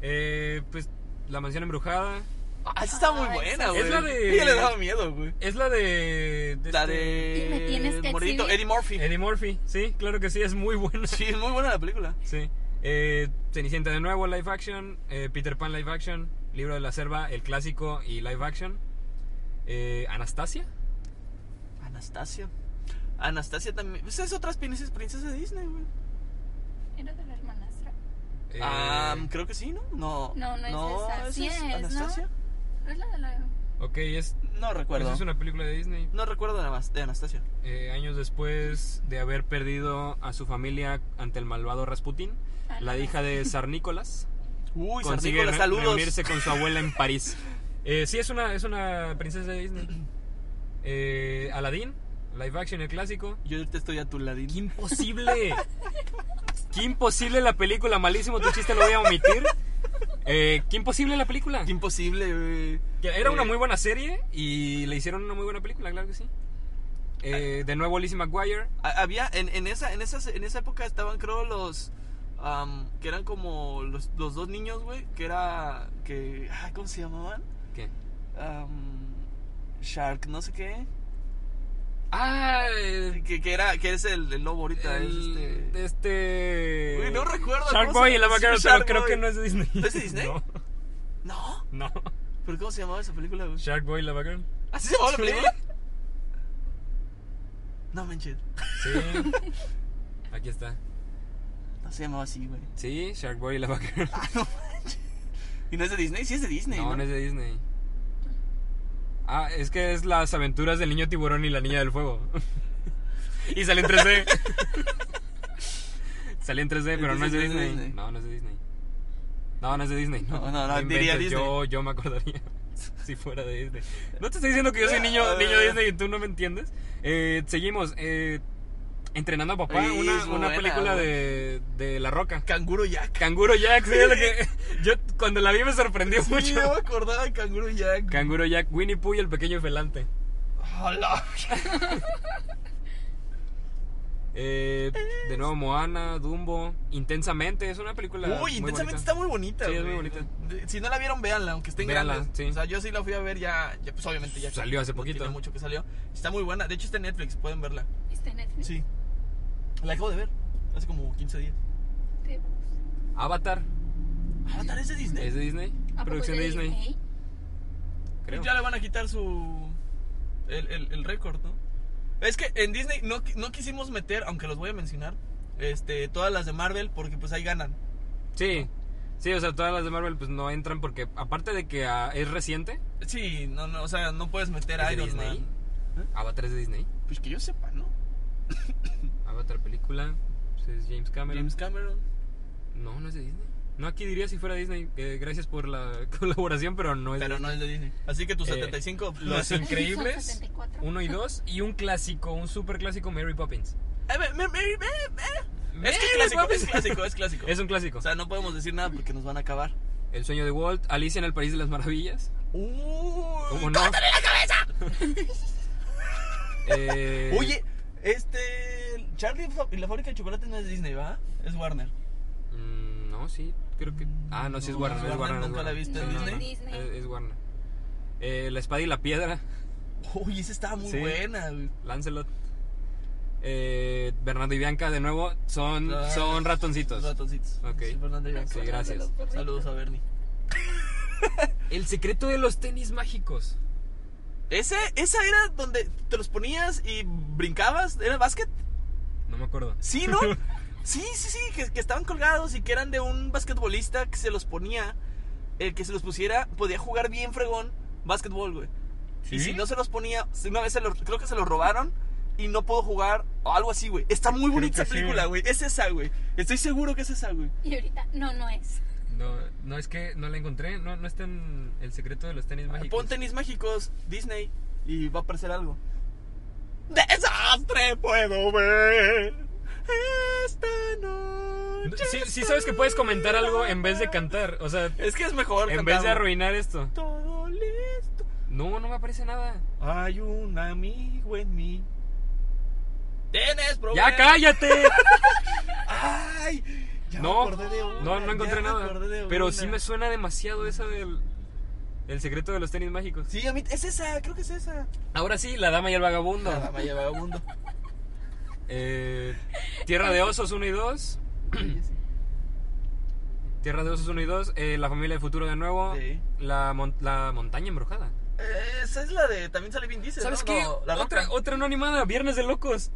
S3: Eh, pues la mansión embrujada.
S2: Ah, esa está muy buena, güey.
S3: Es la de-
S2: Ella le daba miedo, güey.
S3: Es la de. de
S2: La
S3: este-
S2: de.
S4: Y me tienes que
S2: Morito,
S4: exhibir.
S2: Eddie Murphy.
S3: Eddie Murphy. Sí, claro que sí, es muy buena.
S2: Sí, es muy buena la película.
S3: Sí. Eh, Cenicienta de nuevo, live action. Eh, Peter Pan, live action. Libro de la Selva, el clásico y live action. Eh, Anastasia.
S2: Anastasia. Anastasia también. Pues es otras princesas princesa de Disney, güey.
S4: ¿Era de la hermanastra?
S3: Eh,
S2: Ah, creo que sí, ¿no? No,
S4: No, no es esa. Sí
S2: ¿esa
S4: es, ¿no?
S2: Anastasia.
S4: ¿No es la de la.?
S3: ok, es,
S2: No,
S3: pues
S2: recuerdo.
S3: es una película de Disney.
S2: No recuerdo nada más de Anastasia.
S3: Eh, años después de haber perdido a su familia ante el malvado Rasputín,
S4: Ah,
S3: la
S4: no.
S3: hija de Sar Nicolás
S2: Uy, San
S3: consigue
S2: Nicolás,
S3: re-
S2: saludos.
S3: reunirse con su abuela en París. Eh, sí, es una, es una princesa de Disney. Eh, Aladdin, live action, el clásico.
S2: Yo ahorita estoy a tu
S3: ¡Qué
S2: ladín.
S3: imposible! ¡Qué imposible la película! Malísimo tu chiste, lo voy a omitir. Eh, ¡Qué imposible la película!
S2: Qué imposible, güey. Eh,
S3: Que Era una muy buena serie y le hicieron una muy buena película, claro que sí. Eh, de nuevo, Lizzie McGuire.
S2: Ha- Había, en, en, esa, en, esas, en esa época estaban, creo, los. am, que eran como los, los dos niños, güey. Que era. Que, ah, ¿Cómo se llamaban?
S3: ¿Qué?
S2: Am, Shark, no sé qué.
S3: ¡Ah! eh,
S2: Que, que era, que es el, el lobo ahorita. es
S3: el-
S2: este...
S3: de este.
S2: Uy, no recuerdo
S3: Shark
S2: cómo
S3: Boy
S2: se-
S3: y la McGuire,
S2: sí,
S3: pero
S2: Shark
S3: creo
S2: Boy.
S3: que no es de Disney.
S2: ¿No es de Disney?
S3: No.
S2: No,
S3: no.
S2: pero ¿cómo se llamaba esa película, güey?
S3: Shark Boy y la McGuire.
S2: ¿Así se llamaba la película? No manches.
S3: Sí. Aquí está.
S2: No se llamaba así, güey.
S3: Sí, Shark Boy y la McGuire.
S2: ¿Y no es de Disney? Sí es de Disney.
S3: No, no es de Disney. Ah, es que es las aventuras del niño tiburón y la niña del fuego. y sale en 3D. sale en 3D, pero no
S2: Entonces, no es
S3: es de
S2: de
S3: Disney.
S2: Disney.
S3: No, no es de Disney. No, no es de Disney. No,
S2: No, no, no,
S3: inventes,
S2: diría Disney.
S3: Yo, yo me acordaría si fuera de Disney. No te estoy diciendo que yo soy niño, niño Disney y tú no me entiendes. Eh, seguimos. eh, Entrenando a papá,
S2: Sí,
S3: una,
S2: es muy
S3: una
S2: buena,
S3: película
S2: güey.
S3: de, de La Roca.
S2: Canguro Jack.
S3: Canguro Jack, sí, es lo que- yo cuando la vi me sorprendió
S2: Sí,
S3: mucho.
S2: yo me acordaba de Canguro Jack.
S3: Canguro Jack, Winnie Pooh y el pequeño felante.
S2: Hola.
S3: Eh, de nuevo Moana, Dumbo, Intensamente, es una película.
S2: Uy,
S3: muy
S2: intensamente
S3: bonita.
S2: está muy bonita.
S3: Sí, es
S2: güey.
S3: muy bonita.
S2: De- Si no la vieron, véanla, aunque estén
S3: Véanla,
S2: grandes.
S3: sí.
S2: O sea, yo sí la fui a ver ya, ya pues obviamente ya
S3: Salió hace
S2: no
S3: poquito.
S2: tiene mucho que salió. Está muy buena. De hecho está en Netflix, pueden verla.
S4: ¿Está en Netflix?
S2: Sí. La acabo de ver hace como 15 días.
S4: ¿Qué?
S3: Avatar,
S2: Avatar es de Disney.
S3: es de Disney,
S4: ¿A poco
S3: producción
S4: es
S3: de Disney,
S4: pues, Disney?
S3: creo.
S2: Ya le van a quitar su. el, el- el récord, ¿no? Es que en Disney no, qui- no quisimos meter, aunque los voy a mencionar, este, todas las de Marvel, porque pues ahí ganan.
S3: Sí, sí, o sea, todas las de Marvel pues no entran porque aparte de que ah, es reciente.
S2: Sí, no, no, o sea, no puedes meter
S3: ¿Es
S2: a
S3: de
S2: Iron
S3: Disney?
S2: Man.
S3: Avatar es de Disney,
S2: Pues que yo sepa, ¿no?
S3: Avatar película, pues, es James Cameron.
S2: James Cameron.
S3: No, no es de Disney. No, aquí diría si fuera Disney. eh, gracias por la colaboración, pero no es de
S2: Pero no es de Disney. Así que tus
S3: Eh,
S2: 75.
S3: Los
S2: Eh,
S3: Increíbles
S4: 74.
S3: 1 y 2 y un clásico, un super clásico Mary Poppins.
S2: Eh, me- me- me- me- Es que
S3: Mary
S2: es clásico,
S3: Poppins.
S2: es clásico, es clásico.
S3: Es un clásico.
S2: O sea, no podemos decir nada porque nos van a acabar.
S3: El sueño de Walt, Alicia en el País de las Maravillas. ¿Cómo
S2: Uy,
S3: no? Eh,
S2: Oye, este. Charlie y la fábrica de chocolate no es Disney, ¿va? Es Warner.
S3: mm, no, sí, creo que. Ah, no, sí es
S2: No,
S3: Warner.
S2: Warner
S3: es Warner,
S2: nunca la viste
S4: en
S3: visto
S4: Disney. Disney.
S3: Es, es Warner. Eh, la espada y la piedra,
S2: Uy, esa estaba muy
S3: Sí.
S2: buena, güey.
S3: Lancelot. Eh, Bernardo y Bianca, de nuevo, son,
S2: Ah,
S3: son
S2: Los
S3: ratoncitos.
S2: ratoncitos.
S3: Ok.
S2: Sí, Fernanda Ivanka.
S3: Sí, gracias.
S2: Saludos a Bernie.
S3: El secreto de los tenis mágicos.
S2: ¿Ese, ¿Esa era donde te los ponías y brincabas? ¿Era básquet?
S3: No me acuerdo.
S2: Sí, ¿no? sí, sí, sí, que, que estaban colgados y que eran de un basquetbolista que se los ponía. El que se los pusiera podía jugar bien fregón básquetbol, güey. Y si no se los ponía, si una vez se los- creo que se los robaron y no pudo jugar o algo así, güey. Está muy bonita
S3: que
S2: esa
S3: sí.
S2: película, güey. Es esa, güey. Estoy seguro que es esa, güey.
S4: Y ahorita, no, no es.
S3: No, no es que no la encontré. No, no está en el secreto de los tenis mágicos.
S2: Pon tenis mágicos, Disney, y va a aparecer algo. ¡Desastre puedo ver! Esta noche.
S3: Sí, sí sabes que puedes comentar algo en vez de cantar. O sea,
S2: Es que es mejor
S3: en vez de
S2: cantarlo.
S3: arruinar esto.
S2: Todo listo.
S3: No, no me aparece nada.
S2: Hay un amigo en mí. Tienes problemas.
S3: ¡Ya cállate!
S2: Ay, ya
S3: No,
S2: me acordé de una,
S3: no, no
S2: ya
S3: encontré
S2: me
S3: nada.
S2: acordé de
S3: Pero
S2: una.
S3: sí me suena demasiado esa del. El secreto de los tenis mágicos.
S2: Sí, a mí es esa, creo que es esa.
S3: Ahora sí, la dama y el vagabundo.
S2: La Maya Vagabundo.
S3: Eh, Tierra de osos 1 y 2. Tierra de osos 1 y 2. eh, la familia del futuro de nuevo.
S2: Sí.
S3: La, mon- la montaña embrujada.
S2: Eh, Esa es la de también sale bien dice,
S3: ¿Sabes
S2: Este, ¿no?
S3: qué?
S2: No, la
S3: otra,
S2: Roca.
S3: otra no animada, Viernes de Locos.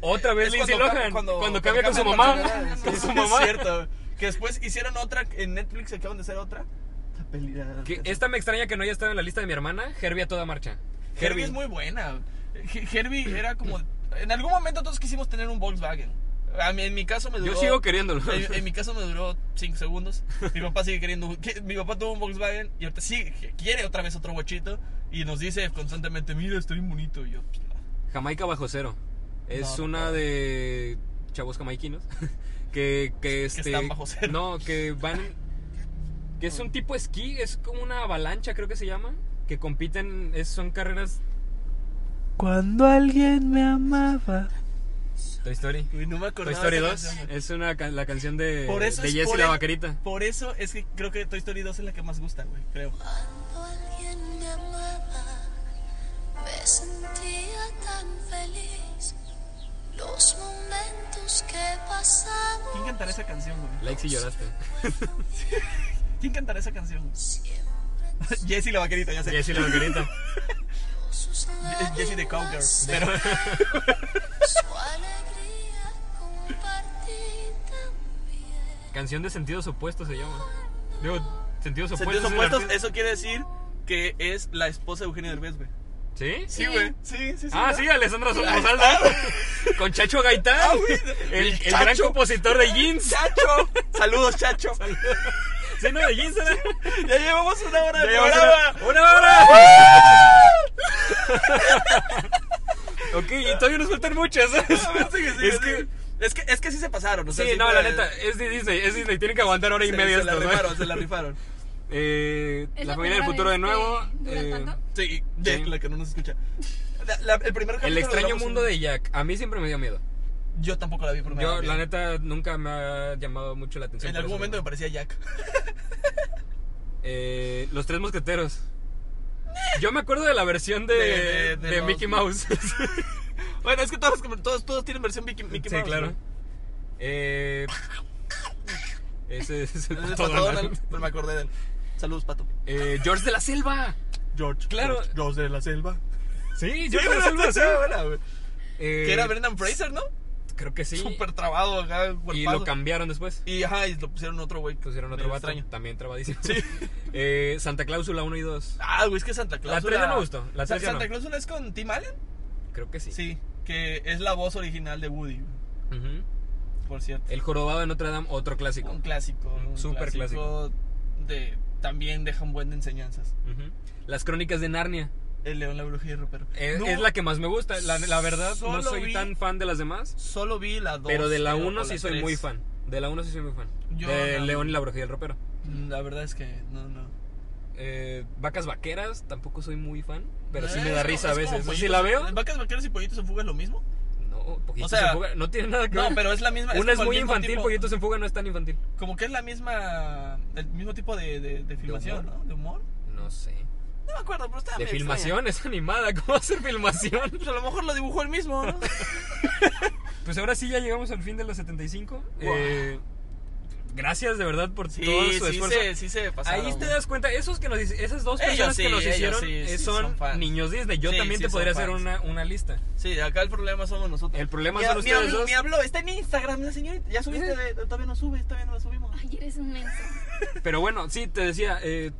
S3: Otra vez
S2: Es
S3: Lindsay
S2: cuando
S3: Lohan.
S2: ca-
S3: Cuando, cambia con su mamá.
S2: cambian personalidades.
S3: Con su
S2: Es
S3: mamá.
S2: cierto. Que después hicieron otra en Netflix, acaban de hacer otra. Esa peli- la-
S3: Que esta me extraña que no haya estado en la lista de mi hermana. Herbie a toda marcha.
S2: Herbie. es muy buena. He- Herbie era como. En algún momento todos quisimos tener un Volkswagen. A mí- en mi caso me duró.
S3: Yo sigo queriéndolo.
S2: En, en mi caso me duró 5 segundos. Mi papá sigue queriendo. un- que- Mi papá tuvo un Volkswagen y ahorita sigue, que quiere otra vez otro bochito. Y nos dice constantemente: Mira, estoy bien bonito. Y yo, pues, no.
S3: Jamaica bajo cero. Es
S2: No,
S3: una de chavos jamaiquinos que, que, este,
S2: están bajo cero.
S3: No, que van. Que es un tipo esquí, es como una avalancha, creo que se llama. Que compiten, es- son carreras.
S6: Cuando alguien me amaba.
S3: Toy Story.
S2: Uy, no me acordaba.
S3: Toy Story
S2: de esa
S3: 2
S2: canción.
S3: es una, ca- la canción de,
S2: Por eso
S3: de
S2: es
S3: Jess
S2: por e-
S3: y la
S2: el-
S3: vaquerita.
S2: Por eso es que creo que Toy Story 2 es la que más gusta, güey. Creo.
S8: Cuando alguien me amaba, me sentía tan feliz. Los momentos que pasaban
S2: ¿Quién cantará esa canción, güey?
S3: Like si lloraste.
S2: ¿Quién cantará esa canción?
S8: siempre
S2: Jessie la vaquerita, ya sé.
S3: Jess y la vaquerita.
S8: con sus
S2: Es Jessie de Cowgirl.
S8: lágrimas,
S2: Pero
S8: su alegría compartí también.
S3: Canción de sentidos opuestos se llama. Digo, sentidos opuestos.
S2: sentidos
S3: es el
S2: opuestos,
S3: artista.
S2: eso quiere decir que es la esposa de Eugenio Derbez, güey.
S3: ¿Sí?
S2: eh, Sí, güey. Sí, sí, sí.
S3: Ah,
S2: ¿no?
S3: sí, Alessandra Rosalda. Con Chacho Gaitán.
S2: güey.
S3: el, el
S2: Chacho.
S3: gran compositor de jeans.
S2: Chacho. Saludos, Chacho.
S3: Sí, no, de jeans, ¿verdad?
S2: Ya llevamos una hora de
S3: Ya llevamos
S2: programa.
S3: una, una hora. ok, y todavía nos faltan muchas.
S2: A ver, sigue, sigue,
S3: es que.
S2: sigue. es que es que sí se pasaron, o sea,
S3: Sí, no,
S2: fue-
S3: la neta, es de Disney, es Disney, tienen que aguantar hora y
S2: se-
S3: media
S2: se la
S3: estos, ¿no?
S2: rifaron, se la rifaron.
S3: Eh,
S4: Es
S3: la
S4: la
S3: familia del
S4: primera
S3: futuro de
S4: vez
S3: nuevo.
S4: que dura
S3: eh,
S4: tanto.
S2: Sí, de
S3: Sí.
S2: la que no nos escucha. La- la- el primer capítulo
S3: el
S2: lo
S3: extraño
S2: grabamos
S3: mundo
S2: en-
S3: de Jack. A mí siempre me dio miedo.
S2: Yo tampoco la vi por
S3: Yo,
S2: primera
S3: la
S2: vez.
S3: neta, nunca me ha llamado mucho la atención.
S2: En
S3: por
S2: algún
S3: eso,
S2: momento
S3: ¿no?
S2: me parecía Jack.
S3: Eh, los tres mosqueteros. Yo me acuerdo de la versión de,
S2: De- de- de
S3: de
S2: los-
S3: Mickey Mouse.
S2: Bueno, es que todos, todos, todos tienen versión Mickey, Mickey
S3: sí,
S2: Mouse,
S3: claro.
S2: güey.
S3: Eh, ese es el
S2: Es el
S3: pato
S2: pato Donald,
S3: Donald.
S2: pero me acordé de él. Saludos, pato.
S3: Eh, George de la Selva.
S2: George.
S3: Claro.
S2: George, George de la selva.
S3: Sí,
S2: Sí,
S3: George de la
S2: güey,
S3: Selva, sí.
S2: estaba buena, güey.
S3: Eh,
S2: Que era Brendan Fraser, ¿no?
S3: Creo que sí.
S2: Súper trabado acá,
S3: Y
S2: cuerpazo.
S3: lo cambiaron después.
S2: Y ajá, y lo pusieron otro güey.
S3: Pusieron otro
S2: medio
S3: vato.
S2: extraño.
S3: También trabadísimo.
S2: Sí.
S3: Eh, Santa Cláusula 1 y 2.
S2: Ah, güey, es que Santa Claus.
S3: tres ya me gustó, la tres ya
S2: Santa
S3: no.
S2: Claus es con Tim Allen.
S3: Creo que sí.
S2: Sí, que es la voz original de Woody, güey,
S3: Ujú.
S2: por cierto.
S3: El jorobado de Notre Dame, otro clásico.
S2: Un clásico.
S3: Un
S2: Un
S3: súper clásico.
S2: De, también deja un buen de enseñanzas.
S3: Ujú. Las crónicas de Narnia.
S2: El león, la bruja y el ropero.
S3: Es,
S2: No,
S3: es la que más me gusta. La, la verdad, no
S2: Solo
S3: soy
S2: vi-
S3: tan fan de las demás.
S2: Solo vi la 2.
S3: Pero de la 1 sí soy muy fan. De la 1 sí soy muy fan.
S2: Yo
S3: de
S2: no.
S3: León y la Brujilla del Ropero.
S2: Mm, La verdad es que no, no.
S3: Eh, Vacas Vaqueras, tampoco soy muy fan. Pero sí me
S2: Eh,
S3: da
S2: es
S3: risa a
S2: como
S3: veces.
S2: pollitos-
S3: Si la veo,
S2: ¿Vacas vaqueras y pollitos en fuga es lo mismo?
S3: no, Pollitos
S2: O sea,
S3: en Fuga no tiene nada que
S2: No,
S3: ver.
S2: pero es la misma.
S3: Una es,
S2: como el
S3: muy
S2: mismo
S3: infantil,
S2: tipo-
S3: Pollitos en Fuga no es tan infantil.
S2: Como que es la misma. El mismo tipo de, de, de filmación,
S3: humor?
S2: ¿no? De humor.
S3: No sé.
S2: No Ah, me acuerdo, pero estaba
S3: De
S2: medio
S3: filmación, es animada. ¿Cómo va a ser filmación?
S2: extraña. Pues a lo mejor lo dibujó el mismo, ¿no?
S3: Pues ahora sí ya llegamos al fin de los 75. Eh, gracias de verdad por todo su esfuerzo.
S2: sí se pasaron,
S3: Ahí te
S2: güey.
S3: das cuenta, esos que nos, hici- esas dos
S2: Ellos
S3: personas que
S2: sí,
S3: nos
S2: ellos
S3: hicieron
S2: sí,
S3: eh,
S2: sí,
S3: son,
S2: son fans.
S3: niños Disney. Yo
S2: Sí,
S3: también
S2: sí,
S3: te
S2: son
S3: podría hacer
S2: fans.
S3: una, una lista.
S2: Sí, acá el problema somos nosotros.
S3: El problema
S2: Mi-
S3: son
S2: mi
S3: ustedes
S2: habl-
S3: dos. Eh.
S2: mi habló, está en Instagram la señorita. Ya subiste, de- todavía no sube, todavía no la subimos.
S4: Ay, eres un menso.
S3: Pero bueno, sí, te decía, eh,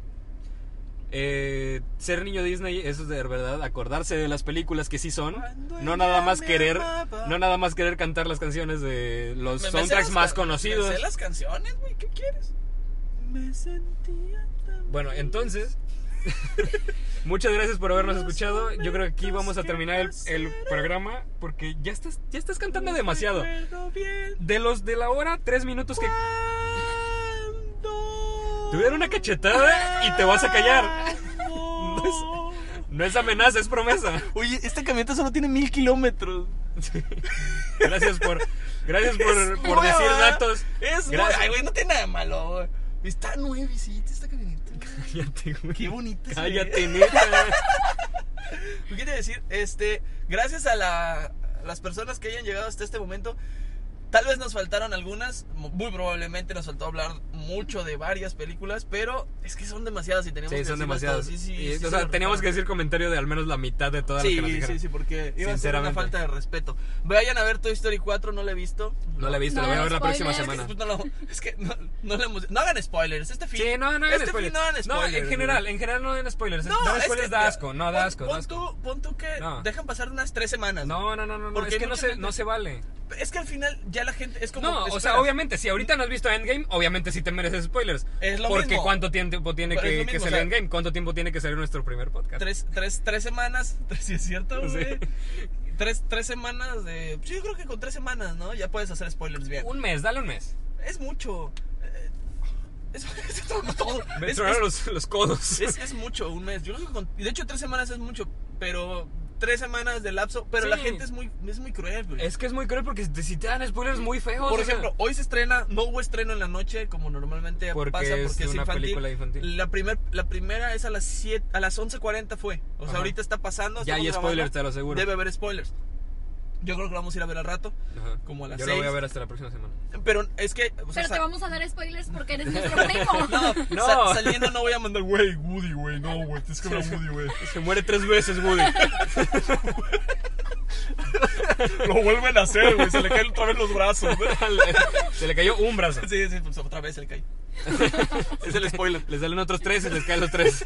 S3: eh, ser niño Disney, eso es de verdad, acordarse de las películas que sí son.
S2: Cuando
S3: No
S2: ella
S3: nada más
S2: me
S3: querer,
S2: amaba.
S3: no nada más querer cantar las canciones de los
S2: Me- me sé
S3: soundtracks
S2: las
S3: más
S2: ca-
S3: conocidos.
S2: Me sé las canciones, güey, ¿qué quieres? Me sentía tan
S3: Bueno, entonces, Muchas gracias por habernos escuchado. Yo creo que aquí vamos a terminar el, el programa porque ya estás, ya estás cantando demasiado. De los de la hora, tres minutos que. Te voy a dar una cachetada y te vas a callar. No es, no es amenaza, es promesa.
S2: Oye, esta camioneta solo tiene mil kilómetros.
S3: Gracias por, gracias por, por decir
S2: Nueva.
S3: datos.
S2: Es nueva.
S3: Gracias.
S2: Ay, güey, no tiene nada de malo, güey. Está nuevecita esta camioneta.
S3: Cállate, güey.
S2: Qué bonita. se ve.
S3: Cállate, neta.
S2: ¿Qué quiere decir? Este, gracias a, la- a las personas que hayan llegado hasta este momento, tal vez nos faltaron algunas, mu- muy probablemente nos faltó hablar mucho de varias películas, pero es que son demasiadas y tenemos
S3: Sí,
S2: que
S3: son
S2: decirlas
S3: demasiados.
S2: todas. Sí, sí,
S3: Y,
S2: sí, se
S3: o sea,
S2: lo
S3: teníamos que
S2: recuerdo.
S3: decir comentario de al menos la mitad de todas las que nos
S2: Sí,
S3: dijeron.
S2: sí, sí, porque iba a ser una
S3: Sinceramente.
S2: falta de respeto. Vayan a ver Toy Story 4, no la he visto.
S3: No la he visto, la
S4: No,
S3: voy a ver la próxima
S4: spoilers.
S3: semana.
S2: Pues no lo- es que no, no le hemos- no hagan spoilers. Este fin.
S3: Sí, no, no hagan
S2: este Fin
S3: spoilers.
S2: no hagan spoilers.
S3: en general, en general no den spoilers. No,
S2: es
S3: spoilers
S2: que-
S3: da asco, no da asco.
S2: Pon,
S3: da asco.
S2: tú, pon tú que
S3: No.
S2: dejan pasar unas tres semanas.
S3: No, no, no, no, no,
S2: Porque
S3: es que
S2: hay
S3: no
S2: mucha
S3: se,
S2: gente-
S3: no se vale.
S2: Es que al final ya la gente es como.
S3: No, o
S2: espera.
S3: sea, obviamente, si ahorita no has visto Endgame, obviamente sí te mereces spoilers.
S2: Es lo
S3: Porque
S2: mismo.
S3: ¿cuánto tiempo tiene
S2: Pero es
S3: que,
S2: lo
S3: que
S2: mismo,
S3: salir
S2: o sea-
S3: Endgame? ¿Cuánto tiempo tiene que salir nuestro primer podcast?
S2: Tres, tres, tres semanas. Sí, es cierto,
S3: Sí.
S2: güey. Tres, tres semanas de. Yo creo que con tres semanas, ¿no? Ya puedes hacer spoilers bien.
S3: Un mes, dale un mes.
S2: Es mucho. Eh, Es, es todo.
S3: Me
S2: Es-
S3: tronaron
S2: es-
S3: los, los codos.
S2: Es, es mucho, un mes. Yo creo que con- y de hecho, tres semanas es mucho, pero tres semanas de lapso. Pero la
S3: Sí.
S2: gente es muy, es muy cruel, güey.
S3: Es que es muy cruel porque si te- si te dan spoilers muy feos.
S2: Por
S3: o sea,
S2: ejemplo, hoy se estrena, no hubo estreno en la noche, como normalmente
S3: Porque
S2: pasa, porque
S3: es
S2: es,
S3: una
S2: infantil.
S3: película infantil.
S2: La, primer, la primera es a las siete- a las 11.40 fue. O sea,
S3: Ajá.
S2: ahorita está pasando.
S3: ya hay
S2: estamos
S3: spoilers, te
S2: grabando.
S3: lo aseguro.
S2: Debe haber spoilers. Yo creo que lo vamos a ir a ver al rato.
S3: Ajá.
S2: como a las
S3: Yo lo voy a
S2: seis.
S3: ver hasta la próxima semana.
S2: Pero es que. o sea,
S4: Pero te
S2: sa-
S4: vamos a dar spoilers porque eres nuestro primo.
S3: No.
S2: sa- saliendo no voy a mandar, güey, Woody, güey, no, güey, tienes que ver a Woody, güey.
S3: Se muere tres veces, Woody.
S2: Lo vuelven a hacer, güey, se le caen otra vez los brazos, güey.
S3: Se le cayó un brazo.
S2: Sí, sí, pues otra vez el caí.
S3: es el spoiler. Les salen otros tres y les caen los tres.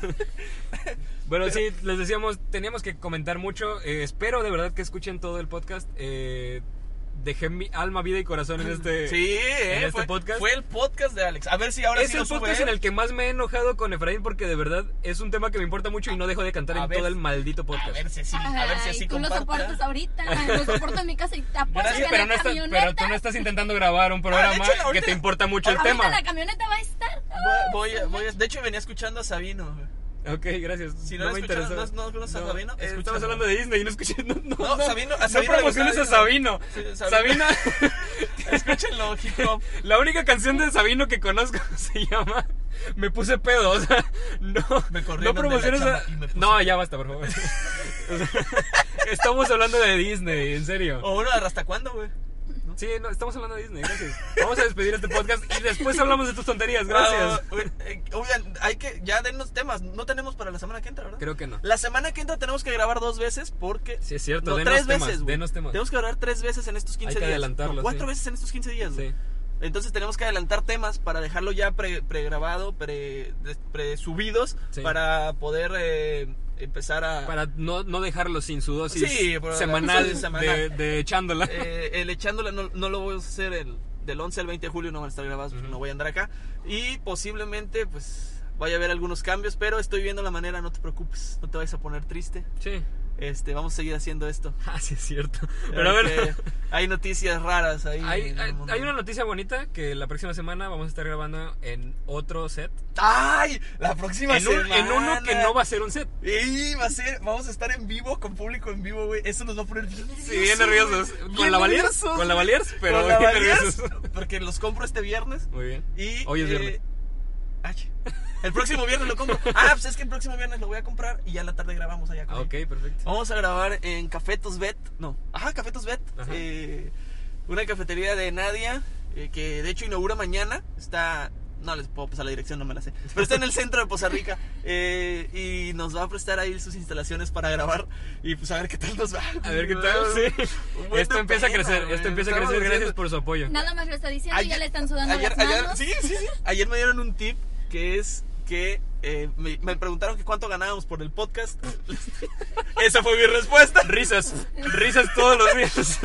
S3: Bueno, sí, les decíamos, teníamos que comentar mucho. Eh, espero de verdad que escuchen todo el podcast. Eh, dejé mi alma, vida y corazón en este.
S2: Sí, eh,
S3: este
S2: fue,
S3: podcast.
S2: fue el podcast de Alex. A ver si ahora
S3: Es
S2: sí
S3: el
S2: lo ¿eh? sube
S3: podcast
S2: él.
S3: en el que más me he enojado con Efraín porque de verdad es un tema que me importa mucho y no dejo de cantar
S2: A
S3: en
S2: ver.
S3: todo el maldito podcast.
S2: A ver si así, a ver si
S4: Ay,
S2: así
S4: tú lo
S2: comparta.
S4: soportas ahorita. Lo soporto Pues en mi casa y te apoyo
S2: Gracias,
S4: que
S3: pero,
S4: la
S3: no estás,
S4: camioneta. Ah,
S3: pero tú no estás intentando grabar un programa
S2: hecho, ahorita-
S3: que te importa mucho el
S4: ahorita
S3: tema.
S4: la camioneta va a estar.
S2: Voy- Voy, a- voy a- de hecho, venía escuchando a Sabino. güey.
S3: Ok, gracias.
S2: Si no lo escucharon, ¿no- no conoces a Sabino?
S3: eh,
S2: Escucha-
S3: Estamos hablando de Disney y no escuché. No, no,
S2: No,
S3: no.
S2: Sabino- a
S3: No
S2: Sabino le
S3: promociones a
S2: gusta
S3: Sabino.
S2: Disney. Sí,
S3: Sabino.
S2: Sabino. Escúchenlo, hip hop.
S3: la única canción de Sabino que conozco se llama Me puse pedo. O sea, no.
S2: Me corrieron
S3: no
S2: de
S3: promociones
S2: la
S3: a.
S2: chamba y me puse
S3: No, ya basta, por favor. O sea, estamos hablando de Disney, en serio.
S2: O bueno, ¿hasta cuándo, güey?
S3: Sí, no, estamos hablando de Disney, gracias. Vamos a despedir este podcast y después hablamos de tus tonterías, gracias.
S2: Ah, güey, eh, Oigan, hay que, ya dennos temas. No tenemos para la semana que entra, ¿verdad?
S3: Creo que no.
S2: La semana que entra tenemos que grabar dos veces porque...
S3: Sí, es cierto,
S2: No,
S3: denos
S2: tres
S3: temas,
S2: veces, güey.
S3: denos temas.
S2: Tenemos que grabar tres veces en estos 15
S3: Hay que
S2: días.
S3: adelantarlo,
S2: No, cuatro
S3: sí.
S2: veces en estos 15 días, güey.
S3: Sí.
S2: Entonces tenemos que adelantar temas para dejarlo ya pre- pregrabado, pre, des- pre-subidos,
S3: Sí.
S2: para poder eh, empezar a...
S3: Para no, no dejarlo sin su dosis
S2: Sí, por la
S3: semanal,
S2: dosis semanal.
S3: De, de echándola.
S2: Eh, el echándola no, no lo voy a hacer el, del 11 al 20 de julio, no van a estar grabados, pues no voy a andar acá. Y posiblemente, pues, vaya a haber algunos cambios, pero estoy viendo la manera, no te preocupes, no te vayas a poner triste.
S3: Sí.
S2: Este, vamos a seguir haciendo esto.
S3: Ah, sí, es cierto. Pero a ver,
S2: Porque Hay noticias raras ahí.
S3: hay,
S2: en el
S3: hay-
S2: mundo.
S3: hay una noticia bonita que la próxima semana vamos a estar grabando en otro set.
S2: ¡Ay! La próxima
S3: En, un-
S2: semana.
S3: en uno que no va a ser un set.
S2: ¡Ey! Va a ser, vamos a estar en vivo, con público en vivo, güey. Eso nos va a poner bien
S3: Sí, bien nerviosos.
S2: güey.
S3: Con la Valiers,
S2: nerviosos,
S3: con la
S2: güey.
S3: Valiers, pero
S2: Con la
S3: bien
S2: Valiers,
S3: nerviosos.
S2: Porque los compro este viernes.
S3: Muy bien.
S2: Y.
S3: Hoy es viernes.
S2: ah, ch- el próximo viernes lo compro. Ah, pues es que el próximo viernes lo voy a comprar y ya en la tarde grabamos allá. con
S3: Ah,
S2: él.
S3: ok, perfecto.
S2: Vamos a grabar en Cafetos Bet. No. Ajá, Cafetos Bet.
S3: Ajá.
S2: Eh, una cafetería de Nadia eh, que de hecho inaugura mañana. Está. No les puedo pasar la dirección, no me la sé. Pero está en el centro de Poza Rica. eh, y nos va a prestar ahí sus instalaciones para grabar. Y pues a ver qué tal nos va.
S3: A ver qué tal, sí.
S2: Un buen
S3: Esto empieza a
S2: pena,
S3: crecer,
S2: güey.
S3: esto empieza a
S2: Estamos
S3: crecer. Gracias
S2: haciendo-
S3: por su apoyo.
S4: Nada más lo está diciendo y ya
S2: Ayer-
S4: le están sudando
S2: ayer,
S4: las
S2: ayer-
S4: manos.
S2: sí, sí, sí. Ayer me dieron un tip que es que eh, me, me preguntaron que cuánto ganábamos por el podcast. Esa fue mi respuesta.
S3: Risas, risas todos los días.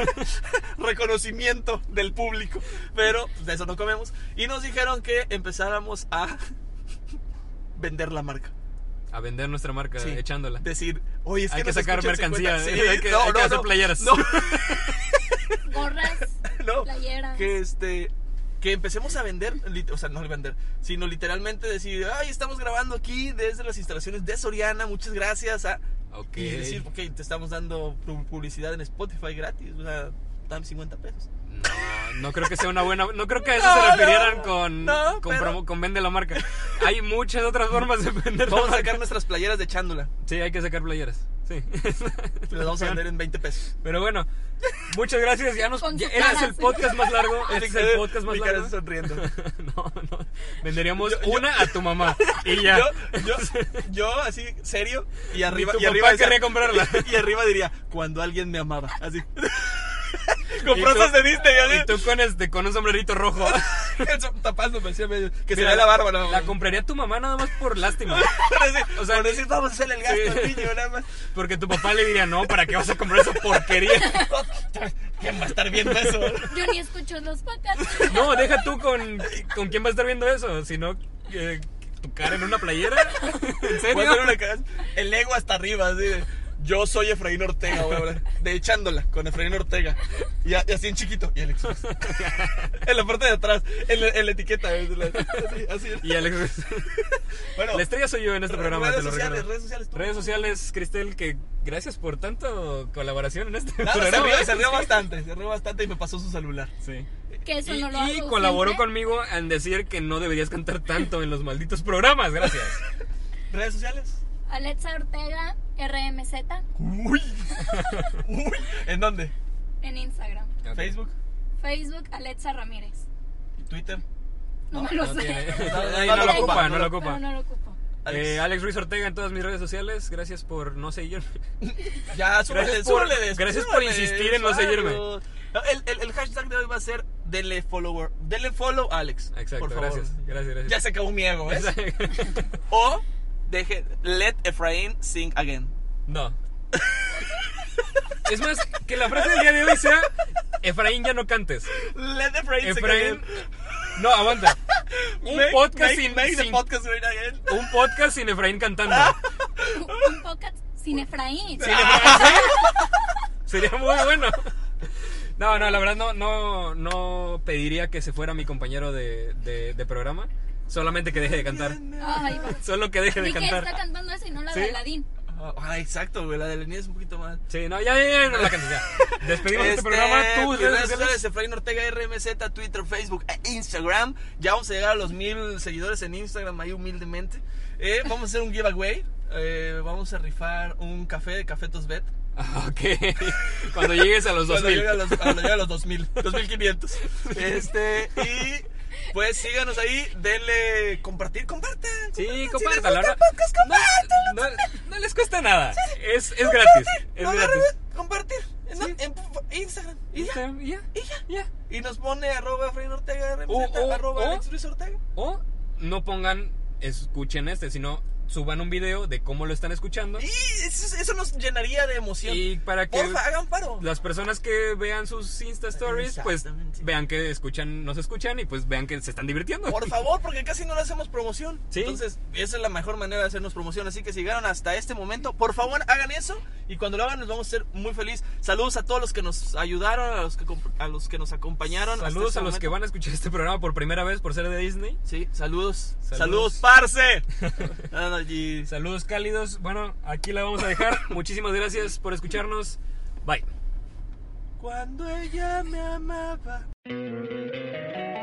S2: Reconocimiento del público. Pero pues, de eso no comemos. Y nos dijeron que empezáramos a vender la marca.
S3: a vender nuestra marca,
S2: Sí.
S3: echándola.
S2: Decir, oye, es que
S3: Hay que
S2: nos
S3: sacar
S2: escuchan
S3: mercancía, ¿eh?
S2: 50.
S3: hay que- hay que hacer playeras.
S2: No,
S4: Gorras,
S2: no.
S4: playeras.
S2: Que este. Que empecemos a vender, lit- o sea, no vender, sino literalmente decir, ay, estamos grabando aquí desde las instalaciones de Soriana, muchas gracias. a-".
S3: Ok.
S2: Y decir, ok, te estamos dando pu- publicidad en Spotify gratis, o sea, dame 50 pesos.
S3: No, no creo que sea una buena. No creo que a eso
S2: No,
S3: se
S2: no,
S3: refirieran con,
S2: no,
S3: con,
S2: pero-
S3: promo- con vende la marca. Hay muchas otras formas de vender. la
S2: Vamos a
S3: marca.
S2: sacar nuestras playeras de chándola,
S3: Sí, hay que sacar playeras. Sí.
S2: las vamos a vender en 20 pesos.
S3: Pero bueno, muchas gracias. Ya nos.
S4: Con
S3: ya-
S4: su
S3: este es
S4: cara,
S3: el
S4: sí.
S3: podcast más largo. Este es el podcast más
S2: Mi cara
S3: largo.
S2: está sonriendo.
S3: No, no. Venderíamos una a tu mamá. Y ya.
S2: Yo, yo, yo así, serio, y arriba,
S3: tu
S2: y arriba
S3: papá querría comprarla.
S2: Y arriba diría, cuando alguien me amaba, así.
S3: Y
S2: Con
S3: tú-
S2: prosas de Disney,
S3: Y tú con, este, con un sombrerito rojo.
S2: así. Tapándome, así a medio. Que se
S3: Mira,
S2: vea la barba, ¿no?
S3: La compraría tu mamá nada más por lástima.
S2: Por decir-
S3: o sea,
S2: por decir, vamos a hacerle el gasto
S3: sí.
S2: al niño, nada más.
S3: Porque tu papá le diría, no, ¿para qué vas a comprar esa porquería?
S2: ¿Quién va a estar viendo eso?
S4: Yo ni escucho los podcasts.
S3: No, deja tú con, con quién va a estar viendo eso. Si no, eh, tu cara en una playera. ¿En
S2: Voy a
S3: serio?
S2: poner una cara- El ego hasta arriba, así de, Yo soy Efraín Ortega, voy a hablar. De echándola, con Efraín Ortega. Y, a- y así en chiquito. Y Alex Cruz. En la parte de atrás, en la, en la etiqueta. en la- Así, así.
S3: Y Alex,
S2: Bueno,
S3: la estrella soy yo en este programa.
S2: redes
S3: te lo
S2: sociales,
S3: regalo.
S2: redes sociales, tú.
S3: Redes sociales, Cristel, que gracias por tanto colaboración en este
S2: Nada, se
S3: programa.
S2: rió, se rió bastante, se rió bastante y me pasó su celular.
S3: Sí.
S4: Que eso
S3: y
S4: no lo
S3: y
S4: hago
S3: colaboró
S4: siempre.
S3: conmigo en decir que no deberías cantar tanto en los malditos programas. Gracias.
S2: ¿Redes sociales?
S4: Alexa Ortega, RMZ,
S2: Uy. Uy. ¿En dónde?
S4: en Instagram.
S3: Ok.
S2: ¿Facebook?
S4: Facebook, Alexa Ramírez.
S2: ¿Twitter?
S4: No,
S2: No,
S4: me lo
S3: No,
S4: sé.
S3: tiene-
S2: No, no,
S3: Ahí
S2: no lo
S3: no lo ocupa,
S2: ocupa,
S3: no
S2: no
S3: lo
S2: lo-
S3: ocupa.
S4: No, no lo ocupo.
S2: Alex.
S3: Eh, Alex Ruiz Ortega en todas mis redes sociales. Gracias por no seguirme.
S2: Ya, súbele,
S3: Gracias por-
S2: súbele de-
S3: gracias por
S2: súbele,
S3: insistir en no seguirme.
S2: El, el- el hashtag de hoy va a ser Dele follower, dele follow a Alex.
S3: Exacto,
S2: por favor.
S3: gracias. Gracias,
S2: Ya
S3: gracias.
S2: se acabó mi ego, ¿ves?
S3: Exacto.
S2: O deje, let Efraín sing again.
S3: No. Es más, que la frase del día de hoy sea: Efraín, ya no cantes.
S2: Let Efraín, sing
S3: Efraín.
S2: again.
S3: No, aguanta. Un
S2: Make-
S3: podcast
S2: make-
S3: sin.
S2: make the Ah.
S3: sin-
S2: podcast great again.
S3: Un podcast sin Efraín cantando.
S4: Un podcast sin Efraín.
S3: Sería muy bueno. No, no, la verdad no, no, no pediría que se fuera mi compañero de, de- de programa. Solamente que deje de cantar.
S4: Ay, va.
S3: Solo que deje de
S4: Y que está
S3: cantar.
S4: cantando eso y no la
S3: ¿Sí?
S4: de Aladín.
S2: Ah, exacto, güey. La de Lenin es un poquito más.
S3: Sí, no, ya, ya, ya, no la cantes, ya. Despedimos este, programa. Tú,
S2: mis
S3: redes
S2: redes
S3: sociales.
S2: sociales, Efraín Ortega RMZ, Twitter, Facebook, e Instagram. Ya vamos a llegar a los mil seguidores en Instagram ahí humildemente. Eh, vamos a hacer un giveaway. Eh, vamos a rifar un café de Café Tosbet.
S3: Ah, ok. Cuando llegues a los
S2: Cuando
S3: 2000.
S2: llegue a los, cuando llegue a los 2000, 2500. Este, y pues síganos ahí, denle compartir, compartan.
S3: Sí,
S2: compartan.
S3: compártalo.
S2: Si les gusta
S3: ¿no?
S2: el podcast, compártanlo.
S3: No, no- no les cuesta nada. Es, es gratis. Es
S2: No
S3: gratis.
S2: agarren, compartir. En, en Instagram. Y ya.
S3: Instagram, Este, y ya.
S2: ya.
S3: ya.
S2: Y nos pone arroba Efraín Ortega, RMZ,
S3: O- o-
S2: arroba
S3: o-
S2: Alex Ruiz Ortega.
S3: O no pongan, escuchen este, sino suban un video de cómo lo están escuchando.
S2: Y eso, eso nos llenaría de emoción.
S3: Y para que
S2: Porfa, hagan paro.
S3: las personas que vean sus Insta Stories, pues
S2: Exactamente.
S3: vean que escuchan, nos escuchan y pues vean que se están divirtiendo.
S2: Por favor, porque casi no le hacemos promoción.
S3: Sí.
S2: Entonces, esa es la mejor manera de hacernos promoción. Así que si llegaron hasta este momento, por favor, hagan eso. Y cuando lo hagan, nos vamos a ser muy feliz. Saludos a todos los que nos ayudaron, a los que, comp- a los que nos acompañaron. hasta
S3: Saludos
S2: este
S3: a los que
S2: momento.
S3: van a escuchar este programa por primera vez por ser de Disney.
S2: Sí, saludos.
S3: Saludos.
S2: Saludos, parce. Ah, no, y-
S3: Saludos cálidos. Bueno, aquí la vamos a dejar. Muchísimas gracias por escucharnos. Bye.
S2: Cuando ella me amaba.